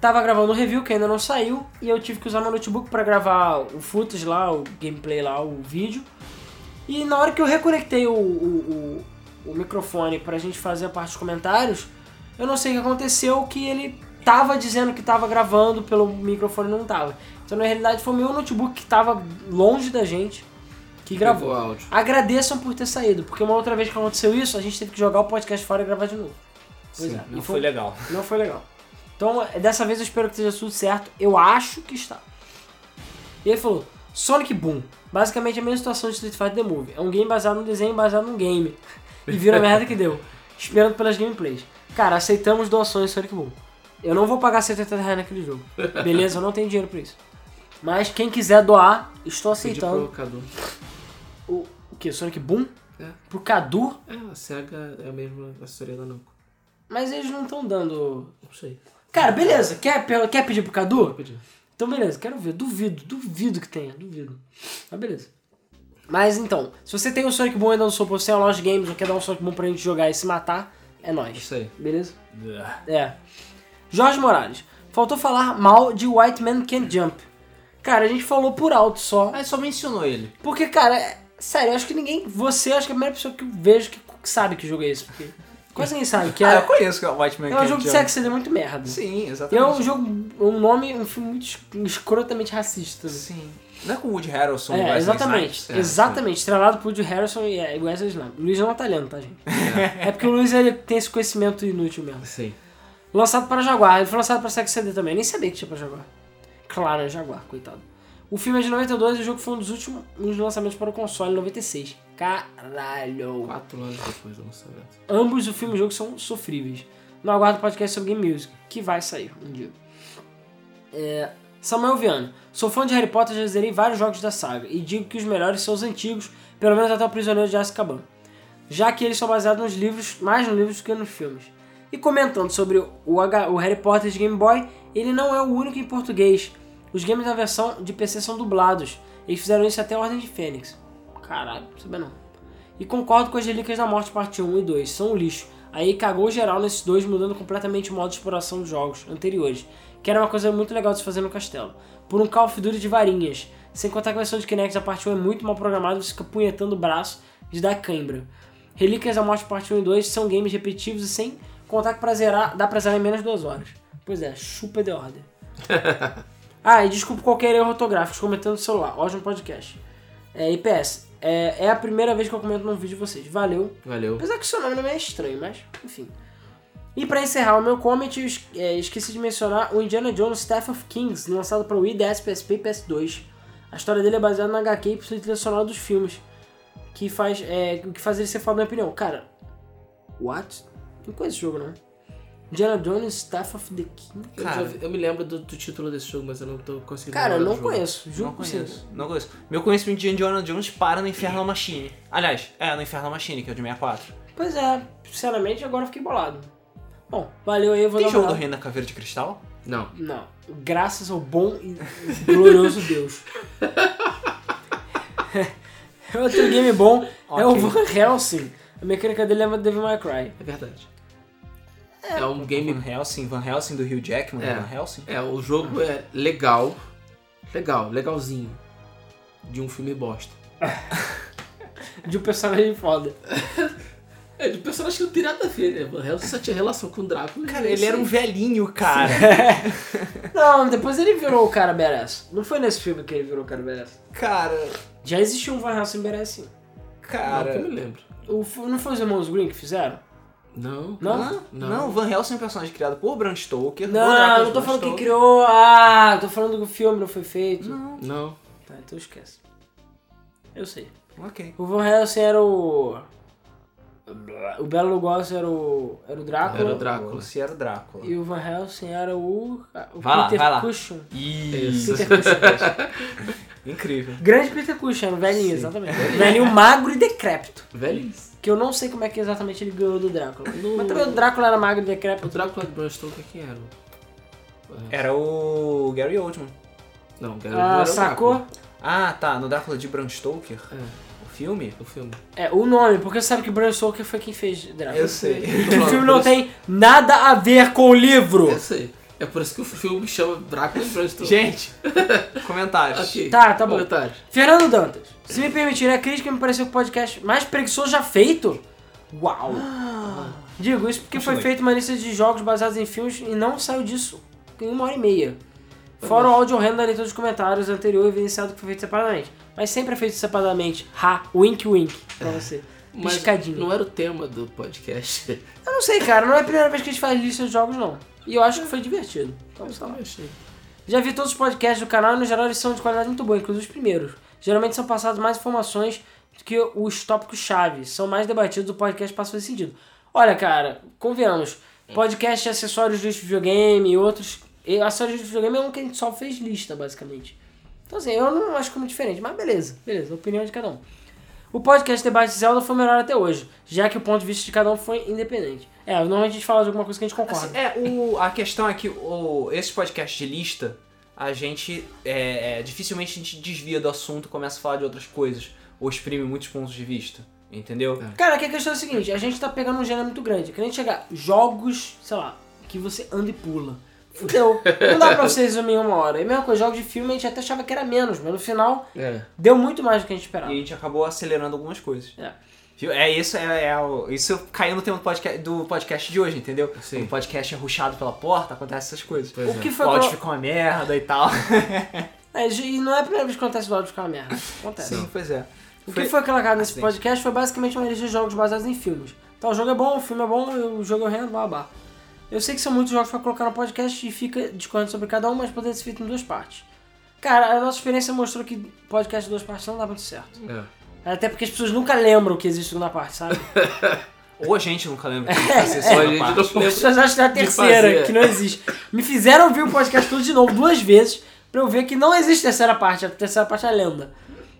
Speaker 2: tava gravando um review que ainda não saiu, e eu tive que usar meu notebook pra gravar o footage lá, o gameplay lá, o vídeo, e na hora que eu reconectei o, o, o, o microfone pra gente fazer a parte dos comentários, eu não sei o que aconteceu, que ele tava dizendo que tava gravando pelo microfone e não tava. Então na realidade foi o meu notebook que tava longe da gente que
Speaker 3: Pegou
Speaker 2: gravou.
Speaker 3: o áudio.
Speaker 2: Agradeçam por ter saído, porque uma outra vez que aconteceu isso, a gente teve que jogar o podcast fora e gravar de novo. Pois
Speaker 3: Sim,
Speaker 2: é,
Speaker 1: Não
Speaker 2: e
Speaker 1: foi
Speaker 2: foi,
Speaker 1: legal.
Speaker 2: não foi legal. Então, é, dessa vez eu espero que esteja tudo certo. Eu acho que está. E ele falou: Sonic Boom. Basicamente a mesma situação de Street Fighter The Movie. É um game baseado num desenho baseado num game. E vira a merda que deu. Esperando pelas gameplays. Cara, aceitamos doações Sonic Boom. Eu não vou pagar 70 reais naquele jogo. Beleza? Eu não tenho dinheiro pra isso. Mas quem quiser doar, estou
Speaker 3: Pedi
Speaker 2: aceitando.
Speaker 3: provocador.
Speaker 2: O, o que? Sonic Boom?
Speaker 3: É.
Speaker 2: Pro Cadu?
Speaker 3: É, a SEGA é a mesma assessoria da Namco.
Speaker 2: Mas eles não estão dando.
Speaker 3: Não sei.
Speaker 2: Cara, beleza. Quer, pe- quer pedir pro Cadu?
Speaker 3: Vou pedir.
Speaker 2: Então, beleza, quero ver. Duvido, duvido que tenha, duvido. Mas beleza. Mas então, se você tem um Sonic Boom ainda não soube, você é uma loja de games ou quer dar um Sonic Boom pra gente jogar e se matar, é nóis.
Speaker 3: Isso aí.
Speaker 2: Beleza? É. Jorge Morales. Faltou falar mal de White Man Can't Jump. Cara, a gente falou por alto só.
Speaker 1: Aí só mencionou ele.
Speaker 2: Porque, cara, é- sério, eu acho que ninguém. Você, acho que é a primeira pessoa que eu vejo que sabe que jogo é esse. Porque quase ninguém sabe. Que
Speaker 1: Ah, eu
Speaker 2: é,
Speaker 1: conheço o White Man
Speaker 2: é um jogo de
Speaker 1: Can't Jump.
Speaker 2: sexo, ele é muito merda.
Speaker 1: Sim,
Speaker 2: E
Speaker 1: exatamente.
Speaker 2: é um jogo, um nome, um filme muito es- escrotamente racista. né?
Speaker 1: Sim. Não é com o Woody Harrelson e
Speaker 2: É,
Speaker 1: Wesley
Speaker 2: exatamente.
Speaker 1: Snipes? É,
Speaker 2: exatamente. Estrelado por Woody Harrison e é, Wesley Snipes. O Luiz não é um italiano, tá, gente? É porque o Luiz ele tem esse conhecimento inútil mesmo.
Speaker 3: Sim.
Speaker 2: Lançado para Jaguar. Ele foi lançado para Sega CD também. Eu nem sabia que tinha para Jaguar. Claro, é Jaguar, coitado. O filme é de 92 e o jogo foi um dos últimos uns lançamentos para o console, em 96. Caralho.
Speaker 3: Quatro anos depois do lançamento.
Speaker 2: Ambos o filme e o jogo são sofríveis. no Aguardo Podcast sobre Game Music, que vai sair um dia. É, Samuel Viana. Sou fã de Harry Potter, já zerei vários jogos da saga, e digo que os melhores são os antigos, pelo menos até o Prisioneiro de Azkaban. Já que eles são baseados nos livros, mais nos livros do que nos filmes. E comentando sobre o, H- o Harry Potter de Game Boy, ele não é o único em português. Os games na versão de PC são dublados. Eles fizeram isso até a Ordem de Fênix. Caralho, não sabia não. E concordo com as Relíquias da Morte parte 1 e 2, são um lixo. Aí cagou geral nesses dois, mudando completamente o modo de exploração dos jogos anteriores, que era uma coisa muito legal de se fazer no castelo. Por um Call of Duty de varinhas. Sem contar que a versão de Kinect da parte 1 é muito mal programada, você fica punhetando o braço de dar cãibra. Relíquias da Morte parte 1 e 2 são games repetitivos e sem contar que pra zerar, dá pra zerar em menos de duas horas. Pois é, chupa de ordem. Ah, e desculpa qualquer erro ortográfico, comentando no celular. Ótimo podcast. É, IPS, é, é a primeira vez que eu comento num vídeo de vocês. Valeu.
Speaker 3: Valeu.
Speaker 2: Apesar que o seu nome não é estranho, mas enfim. E pra encerrar o meu comment, eu es- é, esqueci de mencionar o Indiana Jones Staff of Kings, lançado para Wii, DS, PSP e PS2. A história dele é baseada na HQ e precisa de trilha sonora dos filmes, que faz é, o que faz ele ser foda na minha opinião. Cara, what? Não conheço esse jogo, não. Indiana Jones Staff of the King?
Speaker 3: Eu,
Speaker 1: Cara.
Speaker 3: já vi- eu me lembro do, do título desse jogo, mas eu não tô conseguindo
Speaker 2: Cara, eu
Speaker 3: lembrar
Speaker 2: não
Speaker 3: do jogo.
Speaker 2: conheço, juro
Speaker 1: Não
Speaker 2: por vocês.
Speaker 1: conheço. Não conheço. Meu conhecimento de Indiana Jones para no Inferno Machine. Aliás, é no Inferno Machine, que é o de 64.
Speaker 2: Pois é, sinceramente agora eu fiquei bolado. Bom, valeu aí, eu vou
Speaker 1: Tem
Speaker 2: dar uma
Speaker 1: jogo do
Speaker 2: olhada.
Speaker 1: Reino da Caveira de Cristal?
Speaker 3: Não.
Speaker 2: Não. Graças ao bom e glorioso Deus. Outro game bom é o
Speaker 1: Ok.
Speaker 2: Van Helsing. A mecânica dele lembra Devil May Cry.
Speaker 3: É verdade. É, um game.
Speaker 1: Van Helsing, Van Helsing do Hugh Jackman,
Speaker 3: É.
Speaker 1: Van Helsing.
Speaker 3: É, o jogo é legal. Legal, legalzinho. De um filme bosta.
Speaker 2: De um personagem foda.
Speaker 3: É, de personagem que não tem nada a ver, né? Van Helsing só tinha relação com o Drácula.
Speaker 1: Cara, ele era um velhinho, cara.
Speaker 2: Não, depois ele virou o cara badass. Não foi nesse filme que ele virou o cara badass.
Speaker 1: Cara,
Speaker 2: Já existiu um Van Helsing badass sim.
Speaker 3: Cara, eu
Speaker 1: cara.
Speaker 3: me lembro.
Speaker 2: O, f- não foi os irmãos Green que fizeram?
Speaker 3: Não.
Speaker 2: Não?
Speaker 1: Hã?
Speaker 3: Não.
Speaker 1: Não. Van Helsing é um personagem criado por Bram Stoker.
Speaker 2: Não,
Speaker 1: por Drácula
Speaker 2: eu
Speaker 1: de
Speaker 2: não tô
Speaker 1: Bram
Speaker 2: falando quem
Speaker 1: Stoker.
Speaker 2: criou. Ah, eu tô falando que o filme não foi feito.
Speaker 1: Não,
Speaker 3: Não.
Speaker 2: Tá, então esquece. Eu sei.
Speaker 1: ok.
Speaker 2: O Van Helsing era o. O Belo Lugosi era o. Era o Drácula.
Speaker 3: Era o Drácula.
Speaker 1: Se era o Drácula.
Speaker 2: E o Van Helsing era o. o
Speaker 1: Vai lá,
Speaker 2: Peter
Speaker 1: vai lá.
Speaker 2: Cushing.
Speaker 1: Isso.
Speaker 2: Peter Cushing.
Speaker 1: Incrível.
Speaker 2: Grande Peter Cushing, era um velhinho,
Speaker 1: Sim.
Speaker 2: exatamente. velhinho magro e decrépito.
Speaker 3: Velhos.
Speaker 2: Que eu não sei como é que exatamente ele ganhou do Drácula.
Speaker 3: No-
Speaker 2: Mas também o Drácula era magro e
Speaker 3: O
Speaker 2: decrépito.
Speaker 3: Drácula de Bram Stoker quem era?
Speaker 1: Era o Gary Oldman.
Speaker 3: É. Não, Gary Oldman era
Speaker 2: É. Ah,
Speaker 3: o
Speaker 2: sacou?
Speaker 3: Drácula.
Speaker 1: Ah, tá. No Drácula de Bram Stoker,
Speaker 3: É,
Speaker 1: o filme.
Speaker 3: o filme.
Speaker 2: É, o nome, porque você sabe que Bram Stoker foi quem fez Drácula.
Speaker 1: Eu sei.
Speaker 2: O filme não tem nada a ver com o livro.
Speaker 3: Eu sei. É por isso que o filme chama Drácula de Bram Stoker.
Speaker 1: Gente, comentários.
Speaker 3: Ok.
Speaker 2: Tá, tá bom.
Speaker 3: Comentário.
Speaker 2: Fernando Dantas, se me permitirem a crítica, me pareceu o podcast mais preguiçoso já feito. Uau! Digo isso porque foi
Speaker 1: Continue.
Speaker 2: feita uma lista de jogos baseados em filmes e não saiu disso em uma hora e meia. Fora o áudio horrendo da leitura dos comentários anterior evidenciado que foi feito separadamente. Mas sempre é feito separadamente. Ha, wink wink, pra você.
Speaker 3: Mas
Speaker 2: Piscadinho.
Speaker 3: não era o tema do podcast.
Speaker 2: Eu não sei, cara, não é a primeira vez que a gente faz lista de jogos, não. E eu acho que foi divertido.
Speaker 3: Tá
Speaker 2: Então, sei lá.
Speaker 3: Eu achei.
Speaker 2: Já vi todos os podcasts do canal e no geral eles são de qualidade muito boa, inclusive os primeiros. Geralmente são passadas mais informações do que os tópicos-chave. São mais debatidos, o podcast passa a fazer sentido. Olha, cara, convenhamos. Podcast de acessórios de videogame e outros. E acessórios de videogame é um que a gente só fez lista, basicamente. Então assim, eu não acho como diferente, mas beleza, beleza, opinião de cada um. O podcast Debate de Zelda foi o melhor até hoje, já que o ponto de vista de cada um foi independente. É, normalmente a gente fala de alguma coisa que a gente concorda.
Speaker 1: Assim, é, o, a questão é que o, esse podcast de lista, a gente é, é, dificilmente a gente desvia do assunto e começa a falar de outras coisas. Ou exprime muitos pontos de vista. Entendeu?
Speaker 3: É.
Speaker 2: Cara, aqui a questão é a seguinte, a gente tá pegando um gênero muito grande. Querendo chegar jogos, sei lá, que você anda e pula. Fudeu. Não dá pra você resumir em uma hora. E mesma coisa, jogos de filme a gente até achava que era menos, mas no final
Speaker 3: É.
Speaker 2: deu muito mais do que a gente
Speaker 1: E
Speaker 2: esperava.
Speaker 1: a gente acabou acelerando algumas coisas.
Speaker 2: É.
Speaker 1: Viu? É isso, é, é o- isso caiu no tema do podcast, do podcast de hoje, entendeu?
Speaker 3: Sim.
Speaker 1: O podcast é ruxado pela porta, acontece essas coisas.
Speaker 3: Pois
Speaker 2: O
Speaker 3: é.
Speaker 2: que
Speaker 1: O
Speaker 2: foi
Speaker 1: áudio
Speaker 2: pro-
Speaker 1: ficou uma merda e tal.
Speaker 2: É, E não é a primeira vez que acontece o áudio ficar uma merda. Acontece.
Speaker 1: Sim, pois é.
Speaker 2: O que foi colocado
Speaker 3: assim.
Speaker 2: nesse podcast foi basicamente uma lista de jogos baseados em filmes. Então o jogo é bom, o filme é bom, o jogo é horrendo, blá blá. Eu sei que são muitos jogos pra colocar no podcast e fica discorrendo sobre cada um, mas poderia ser feito em duas partes. Cara, a nossa experiência mostrou que podcast em duas partes não dá muito certo.
Speaker 3: É.
Speaker 2: Até porque as pessoas nunca lembram que existe segunda parte, sabe?
Speaker 1: Ou a gente nunca lembra que tá acessando a
Speaker 3: É, a gente
Speaker 1: parte.
Speaker 3: não-
Speaker 2: As pessoas acham que é a
Speaker 3: de
Speaker 2: terceira,
Speaker 3: fazer.
Speaker 2: que não existe. Me fizeram ouvir o podcast tudo de novo, duas vezes, pra eu ver que não existe terceira parte. A terceira parte é a lenda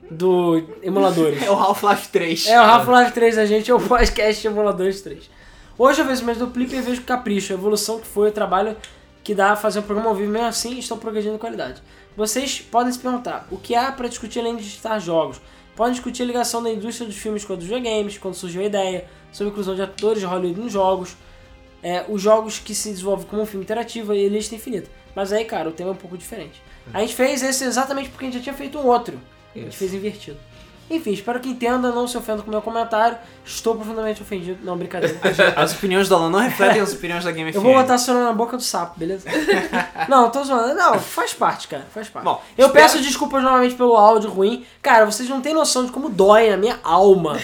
Speaker 2: do Emuladores.
Speaker 1: É o Half-Life 3.
Speaker 2: É, o Half-Life 3 da gente é o podcast Emuladores 3. Hoje eu vejo mais duplica e vejo com capricho, a evolução que foi, o trabalho que dá a fazer o programa ao vivo, mesmo assim estão progredindo a qualidade. Vocês podem se perguntar, o que há para discutir além de citar jogos? Podem discutir a ligação da indústria dos filmes com a dos videogames, quando surgiu a ideia, sobre a inclusão de atores de Hollywood nos jogos, é, os jogos que se desenvolvem como um filme interativo e lista infinita. Mas aí, cara, o tema é um pouco diferente.
Speaker 1: É.
Speaker 2: A gente fez esse exatamente porque a gente já tinha feito um outro. A gente
Speaker 3: Isso.
Speaker 2: fez invertido. Enfim, espero que entenda, não se ofenda com o meu comentário. Estou profundamente ofendido. Não, brincadeira.
Speaker 1: É. As opiniões do Alan não refletem as opiniões da Game
Speaker 2: Eu
Speaker 1: FM.
Speaker 2: vou botar a sonora na boca do sapo, beleza? não, tô zoando. Não, faz parte, cara. Faz parte.
Speaker 1: Bom,
Speaker 2: eu
Speaker 1: espero-
Speaker 2: peço desculpas novamente pelo áudio ruim. Cara, vocês não têm noção de como dói na minha alma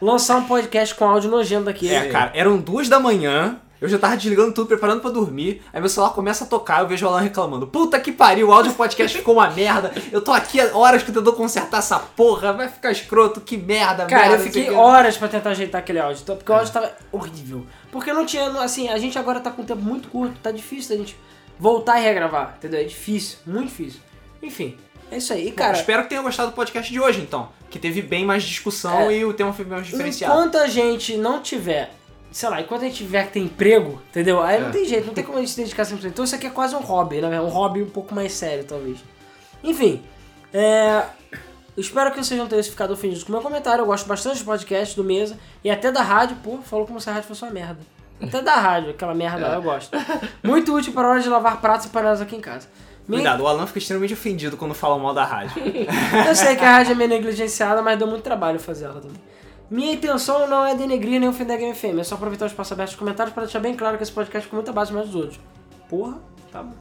Speaker 2: lançar um podcast com áudio nojento daquele.
Speaker 1: É, cara, eram duas da manhã, eu já tava desligando tudo, preparando pra dormir, aí meu celular começa a tocar, eu vejo o Alan reclamando. Puta que pariu, o áudio podcast ficou uma merda, eu tô aqui há horas que tentando consertar essa porra, vai ficar escroto, que merda,
Speaker 2: Cara,
Speaker 1: merda.
Speaker 2: eu
Speaker 1: não sei
Speaker 2: fiquei
Speaker 1: o quê.
Speaker 2: horas pra tentar ajeitar aquele áudio, então, porque o áudio tava horrível. Porque não tinha, não- assim, a gente agora tá com um tempo muito curto, tá difícil da gente voltar e regravar, entendeu? É difícil, muito difícil. Enfim, é isso aí. E,
Speaker 1: Bom,
Speaker 2: cara,
Speaker 1: Espero que tenham gostado do podcast de hoje, então. Que teve bem mais discussão
Speaker 2: É.
Speaker 1: e o tema foi bem mais diferenciado.
Speaker 2: enquanto a gente não tiver, sei lá, enquanto a gente tiver que ter emprego, entendeu? Aí não
Speaker 3: É.
Speaker 2: tem jeito, não tem como a gente se dedicar 100%. Então isso aqui é quase um hobby, né? Um hobby um pouco mais sério, talvez. Enfim, é... Eu espero que vocês não tenham ficado ofendidos com o meu comentário. Eu gosto bastante do podcast, do Mesa e até da rádio. Pô, falou como se a rádio fosse uma merda. Até da rádio, aquela merda lá, eu gosto. Muito útil para a hora de lavar pratos e panelas aqui em casa. Minha-
Speaker 1: Cuidado, o Alan fica extremamente ofendido quando fala mal da rádio.
Speaker 2: eu sei que a rádio é meio negligenciada, mas deu muito trabalho fazer ela também. Minha intenção não é denegrir nem ofender a Game FM, é só aproveitar o espaço aberto dos comentários para deixar bem claro que esse podcast ficou muito abaixo mais dos outros. Porra, tá bom.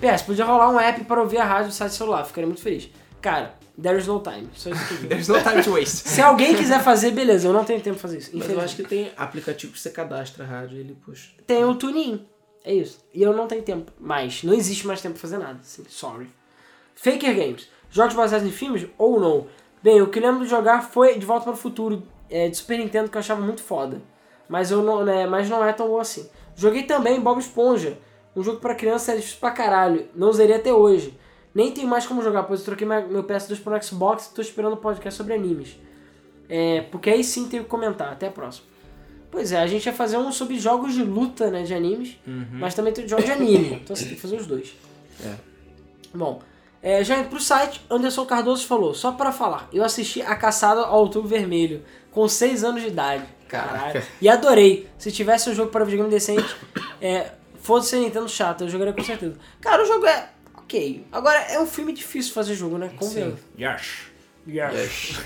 Speaker 2: PS, podia rolar um app para ouvir a rádio do site celular, ficaria muito feliz. Cara, there is no time, só isso que eu digo.
Speaker 1: There's no time to waste.
Speaker 2: Se alguém quiser fazer, beleza, eu não tenho tempo pra fazer isso.
Speaker 3: Mas eu acho
Speaker 2: Infelizmente.
Speaker 3: que tem aplicativo que você cadastra a rádio ele puxa.
Speaker 2: Tem o TuneIn, é isso. E eu não tenho tempo mais, não existe mais tempo pra fazer nada, assim, sorry. Faker Games. Jogos baseados em filmes ou não? Bem, o que lembro de jogar foi De Volta para o Futuro, é, de Super Nintendo, que eu achava muito foda. Mas, eu não, né, mas não é tão bom assim. Joguei também Bob Esponja. Um jogo pra criança é difícil pra caralho. Não zerei até hoje. Nem tenho mais como jogar, pois eu troquei minha- meu PS2 pro Xbox e tô esperando o podcast sobre animes. É, porque aí sim tenho que comentar. Até a próxima. Pois é, a gente ia fazer um sobre jogos de luta, né, de animes. Mas também tem jogos de anime. Então você tem que fazer os dois. Bom, é, já indo pro site, Anderson Cardoso falou, só para falar, eu assisti A Caçada ao Outubro Vermelho, com 6 anos de idade.
Speaker 3: Caraca.
Speaker 2: E adorei. Se tivesse um jogo para videogame decente, é, foda-se a Nintendo chata, eu jogaria com certeza. Cara, o jogo é ok. Agora, é um filme difícil fazer jogo, né? Convenhamos.
Speaker 1: Yes.
Speaker 2: Yes.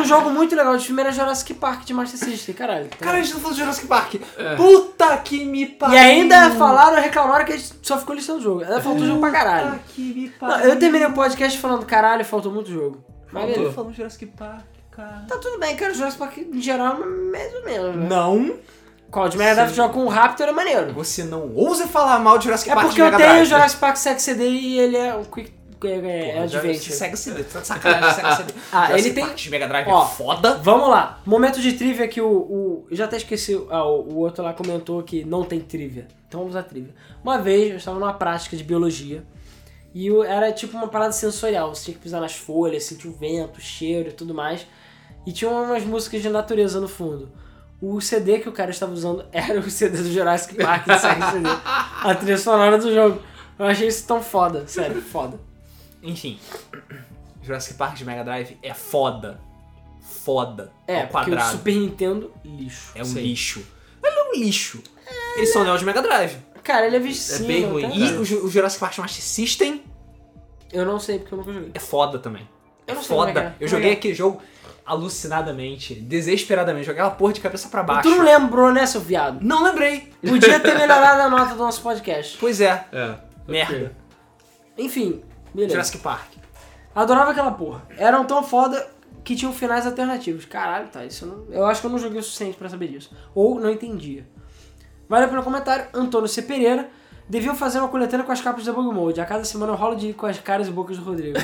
Speaker 2: um jogo muito legal de filme era Jurassic Park de Master System, caralho. Então-
Speaker 1: Cara, a gente não falou de Jurassic Park.
Speaker 3: É.
Speaker 2: É.
Speaker 1: Puta que me pariu.
Speaker 2: e ainda é falaram, reclamaram que a gente só ficou listando o jogo. Ainda faltou jogo pra caralho.
Speaker 1: Puta que me
Speaker 2: Não,
Speaker 1: pariu.
Speaker 2: eu terminei o podcast falando, caralho, faltou muito jogo. Mas beleza.
Speaker 1: falando de Jurassic Park, cara.
Speaker 2: Tá tudo bem, cara. O Jurassic Park em geral é mais ou menos, né?
Speaker 1: Não,
Speaker 2: Qual de Mega Drive joga com o Raptor é maneiro.
Speaker 1: você não ousa falar mal de Jurassic
Speaker 2: É
Speaker 1: Park
Speaker 2: porque
Speaker 1: de
Speaker 2: eu
Speaker 1: Mega
Speaker 2: tenho o
Speaker 1: Drive.
Speaker 2: Jurassic Park 7 CD e ele é um Quick é, é,
Speaker 1: Porra,
Speaker 2: Adventure.
Speaker 1: Sega CD, tá de sacanagem, Sega CD.
Speaker 2: Ah,
Speaker 1: Jurassic
Speaker 2: ele tem-
Speaker 1: Park de Mega Drive
Speaker 2: Ó.
Speaker 1: é foda.
Speaker 2: Vamos lá. Momento de trivia que o. o- eu já até esqueci. Ah, o, o outro lá comentou que não tem trivia. Então vamos à trivia. Uma vez eu estava numa prática de biologia. E o- era tipo uma parada sensorial. Você tinha que pisar nas folhas, sentir o vento, o cheiro e tudo mais. E tinha umas músicas de natureza no fundo. O CD que o cara estava usando era o CD do Jurassic Park do Sega CD. A trilha sonora do jogo. Eu achei isso tão foda, sério, foda.
Speaker 1: Enfim, Jurassic Park de Mega Drive é foda. Foda.
Speaker 2: É,
Speaker 1: Ao
Speaker 2: porque o
Speaker 1: quadrado.
Speaker 2: Super Nintendo, lixo.
Speaker 1: É um
Speaker 3: Sei.
Speaker 1: lixo. Ele é um lixo. Eles são anel é de Mega Drive.
Speaker 2: Cara, ele é vicino.
Speaker 3: bem ruim.
Speaker 2: tá?
Speaker 1: E o Ju- o Jurassic Park Master System
Speaker 2: Eu não sei porque eu nunca joguei.
Speaker 1: é foda também.
Speaker 2: Eu não sei como é que é.
Speaker 1: foda.
Speaker 2: Como é
Speaker 1: Eu joguei
Speaker 2: que é?
Speaker 1: aquele jogo alucinadamente, desesperadamente. Joguei aquela porra de cabeça pra
Speaker 2: Tu
Speaker 1: baixo.
Speaker 2: não lembrou, né, seu viado?
Speaker 1: Não lembrei.
Speaker 2: Podia ter melhorado a nota do nosso podcast.
Speaker 1: Pois é.
Speaker 3: É.
Speaker 1: Merda.
Speaker 2: Enfim, beleza.
Speaker 1: Jurassic Park.
Speaker 2: Adorava aquela porra. Eram tão foda que tinham finais alternativos. Caralho, tá. Isso eu, não- eu acho que eu não joguei o suficiente pra saber disso. Ou não entendia. Valeu pelo comentário, Antônio C. Pereira. Deviam fazer uma coletânea com as capas da Bug Mode. A cada semana eu rolo de com as caras e bocas do Rodrigo.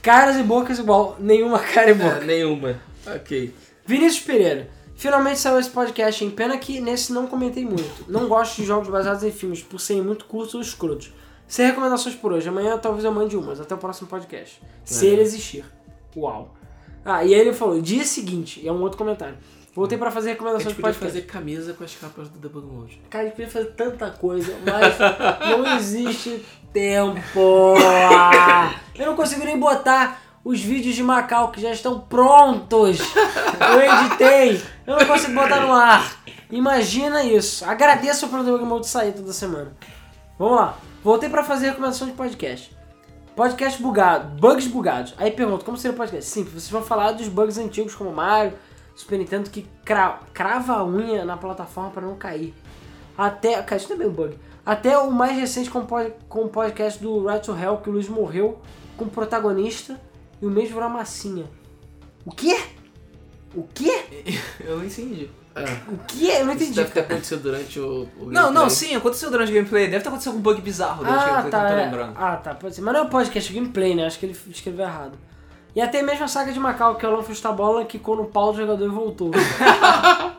Speaker 2: caras e bocas igual, nenhuma cara e boca.
Speaker 3: É, nenhuma. Ok.
Speaker 2: Então Vinícius Pereira. Finalmente saiu esse podcast, hein? Pena que nesse não comentei muito. Não gosto de jogos baseados em filmes, por serem muito curtos ou escrotos. Sem recomendações por hoje. Amanhã talvez eu mande umas. Até o próximo podcast.
Speaker 3: É.
Speaker 2: Se ele existir. Uau. Ah, e aí ele falou, dia seguinte. E é um outro comentário. Voltei pra fazer
Speaker 3: A
Speaker 2: recomendações
Speaker 3: gente
Speaker 2: de
Speaker 3: podia
Speaker 2: podcast.
Speaker 3: fazer camisa com as capas do Double Mode.
Speaker 2: Cara, a gente podia fazer tanta coisa, mas não existe tempo. Ah, Eu não consigo nem botar os vídeos de Macau que já estão prontos. Eu editei. Eu não consigo botar no ar. Imagina isso. Agradeço pelo Debug Mode sair toda semana. Vamos lá. Voltei pra fazer recomendação de podcast. Podcast bugado, bugs bugados. Aí pergunto, como seria o podcast? Simples, vocês vão falar dos bugs antigos como Mario, Super Nintendo que cra- crava a unha na plataforma pra não cair. Até, cara, isso também é um bug. Até o mais recente com, pod- com o podcast do Right to Hell que o Luiz morreu com o protagonista e o mesmo era massinha. O quê? O quê?
Speaker 1: Eu não entendi.
Speaker 3: É.
Speaker 2: O quê? Eu não
Speaker 3: Isso
Speaker 2: entendi.
Speaker 3: deve ter
Speaker 2: cara.
Speaker 3: acontecido durante o. o
Speaker 1: Não, não,
Speaker 3: gameplay.
Speaker 1: sim, aconteceu durante o gameplay. Deve ter acontecido algum bug bizarro durante o
Speaker 2: Ah,
Speaker 1: gameplay
Speaker 2: tá.
Speaker 1: um que eu não
Speaker 2: é.
Speaker 1: tô lembrando.
Speaker 2: Ah, tá. Pode ser. Mas não é o podcast, é o gameplay, né? Acho que ele escreveu errado. E até mesmo a saga de Macau, que é o Alan foi chutar a bola, quicou no pau do jogador e voltou.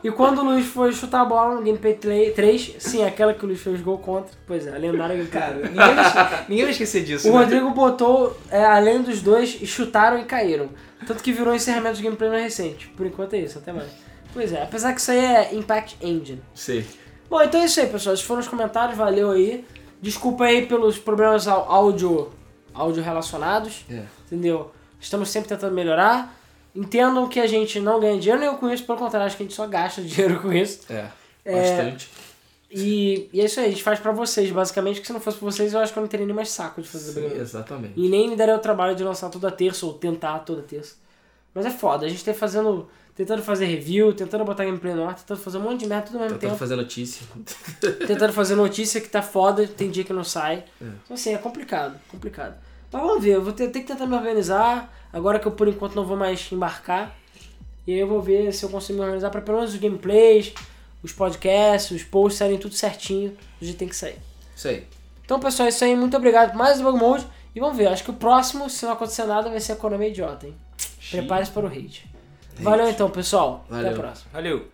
Speaker 2: e quando o Luiz foi chutar a bola no Gameplay 3, sim, aquela que o Luiz fez gol contra. Pois é, a lendária gameplay.
Speaker 1: Cara, ninguém vai, esque- ninguém vai esquecer disso.
Speaker 2: O
Speaker 1: né?
Speaker 2: Rodrigo botou, é, além dos dois, e chutaram e caíram. Tanto que virou um encerramento de gameplay mais recente. Por enquanto é isso, até mais. Pois é, apesar que isso aí é Impact Engine.
Speaker 3: Sim.
Speaker 2: Bom, então é isso aí, pessoal. Esses foram os comentários, valeu aí. Desculpa aí pelos problemas au- áudio, áudio relacionados,
Speaker 3: É.
Speaker 2: entendeu? Estamos sempre tentando melhorar. Entendam que a gente não ganha dinheiro nenhum com isso, pelo contrário, acho que a gente só gasta dinheiro com isso.
Speaker 3: É.
Speaker 2: É.
Speaker 3: Bastante.
Speaker 2: E, e é isso aí, a gente faz pra vocês, basicamente, que se não fosse pra vocês, eu acho que eu não teria nem mais saco de fazer
Speaker 3: Sim,
Speaker 2: Sim,
Speaker 3: exatamente.
Speaker 2: E nem me daria o trabalho de lançar toda terça ou tentar toda terça. Mas é foda, a gente tá fazendo. tentando fazer review, tentando botar gameplay no ar, tentando fazer um monte de merda tudo ao mesmo
Speaker 3: Tentando
Speaker 2: tempo.
Speaker 3: fazer notícia.
Speaker 2: tentando fazer notícia que tá foda, tem dia que não sai.
Speaker 3: É.
Speaker 2: Então assim, é complicado, complicado. Mas vamos ver, eu vou ter, ter que tentar me organizar, agora que eu por enquanto não vou mais embarcar. E aí eu vou ver se eu consigo me organizar pra pelo menos os gameplays, os podcasts, os posts saírem tudo certinho, do jeito que tem que sair.
Speaker 3: Isso aí.
Speaker 2: Então pessoal, é isso aí, muito obrigado por mais um Bug Mode. E vamos ver, acho que o próximo, se não acontecer nada, vai ser a Economia Idiota, hein? Prepare-se para o hate. Valeu então, pessoal. Até
Speaker 3: Valeu.
Speaker 2: a próxima.
Speaker 1: Valeu.